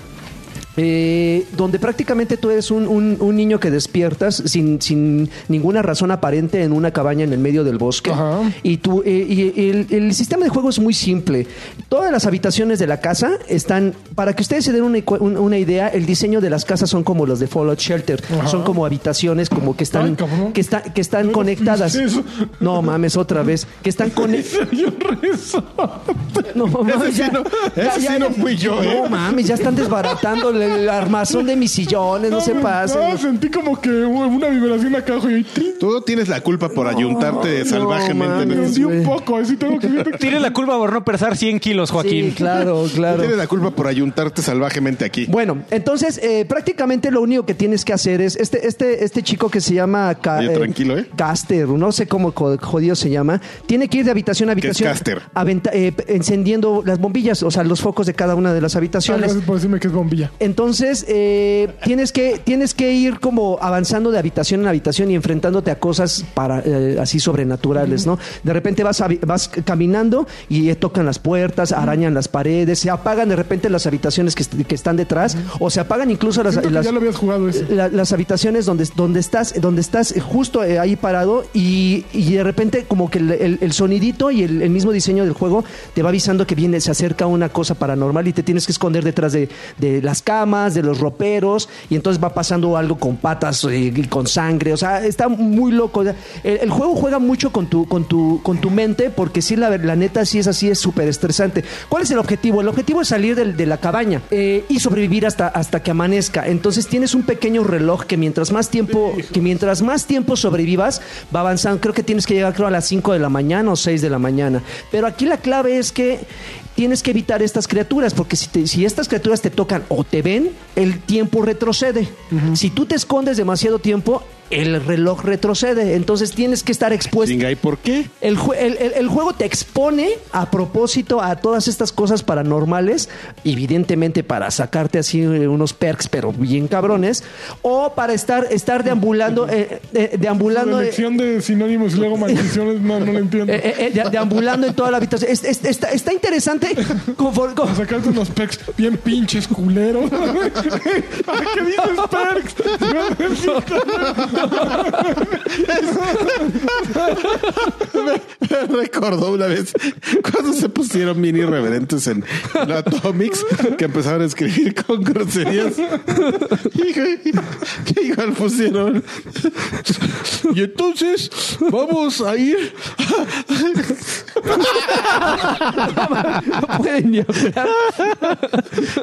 C: eh, donde prácticamente tú eres un, un- un niño que despiertas sin, sin ninguna razón aparente en una cabaña en el medio del bosque.
D: Ajá.
C: Y, tú, eh, y el, el sistema de juego es muy simple. Todas las habitaciones de la casa están, para que ustedes se den una, icu- un- una idea, el diseño de las casas son como los de Fallout Shelter.
D: Ajá.
C: Son como habitaciones como que están,
D: Ay, cabrón.
C: que está- que están conectadas.
D: eso.
C: No mames, otra vez. Que están conectadas.
D: Soy un resorte.
C: No, mames,
E: sí
C: ya-
E: no-
C: ya-
E: ese sí
C: ya-
E: no fui yo, ¿eh?
C: No mames, ya están desbaratando el, el armazón de mis sillones, no, se
D: me-
C: pasen.
D: no, sentí como que hubo una vibración acá abajo y ¡trin!
E: Tú no tienes la culpa por ayuntarte salvajemente. en este
D: me
E: el-
C: mames.
D: hundí un
C: Pues, güey.
D: poco. Así tengo que Ah,
F: Tiene la culpa por no pesar 100 kilos, Joaquín.
C: Sí, claro,
E: Tú
C: claro.
E: tienes la culpa por ayuntarte salvajemente aquí.
C: Bueno, entonces eh, prácticamente lo único que tienes que hacer es este este este chico que se llama Ca-
E: Oye, tranquilo, ¿eh?
C: Caster, no sé cómo co- jodido se llama, tiene que ir de habitación a
E: ¿Qué es
C: habitación
E: Caster?
C: aventa- eh, encendiendo las bombillas, o sea, los focos de cada una de las
D: Ah,
C: habitaciones.
D: gracias por decirme que es bombilla.
C: Entonces, eh, tienes, que, tienes que ir como avanzando de habitación en habitación y enfrentándote a cosas para, eh, así sobrenaturales, ¿no? De repente vas, habi- vas caminando y eh, tocan las puertas, arañan las paredes, se apagan de repente las habitaciones que, est- que están detrás o se apagan incluso las...
D: Siento que
C: las-
D: ya lo habías jugado ese.
C: la- las habitaciones donde, donde estás donde estás justo eh, ahí parado y, y de repente como que el, el- el sonidito y el, el mismo diseño del juego te va avisando que viene se acerca una cosa paranormal y te tienes que esconder detrás de, de las camas de los roperos y entonces va pasando algo con patas eh, y con sangre o sea está muy loco O sea, el, el juego juega mucho con tu con tu con tu mente porque sí la, ver- la neta sí es así es súper estresante ¿cuál es el objetivo? el objetivo es salir del- de la cabaña eh, y sobrevivir hasta hasta que amanezca entonces tienes un pequeño reloj que mientras más tiempo que mientras más tiempo sobrevivas va avanzando creo que tienes que llegar creo a las 5 de la mañana o 6 de la mañana pero aquí la clave es que tienes que evitar estas criaturas porque si, te- si estas criaturas te tocan o te ven el tiempo retrocede si tú te escondes demasiado tiempo el reloj retrocede entonces tienes que estar expuesto
E: Chinga, ¿y por qué?
C: el, jue- el- el- el juego te expone a propósito a todas estas cosas paranormales, evidentemente para sacarte así eh, unos perks, pero bien cabrones, o para estar, estar deambulando, eh, eh,
D: La
C: deambulando. eh,
D: elección de sinónimos y luego maldiciones, no, no lo entiendo.
C: eh, eh, de- deambulando en toda la habitación. Es- es- está, está interesante. conforme- con-
D: Sacarte unos perks bien pinches culeros. ¿Para qué dices perks?
E: Recordó una vez cuando se pusieron bien irreverentes en en Atomics que empezaron a escribir con groserías. Y, que igual pusieron. Y entonces vamos a ir.
C: no pueden ni hablar.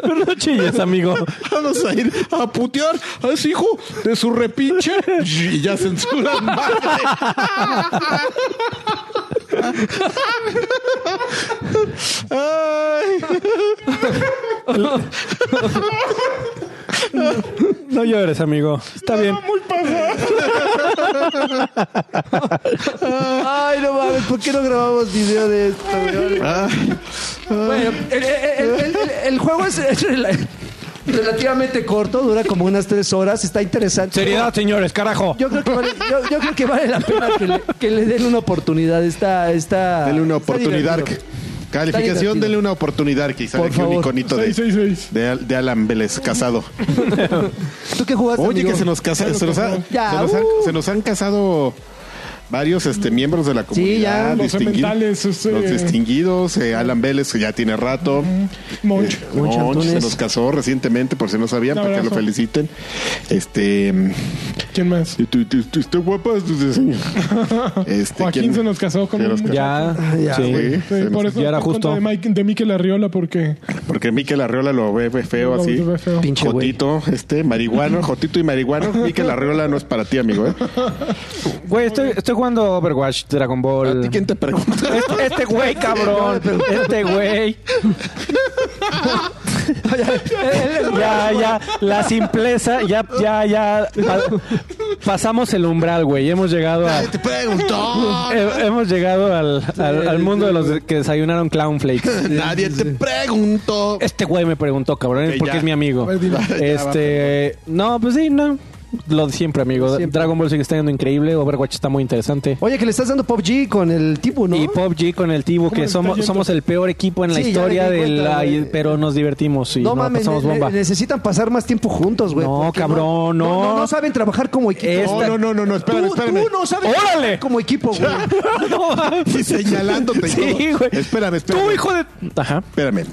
F: Pero no chilles, amigo.
E: Vamos a ir a putear a ese hijo de su repinche. Y ya censuran madre.
F: No llores, amigo. Está bien.
C: Ay, no mames, ¿por qué no grabamos video de esto? güey? Bueno, el, el- el- el- el juego es, es rela- relativamente corto, dura como unas tres horas, está interesante.
F: Seriedad, señores, carajo.
C: Yo creo que vale, yo, yo creo que vale la pena que le, que le den una oportunidad. Está, está,
E: Denle una
C: está
E: oportunidad.
C: divertido. Está
E: Calificación,
C: divertido.
E: denle una oportunidad. Que sale
C: Por
E: aquí un
C: favor.
E: iconito de,
D: 666.
E: de, Al- de Alan Vélez, casado.
C: ¿Tú qué jugaste? Pues,
E: Oye,
C: amigo?
E: que se nos, casa, se, nos ha-
C: Ya,
E: se nos han,
C: uh.
E: se nos han casado varios este, miembros de la
C: ya.
E: comunidad.
D: Los
E: distingui-
D: elementales, este-
E: los distinguidos. eh, Alan Vélez, que ya tiene rato. Eh,
D: Monch.
C: Monch
E: Monch se
C: Antunes.
E: nos casó recientemente, por si no sabían,
D: Un
E: para que lo
D: abrazo.
E: feliciten. Este. mm,
D: ¿Quién más?
E: tú- tú- tú- Está guapa tu diseño. Este,
D: Joaquín
E: ¿quién?
D: se nos casó con
E: Se
D: un
E: nos casó.
B: Ya,
C: ya,
B: sí.
E: Sí,
D: Sí,
E: se nos-
D: por eso
B: Ya era
D: estoy
B: justo.
D: contra De, Mike, de Mikel Arriola porque
E: Porque Miquel Arriola lo ve ve feo
D: No,
E: así.
D: se ve feo.
C: Pinche güey.
E: Jotito, este, marihuano, Jotito y marihuano. Miquel Arriola no es para ti, amigo. ¿eh?
B: Güey, estoy, estoy jugando Overwatch, Dragon
E: ¿A ti
B: Ball.
E: quién te pregunta?
B: Este este güey, cabrón. Este güey. Ya, ya. La simpleza, ya, ya, ya. Pa- pasamos el umbral, güey. Hemos llegado a.
E: Te preguntó.
B: he- Hemos llegado al, al- al mundo de los que desayunaron Clown Flakes.
E: Nadie te preguntó.
B: Este güey me preguntó, cabrón,
E: Que
B: porque
E: ya.
B: es mi amigo.
E: A ver, dilo. Ya,
B: Este, no, pues sí, no. Lo de siempre, amigo.
C: Siempre.
B: Dragon Ball sigue estando increíble. Overwatch está muy interesante.
C: Oye, que le estás dando Pop G con el tipo, ¿no?
B: Y Pop G con el Tibu,
D: ¿Cómo
B: que
D: les está
B: somos,
D: yendo?
B: somos el peor equipo en la
C: Sí, ya me
B: historia
C: di
B: de
C: cuenta,
B: la...
C: güey.
B: Pero nos divertimos y
C: no
B: nos
C: mames,
B: pasamos
C: ne- ne-
B: bomba.
C: necesitan pasar más tiempo juntos, güey.
B: No,
C: porque
B: cabrón, no.
C: no. No saben trabajar como equipo.
B: Esta-
E: No, no, no, no, no, espérame,
C: tú,
E: espérame.
C: tú no sabes
B: ¡Órale!
C: trabajar como equipo, güey.
E: Y señalándote. y
B: Sí,
E: todo.
B: güey.
E: Espérame, espérame.
B: Tú, hijo de... Ajá.
E: Espérame.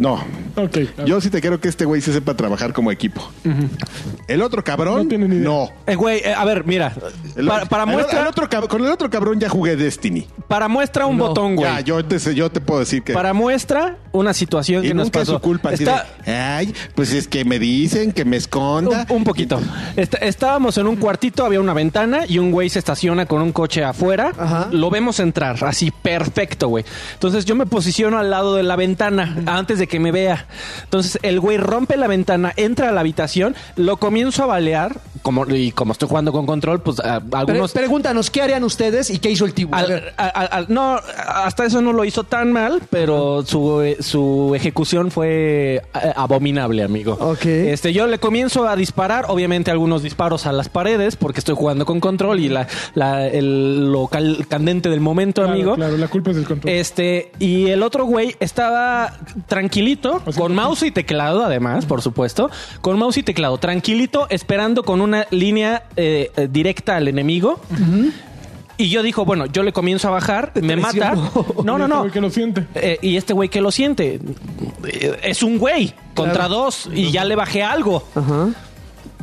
E: No.
D: Ok.
E: Yo sí te quiero que este güey se sepa trabajar como equipo. El otro cabrón.
D: No tiene ni idea.
E: No.
B: Eh, güey, eh, a ver, mira.
E: El
B: Para,
E: otro-
B: para
E: el-
B: muestra,
E: el otro cab- con el otro cabrón ya jugué Destiny.
B: para muestra un botón, güey.
E: Ya, yo te, sé- yo te puedo decir que.
B: Para muestra una situación
E: y
B: que nos
E: nunca es
B: pasó.
E: su culpa. así
B: Está-
E: de, Ay, pues es que me dicen que me esconda.
B: Un, un poquito. Est- estábamos en un cuartito, había una ventana y un güey se estaciona con un coche afuera.
C: Ajá.
B: Lo vemos entrar, así perfecto, güey. Entonces yo me posiciono al lado de la ventana antes de que me vea. Entonces el güey rompe la ventana, entra a la habitación, lo comienzo a balear. Como, y como estoy jugando con control, pues a- algunos.
C: Pre- pregúntanos qué harían ustedes y qué hizo el tipo. A
B: Al-
C: ver.
B: al- al- al- no, hasta eso no lo hizo tan mal, pero su, eh, su ejecución fue eh, abominable, amigo.
C: Ok.
B: Este, yo le comienzo a disparar, obviamente algunos disparos a las paredes, porque estoy jugando con control y la, la- el, lo cal- candente del momento,
D: Claro,
B: amigo.
D: Claro, la culpa es del control.
B: Este, y el otro güey estaba tranquilito,
D: O sea,
B: con mouse y teclado, además, por supuesto, con mouse y teclado, tranquilito, esperando con una línea eh, eh, directa al enemigo. Y yo dijo, bueno, yo le comienzo a bajar, me mata.
C: traicionó.
B: No,
D: Este
B: no, no.
D: güey que lo siente.
B: Eh, y este güey que lo siente. Eh, es un güey contra dos y ya le bajé algo.
C: Ajá.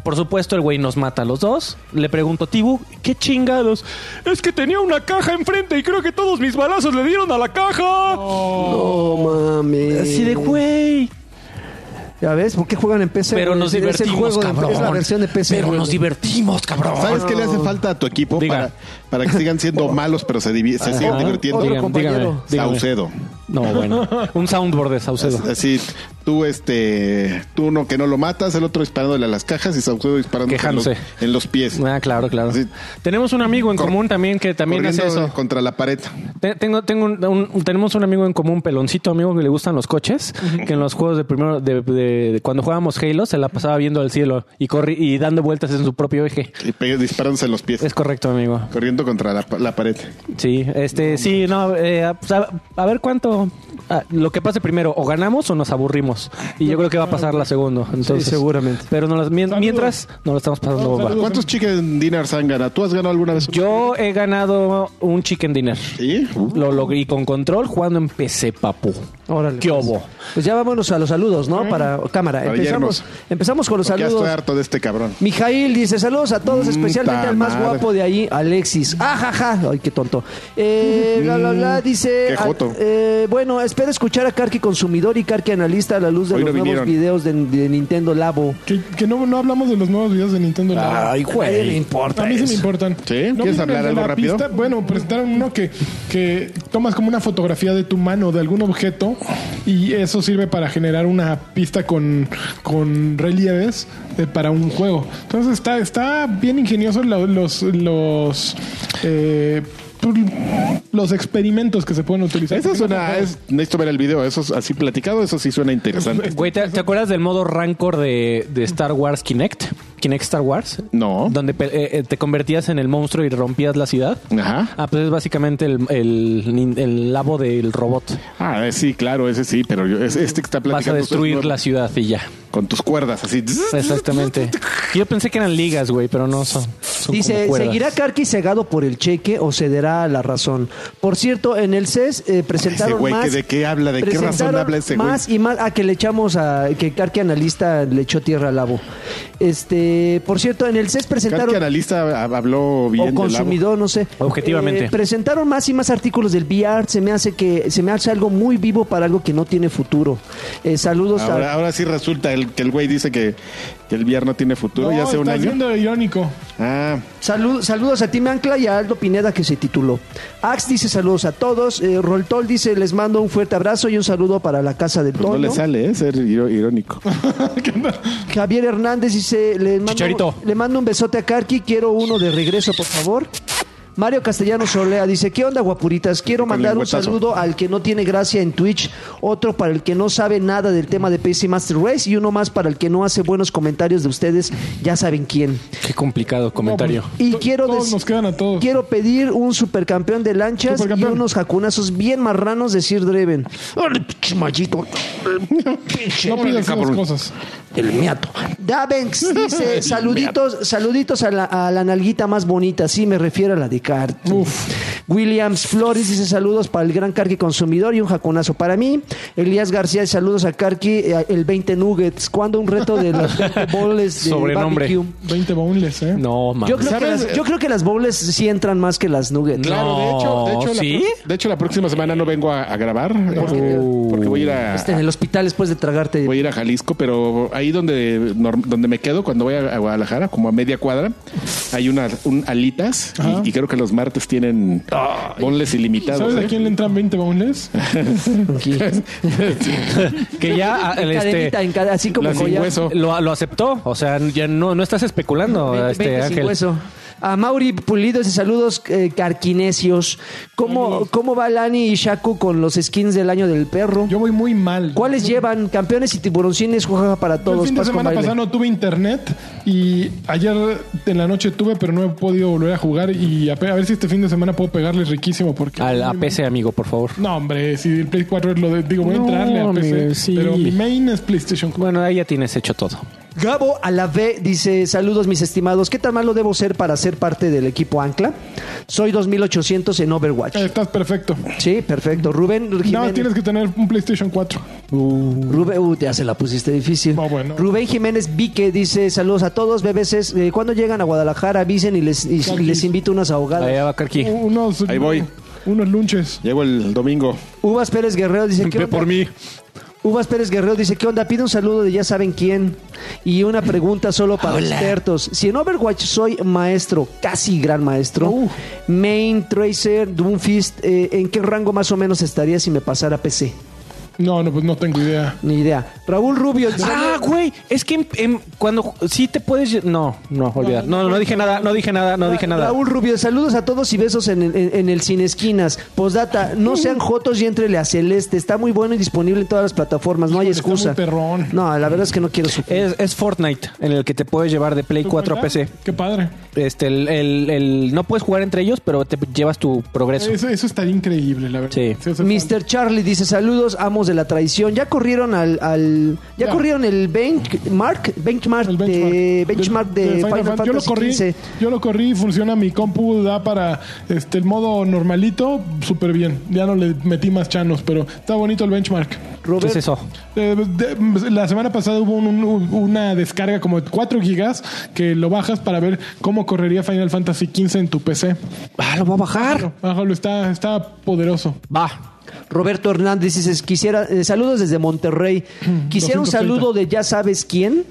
B: Por supuesto, el güey nos mata a los dos. Le pregunto, Tibu, ¿qué chingados? Es que tenía una caja enfrente y creo que todos mis balazos le dieron a la caja.
C: Oh, mami.
B: Así de güey.
C: Ya ves, ¿por qué juegan en PC?
B: Pero
C: güey?
B: nos
C: Es- es el
B: divertimos,
C: juego de-
B: cabrón.
C: es la versión de PC.
B: Pero
C: güey.
B: nos divertimos, cabrón.
E: ¿Sabes qué le hace falta a tu equipo
B: Diga.
E: para, para que sigan siendo malos, pero se, divi- se sigan
B: Ajá.
E: divirtiendo?
C: Otro
B: Dígame,
C: compañero.
B: dígame, dígame.
E: Saucedo.
B: No, bueno. Un soundboard de Saucedo.
E: Así, tú, este, tú uno que no lo matas, el otro disparándole a las cajas y Saucedo disparando en los,
B: Quejándose.
E: en los pies.
B: Ah, claro, claro.
E: Así.
B: Tenemos un amigo en
E: Cor-
B: común también que también hace
E: corriendo
B: eso.
E: contra la pared.
B: Te- Tengo, tengo un- un- tenemos un amigo en común, peloncito amigo que le gustan los coches, que en los juegos de primero, de, de- de- cuando jugábamos Halo, se la pasaba viendo al cielo y corri- y dando vueltas en su propio eje.
E: Y pe- disparándose en los pies.
B: Es correcto, amigo.
E: Corriendo contra la, pa- la pared.
B: Sí, este, sí, no, eh, a, pues, a- a ver cuánto, a- lo que pase primero, o ganamos o nos aburrimos. Y yo creo que va a pasar la segunda. Entonces,
C: seguramente.
B: Pero no las- mien-
D: Saludos.
B: mientras, no lo estamos pasando
D: No,
B: bomba.
D: saludos.
E: ¿Cuántos chicken dinners han ganado? ¿Tú has ganado alguna vez?
B: Yo he ganado un chicken dinner.
E: Sí. Uh.
B: Lo logré y con control jugando en PC, papu.
C: Órale,
B: ¿Qué
C: pues.
B: hubo?
C: Pues ya vámonos a los saludos, ¿no? Para cámara. Empezamos,
E: Guillermos.
C: empezamos con los
E: Porque ya
C: saludos.
E: estoy harto de este cabrón.
C: Mijail dice saludos a todos, especialmente
E: ta
C: al más
E: madre.
C: guapo de ahí, Alexis. Ajaja, ay qué tonto. Eh, la la la dice.
E: Mm, Qué joto.
C: ah, eh, bueno, espero escuchar a Karki consumidor y Karki analista a la luz de
E: Hoy
C: los
E: no
C: nuevos
E: vinieron.
C: videos de, de Nintendo Labo.
D: Que, que no, no hablamos de los nuevos videos de Nintendo.
B: Ah,
D: Labo.
C: güey, le importa.
D: A mí sí me importan.
E: ¿Sí?
D: ¿No
E: ¿Quieres
D: viste
E: hablar
D: el de
E: algo
D: la
E: rápido?
D: pista? Bueno, presentaron uno que, que tomas como una fotografía de tu mano, de algún objeto, y eso sirve para generar una pista con, con relieves eh, para un juego. Entonces está, está bien ingenioso lo- los... los eh, pu- los experimentos que se pueden utilizar.
E: Eso
D: Porque no son
E: suena,
D: juegos.
E: es, necesito ver el video, eso es así platicado, eso sí suena interesante.
B: Güey, ¿te, te acuerdas del modo Rancor de, de Star Wars Kinect? Kinect Star Wars.
E: No.
B: Donde pe- eh, eh, te convertías en el monstruo y rompías la ciudad.
E: Ajá.
B: Ah, pues es básicamente el, el, nin- el labo del robot.
E: Ah, eh, sí, claro, ese sí, pero yo, es- este que está
B: Vas
E: platicando.
B: a destruir
E: es nuevo.
B: la ciudad y ya.
E: Con tus cuerdas, así.
B: Exactamente. Yo pensé que eran ligas, güey, pero no son. son
C: Dice,
B: como cuerdas.
C: ¿seguirá Karki cegado por el cheque o cederá a la razón? Por cierto, en el CES eh, presentaron
E: Ese güey,
C: más...
E: ¿que de qué habla? ¿De qué razón
C: presentaron
E: habla ese güey?
C: Más y más a que le echamos a... que Karki analista le echó tierra al Labo. Este, por cierto, en el CES
E: Claro que
C: presentaron...
E: analista hab- habló bien.
C: O
E: del
C: consumidor, no sé.
B: Objetivamente.
C: Eh, presentaron más y más artículos del VR. Se me hace que se me hace algo muy vivo para algo que no tiene futuro. Eh, saludos
E: agua. Ahora,
C: a.
E: ahora sí resulta el, que el güey dice que, que el VR no tiene futuro ya hace un
D: estás
E: año.
D: siendo irónico.
E: Ah,
C: Salud- saludos a Tim Ancla y a Aldo Pineda que se tituló. Ax dice saludos a todos. Eh, Roltol dice les mando un fuerte abrazo y un saludo para la casa del
E: pues no
C: tono.
E: le sale, ¿eh? Ser iro- irónico.
C: Javier Hernández dice les mando,
B: Chicharito.
C: le mando un besote a Karki. Quiero uno de regreso, por favor. Mario Castellano Solea dice, ¿qué onda, guapuritas? Quiero
E: Con
C: mandar un
E: lengüetazo.
C: saludo al que no tiene gracia en Twitch, otro para el que no sabe nada del tema de PC Master Race y uno más para el que no hace buenos comentarios de ustedes, ya saben quién.
F: Qué complicado comentario.
D: No,
C: Y
D: To-
C: quiero
D: todos
C: dec-
D: nos quedan a todos.
C: Quiero pedir un supercampeón de lanchas
D: Supercampeón.
C: y unos jacunazos bien marranos de Sir Dreven. ¡Órale, pinche mallito! Pinche-
D: No pidas esas cosas.
C: el miato. Davenx dice, saluditos, saluditos a la, a la nalguita más bonita. Sí, me refiero a la de Cart.
D: Uf.
C: Williams Flores dice saludos para el gran Carqui consumidor y un jaconazo para mí. Elías García, saludos a Carqui, eh, el 20 Nuggets. cuando un reto de los 20 bowls de
F: Sobrenombre.
C: barbecue?
D: 20 boneless, ¿eh?
F: No, mames.
C: Yo creo, que
E: ¿Sabes?
C: las, yo creo que las bowls sí entran más que las Nuggets.
E: Claro, de hecho, de hecho, la,
F: ¿sí?
E: pro- de hecho, la próxima semana no vengo a, a grabar porque, porque voy a ir a,
C: Este, en el hospital después de tragarte.
E: voy a ir a Jalisco, pero ahí donde norm- donde me quedo cuando voy a, a Guadalajara, como a media cuadra, hay una un alitas y-
D: Ajá.
E: y, creo que los martes tienen bonles ilimitados.
D: ¿Sabes
E: ¿eh?
D: a quién le entran 20 boneless?
C: aquí.
F: que ya ah,
C: En
F: este,
C: cadenita, en cada- así como
E: la sin
C: collar.
E: hueso.
F: lo, lo aceptó. O sea, ya no, no estás especulando,
C: Veinte-
F: este,
C: veinte sin
F: Ángel.
C: hueso. A Mauri Pulido, dice saludos eh, carquinesios. ¿Cómo, ¿Cómo va Lani y Shaku con los skins del año del perro?
D: Yo voy muy mal.
C: ¿Cuáles llevan? Campeones y tiburoncines, juega para
D: Yo
C: todos.
D: el fin de
C: paz con
D: semana
C: baile.
D: pasada no tuve internet y ayer en la noche tuve, pero no he podido volver a jugar y a, pe- a ver si este fin de semana puedo pegarles riquísimo porque...
F: Al a PC, amigo, por favor.
D: No, hombre, si el Play 4 es lo de... Digo, voy a
F: No,
D: entrarle al PC,
F: amigo, sí.
D: pero mi main es PlayStation 4.
F: Bueno, ahí ya tienes hecho todo.
C: Gabo a la B dice, saludos mis estimados, ¿qué tan malo debo ser para ser parte del equipo Ancla? Soy 2800 en Overwatch.
D: Eh, Estás perfecto.
C: Sí, perfecto. Rubén
D: No,
C: Jiménez.
D: tienes que tener un PlayStation 4.
C: Rubén, uh, ya se la pusiste difícil.
D: No, bueno.
C: Rubén Jiménez Vique dice saludos a todos, bebeses. Eh, cuando llegan a Guadalajara avisen y les, y- y les invito unas ahogadas.
F: Allá va Karki.
D: Unos,
E: Ahí voy.
D: Unos lunches.
E: Llego el domingo.
C: Uvas Pérez Guerrero dice ¿qué
E: Ve
C: onda?
E: por mí.
C: Uvas Pérez Guerrero dice ¿qué onda? Pide un saludo de ya saben quién y una pregunta solo para expertos. Si en Overwatch soy maestro, casi gran maestro,
E: Uh.
C: main tracer, Doomfist, eh, ¿en qué rango más o menos estaría si me pasara PC?
D: No, no, pues no tengo idea.
C: Ni idea. Raúl Rubio.
F: Ah, güey, es que en- en- cuando sí te puedes. lle- No, no, olvidar. No, no, no dije nada, no dije nada, no dije nada.
C: Raúl Rubio, saludos a todos y besos en, el- en- en el Cine Esquinas. Postdata, no sean jotos y entrele a Celeste. Está muy bueno y disponible en todas las plataformas. No hay
D: Híjole, está
C: excusa.
D: muy perrón.
C: No, la verdad es que no quiero sufrir.
F: Es, es Fortnite en el que te puedes llevar de Play 4 a PC.
D: Qué padre.
F: Este, el, el- el- no puedes jugar entre ellos, pero te llevas tu progreso.
D: Eso, eso estaría increíble, la verdad.
F: Sí.
D: hace falta.
C: Mr. Charlie dice saludos, amos de la traición. Ya corrieron al, al- ya,
D: Ya.
C: corrieron el benchmark, benchmark,
D: El
C: de benchmark de, Final, Fantasy
D: Yo lo corrí,
C: XV.
D: yo lo corrí, funciona mi compu, da para este el modo normalito, súper bien. Ya no le metí más chanos, pero está bonito el benchmark.
F: ¿Qué
C: Robert-
F: es eso?
D: Eh, de- la semana pasada hubo un- un- una descarga como de 4 gigas que lo bajas para ver cómo correría Final Fantasy XV en tu PC.
F: Ah, lo va a bajar.
D: Bájalo, está, está poderoso.
F: Va.
C: Roberto Hernández dice, quisiera, eh, saludos desde Monterrey. Quisiera un
D: 230.
C: saludo de ya sabes quién.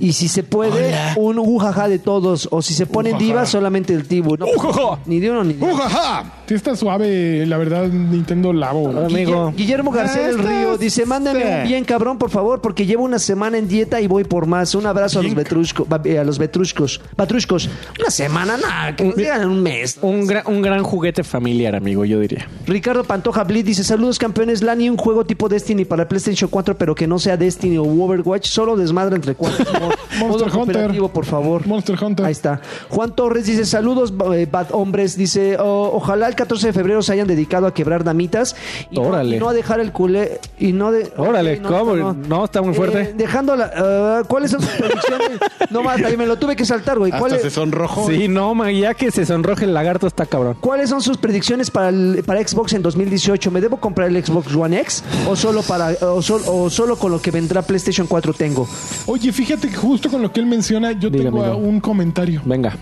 C: Y si se puede, un ujaja de todos. O si se ponen divas, solamente el tibu. No, pues,
F: Ujaja.
C: Ni de uno ni de otro.
E: ¡Ujaja!
D: Sí está suave, la verdad, Nintendo Labo.
F: Amigo.
C: Guille- Guillermo García del Río dice, mándame un bien cabrón, por favor, porque llevo una semana en dieta y voy por más. Un abrazo a los, vetrusco- ba- eh, a los vetruscos. Patruscos. Una semana, nada, que nos digan en un mes.
F: Un gran, un gran juguete familiar, amigo, yo diría.
C: Ricardo Pantoja Blitz dice: Saludos campeones, Lani, un juego tipo Destiny para PlayStation 4, pero que no sea Destiny o Overwatch, solo desmadre entre cuatro. Mo- Modo
D: Monster
C: cooperativo,
D: Hunter.
C: por favor.
D: Monster Hunter.
C: Ahí está. Juan Torres dice: Saludos, ba- eh, bad hombres. Dice: "Oh, Ojalá el 14 de febrero se hayan dedicado a quebrar damitas y, no-
F: Órale.
C: y no a dejar el culé. Y no de,
F: Órale,
C: Ok,
F: ¿cómo? No, está muy fuerte.
C: dejando la. ah, ¿Cuáles son sus predicciones? no más, ahí me lo tuve que saltar, güey. ¿Cuál
E: Hasta
C: es-
E: se sonrojo.
F: Sí, no, man, ya que se sonroje el lagarto está cabrón.
C: ¿Cuáles son sus predicciones para, el- para Xbox en 2018? ¿Me debo comprar el Xbox One X o solo para o, sol- o solo con lo que vendrá PlayStation 4 tengo?
D: Oye, fíjate que justo con lo que él menciona, yo
F: Dígame,
D: tengo
F: amigo.
D: un comentario.
F: Venga.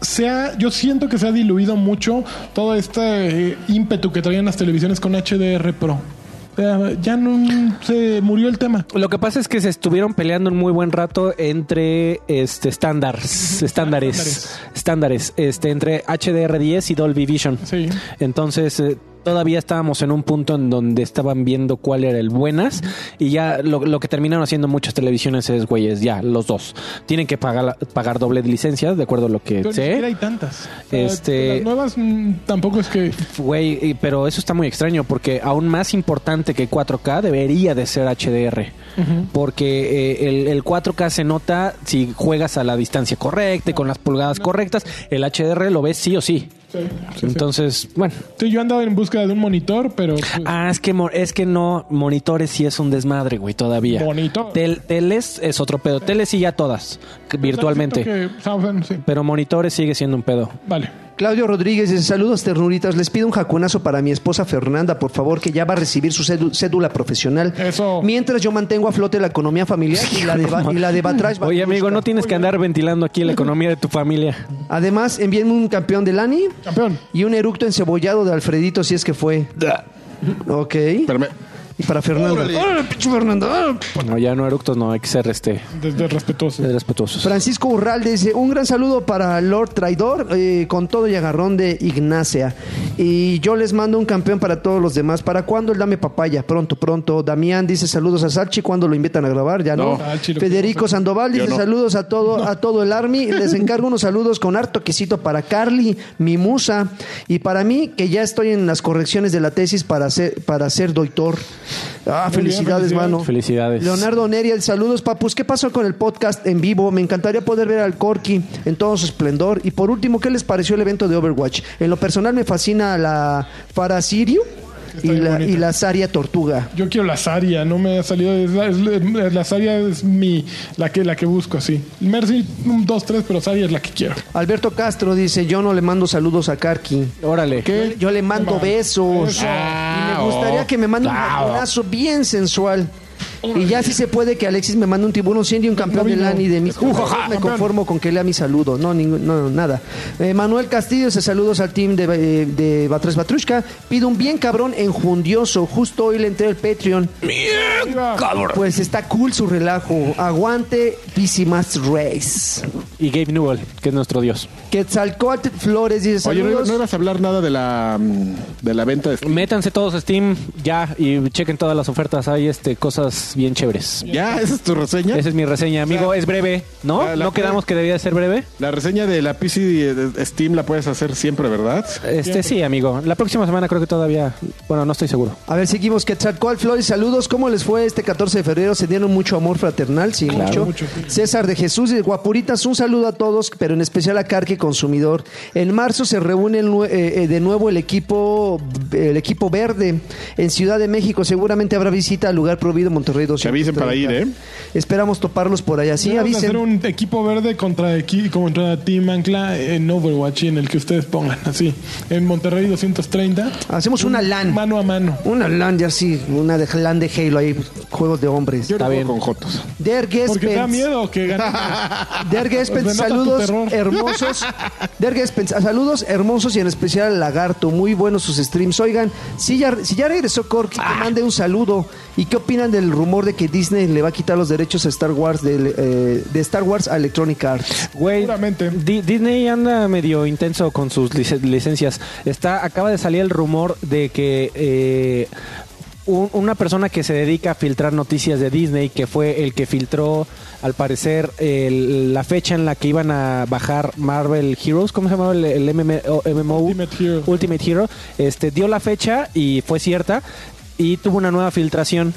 D: Se ha- yo siento que se ha diluido mucho todo este eh, ímpetu que traían las televisiones con HDR Pro. Eh, ya no se murió el tema.
F: Lo que pasa es que se estuvieron peleando un muy buen rato entre este estándares, estándares, estándares, este entre HDR10 y Dolby Vision.
D: Sí.
F: Entonces eh,
B: Todavía estábamos en un punto en donde estaban viendo cuál era el buenas y ya lo, lo que terminaron haciendo muchas televisiones es, güey, es ya los dos. Tienen que pagar, pagar doble de licencias, de acuerdo a lo que
D: Pero ni
B: sé.
D: siquiera hay tantas. O sea,
B: Este-
D: Las nuevas mm, tampoco es que.
B: Güey, y- pero eso está muy extraño porque aún más importante que 4K debería de ser HDR. Porque eh, el, el 4K se nota si juegas a la distancia correcta y con las pulgadas correctas. El HDR lo ves sí o sí. Entonces, bueno.
D: Sí, yo andaba en búsqueda de un monitor, pero. pues,
B: Ah, es que, mo- es que no, monitores sí es un desmadre, güey, todavía.
D: Bonito. Pues
B: Tel- teles es otro pedo. Teles sí ya todas, que- virtualmente.
D: siento que- o sea, bueno, sí.
B: Pero monitores sigue siendo un pedo.
D: Vale.
C: Claudio Rodríguez dice, saludos ternuritas, les pido un jacunazo para mi esposa Fernanda, por favor, que ya va a recibir su cédu- cédula profesional.
D: Eso.
C: Mientras yo mantengo a flote la economía familiar y la de, Ba- y la de Batrash
B: Oye, amigo, no
C: Batrushka.
B: tienes que andar ventilando aquí la economía de tu familia.
C: Además, envíenme un campeón de Lani
D: Campeón.
C: y un eructo encebollado de Alfredito, si es que fue. Ok.
E: Espérame.
C: Y para Fernanda. Órale, pinche Fernanda. órale.
B: No, ya no eructos, no, hay que ser este,
D: Desde respetuoso.
B: ser respetuosos.
C: Francisco Urralde dice, un gran saludo para Lord Traidor, eh, con todo y agarrón de Ignacia. Y yo les mando un campeón para todos los demás. ¿Para cuándo el Dame Papaya? Pronto, pronto. Damián dice, saludos a Salchi, ¿cuándo lo invitan a grabar? Ya no.
E: No.
D: Salchi, lo
C: Federico Sandoval
E: Yo
C: dice,
E: no.
C: saludos a todo, a todo el Army. Les encargo unos saludos con harto quesito para Carly, mi musa. Y para mí, que ya estoy en las correcciones de la tesis para ser, para ser doctor. Ah,
D: Muy bien,
C: felicidades,
D: felicidades.
C: mano.
B: Felicidades.
C: Leonardo Neriel, saludos papus. ¿Qué pasó con el podcast en vivo? Me encantaría poder ver al Corky en todo su esplendor. Y por último, ¿qué les pareció el evento de Overwatch? En lo personal me fascina la Farah Sirio
D: Está
C: y
D: bien
C: la,
D: bonita.
C: y la Saria Tortuga.
D: Yo quiero la Saria, no me ha salido. Es la, es la- la Saria es mi. La que, la que busco, así. Mercy, un, dos, tres, pero Saria es la que quiero.
C: Alberto Castro dice, yo no le mando saludos a Karki.
B: Órale.
D: ¿Qué?
C: Yo le mando
D: Toma.
C: besos.
D: Eso.
C: y me gustaría que me mande un jabonazo bien sensual. Y ya si se puede que Alexis me mande un tiburón 100 y un campeón de
D: vino.
C: Lani de mis
D: Ujaja,
C: Me
D: campeón.
C: conformo con que lea mi saludo. No, ningún- no nada. Eh, Manuel Castillo, se saludos al team de, eh, de Batres Batrushka. Pido un bien cabrón enjundioso. Justo hoy le entré el Patreon. Pues está cool su relajo. Aguante PC Max Race.
B: Y Gabe Newell, que es nuestro dios.
C: Quetzalcóatl Flores dice
E: Oye, ¿no,
C: saludos.
E: no ibas a hablar nada de la, mm, de la venta de Steam?
B: Métanse todos a Steam ya y chequen todas las ofertas. Hay este cosas bien chéveres.
E: ¿Ya? ¿Esa es tu reseña?
B: Esa es mi reseña, amigo. es breve, ¿no?
E: la- la-
B: ¿No quedamos que debía de ser breve?
E: La reseña de la PC de de Steam la puedes hacer siempre, ¿verdad?
B: Este sí, amigo. La próxima semana creo que todavía. Bueno, no estoy seguro.
C: A ver, seguimos. Quetzalcoatl Flores, saludos. ¿Cómo les fue este 14 de febrero? ¿Se dieron mucho amor fraternal? Sí, mucho. César de Jesús y Guapuritas, un saludo a todos, pero en especial a Carque Consumidor. En marzo se reúne el nue- eh, eh, de nuevo el equipo, el equipo verde en Ciudad de México. Seguramente habrá visita al lugar prohibido Monterrey 200.
E: Que avisen para ir, ¿eh?
C: Esperamos toparlos por allá. Sí,
D: Vamos a hacer
C: avisen.
D: un equipo verde contra, equi- contra Team Ancla en Overwatch, en el que ustedes pongan, así. En Monterrey 230.
C: Hacemos una LAN.
D: Mano a mano.
C: Una LAN, ya sí, una de LAN de Halo ahí, juegos de hombres.
E: Yo
B: Está
E: no juego
B: bien.
E: con Jotos.
C: Der
D: Porque te da
C: Gespens.
D: miedo que gane.
C: Der Gespens,
D: Pues denota tu
C: saludos
D: terror.
C: hermosos. Der Gespens, saludos hermosos y en especial al Lagarto. Muy buenos sus streams. Oigan, si ya, si ya regresó Corky,
B: Ah.
C: que mande un saludo. ¿Y qué opinan del rumor de que Disney le va a quitar los derechos a Star Wars del, eh, de Star Wars a Electronic Arts?
B: Güey,
D: Seguramente.
B: Di- Disney anda medio intenso con sus lic- licencias. Está, acaba de salir el rumor de que eh, un- una persona que se dedica a filtrar noticias de Disney, que fue el que filtró, al parecer, el- la fecha en la que iban a bajar Marvel Heroes, ¿cómo se llamaba el, el MMO?
D: Ultimate Hero.
B: Ultimate Hero, este, dio la fecha y fue cierta y tuvo una nueva filtración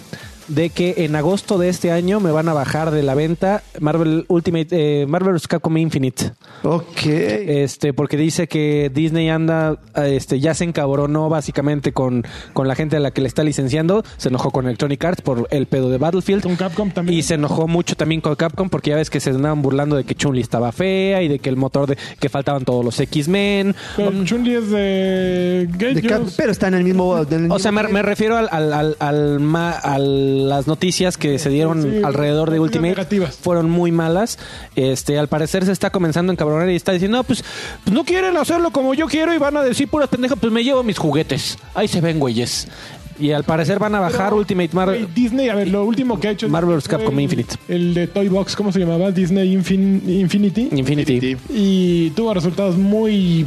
B: de que en agosto de este año me van a bajar de la venta Marvel Ultimate eh, Marvel Capcom Infinite.
C: Ok.
B: Este, porque dice que Disney anda, eh, este, ya se encabronó básicamente con, con la gente a la que le está licenciando. Se enojó con Electronic Arts por el pedo de Battlefield.
D: Con Capcom también.
B: Y se enojó mucho también con Capcom porque ya ves que se andaban burlando de que Chun-Li estaba fea y de que el motor de que faltaban todos los X-Men. Mm,
D: Pero Chun-Li es de Gay
C: De Cap-
D: Girls.
C: pero está en el mismo. en el mismo-
B: O sea, me, me refiero al, al, al- al ma- a las noticias que se dieron
D: Sí,
B: alrededor de
D: noticias
B: Ultimate.
D: negativas.
B: Fueron muy malas. Este, al parecer se está comenzando a encabronar y está diciendo, no, pues, pues no quieren hacerlo como yo quiero y van a decir puras pendejas, pues me llevo mis juguetes. Ahí se ven, güeyes. Y al parecer van a bajar Ultimate
D: Güey,
B: Marvel.
D: Disney, a ver, lo último que ha hecho.
B: Marvel's
D: fue
B: Capcom
D: el-
B: Infinite.
D: El de Toy Box, ¿cómo se llamaba? Disney Infin- Infinity.
B: Infinity.
E: Sí.
D: Y tuvo resultados muy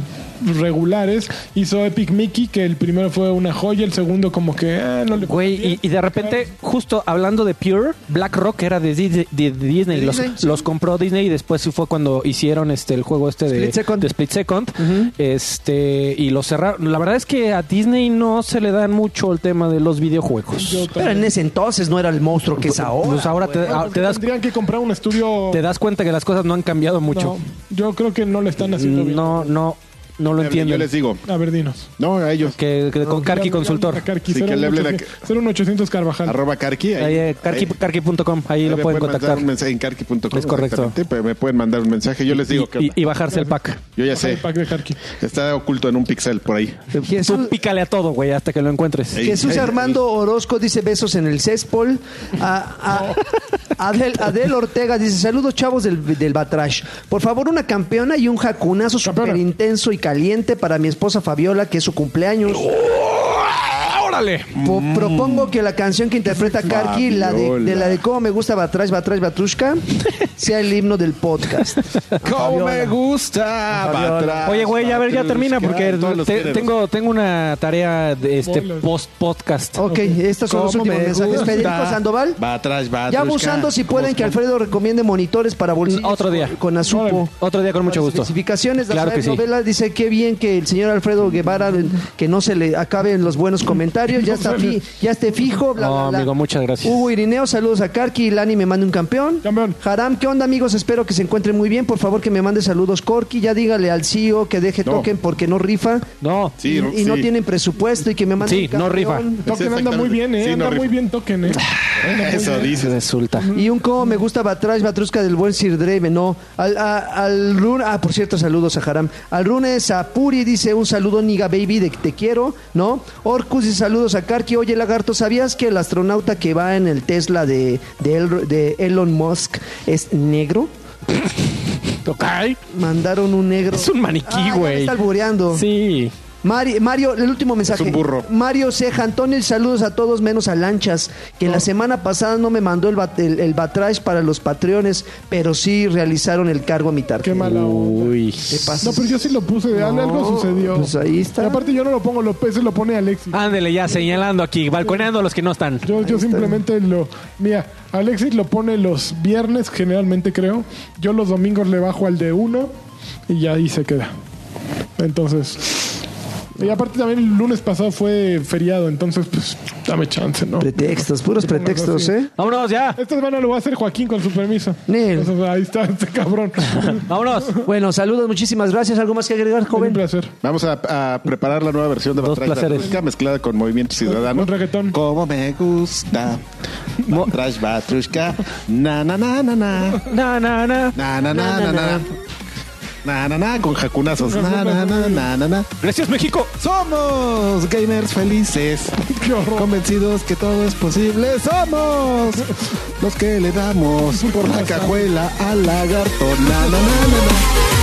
D: regulares. Hizo Epic Mickey, que el primero fue una joya, el segundo como que ah, no le fue
B: Güey,
D: bien.
B: y, y de repente, justo hablando de Pure, BlackRock era de Disney, de Disney, los, los compró Disney y después fue cuando hicieron este el juego este de
C: Split Second.
B: de Split Second, este y lo cerraron. La verdad es que a Disney no se le dan mucho el tema de los videojuegos.
D: Yo
C: Pero en ese entonces no era el monstruo que es ahora.
B: pues ahora te,
D: Bueno,
B: ah,
D: porque
B: te das
D: tendrían que comprar un estudio.
B: te das cuenta que las cosas no han cambiado mucho.
D: No, yo creo que no le están haciendo bien.
B: No, no, no lo entiendo.
E: Yo les digo,
D: A ver, dinos.
E: no a ellos.
B: Que, que con Karki
D: Ya,
B: Consultor.
D: ya, Karki,
E: Sí, que le hablen a-
D: 01800 Carvajal.
E: Arroba Carqui.
B: Ahí, eh, Karki- Karki.com, ahí
E: ahí
B: lo
E: me
B: pueden
E: mandar
B: contactar.
E: un mensaje en carqui.com.
B: Es correcto.
E: exactamente, pero Me pueden mandar un mensaje. Yo les digo que
B: Y, y- y bajarse el pack.
E: yo ya
D: El
E: sé.
D: pack de Karki.
E: Está oculto en un pixel por ahí.
C: Jesús,
B: Tú pícale a todo, güey, hasta que lo encuentres.
E: Ey,
C: Jesús
E: ey,
C: Armando Orozco dice besos en el céspol. A- a- Adel, Adel Ortega dice saludos chavos del, del Batrash. Por favor una campeona y un jacunazo súper intenso y caliente para mi esposa Fabiola que es su cumpleaños.
B: ¡Órale!
C: Po- Propongo que la canción que interpreta Karki, la de, de la de cómo me gusta Batrash, Batrash, Batrushka, sea el himno del podcast. A
E: ¿Cómo
C: Fabiola.
E: me gusta?
C: Fabiola.
E: Batrash,
B: Oye, güey, ya a ver, ya termina porque
E: Todos los
B: te-
E: géneros.
B: tengo, tengo una tarea de este
D: Bolas.
B: post-podcast.
C: Ok, estos son los
B: ¿Cómo
C: últimos
B: me
C: mensajes.
B: gusta?
C: Federico Sandoval.
E: Batrash, Batrushka.
C: Ya abusando si pueden que Alfredo recomiende monitores para bolsillos
B: Pues, Mm, Otro día.
C: con- con Azupo.
B: Órale. Otro día con mucho gusto.
C: Especificaciones de
B: Claro
C: Rafael
B: que sí.
C: Novela dice qué bien que el señor Alfredo Guevara que no se le acaben los buenos comentarios, ya está fi- ya esté fijo, bla, bla,
B: No,
C: bla.
B: amigo, muchas gracias.
C: Hugo Irineo, saludos a Karki, Lani me manda un campeón.
D: Campeón.
C: Haram, ¿qué onda amigos? Espero que se encuentren muy bien. Por favor que me mande saludos Corky, ya dígale al CEO que deje
E: No.
C: token porque no rifa.
B: No,
E: Sí,
C: y, y no
E: sí.
C: tienen presupuesto y que me mande
B: Sí,
C: un
B: no rifa.
C: campeón.
D: Token anda muy bien, eh.
E: Sí, no
D: anda
E: rifa.
D: muy bien Token, eh.
E: Eso dices.
B: resulta.
C: Y un como me gusta Batrash, Batrusca del buen Sir Drave, no. Al, a- al Rune, ah, por cierto, saludos a Haram. Al Rune Sapuri dice un saludo, Niga Baby, de que te quiero, ¿no? Orcus dice saludos a Karki. Oye, lagarto, ¿sabías que el astronauta que va en el Tesla de, de, El- de Elon Musk es negro?
B: Ay,
C: Mandaron un negro.
B: Es un maniquí,
C: Ah, ya me
B: güey.
C: está albureando.
B: Sí.
C: Mari- Mario, el último mensaje.
E: Es un burro.
C: Mario Ceja, Antonio, saludos a todos menos a Lanchas, que la semana pasada no me mandó el, bat- el, el batrash para los patreones, pero sí realizaron el cargo a mi tarjeta.
D: Qué mala onda.
B: Uy.
C: ¿Qué pasa?
D: No, pero yo sí lo puse, algo sucedió.
C: pues ahí está.
D: Y aparte yo no lo pongo, lo, ese lo pone Alexis.
B: Ándele ya, señalando aquí, balconeando a los que no están.
D: Yo, yo simplemente lo... Mira, Alexis lo pone los viernes generalmente, creo. Yo los domingos le bajo al de uno y ya ahí se queda. Entonces... Y aparte también el lunes pasado fue feriado, entonces pues dame chance, ¿no?
C: Pretextos, puros pretextos,
D: sí.
C: ¿eh?
B: Vámonos ya,
D: Esta semana lo va a hacer Joaquín con su permiso.
C: Nel.
D: Entonces, ahí está este cabrón.
B: vámonos.
C: Bueno, saludos, muchísimas gracias. ¿Algo más que agregar,
D: Un
C: joven?
D: placer.
E: Vamos a, a preparar la nueva versión de
B: Dos
E: Batrash
B: placeres.
E: Batrushka mezclada con Movimiento Ciudadano.
D: Con reggaetón.
E: Como me gusta. Batrash Batrushka. Na, na, na, na, na.
B: Na, na, na.
E: Na, na, na, na, na. Na, na, na, con jacunazos. Na, na, na, na, na, na.
B: Gracias, México.
E: Somos gamers felices. Convencidos que todo es posible. Somos los que le damos por la cajuela al lagarto. Na, na, na, na, na.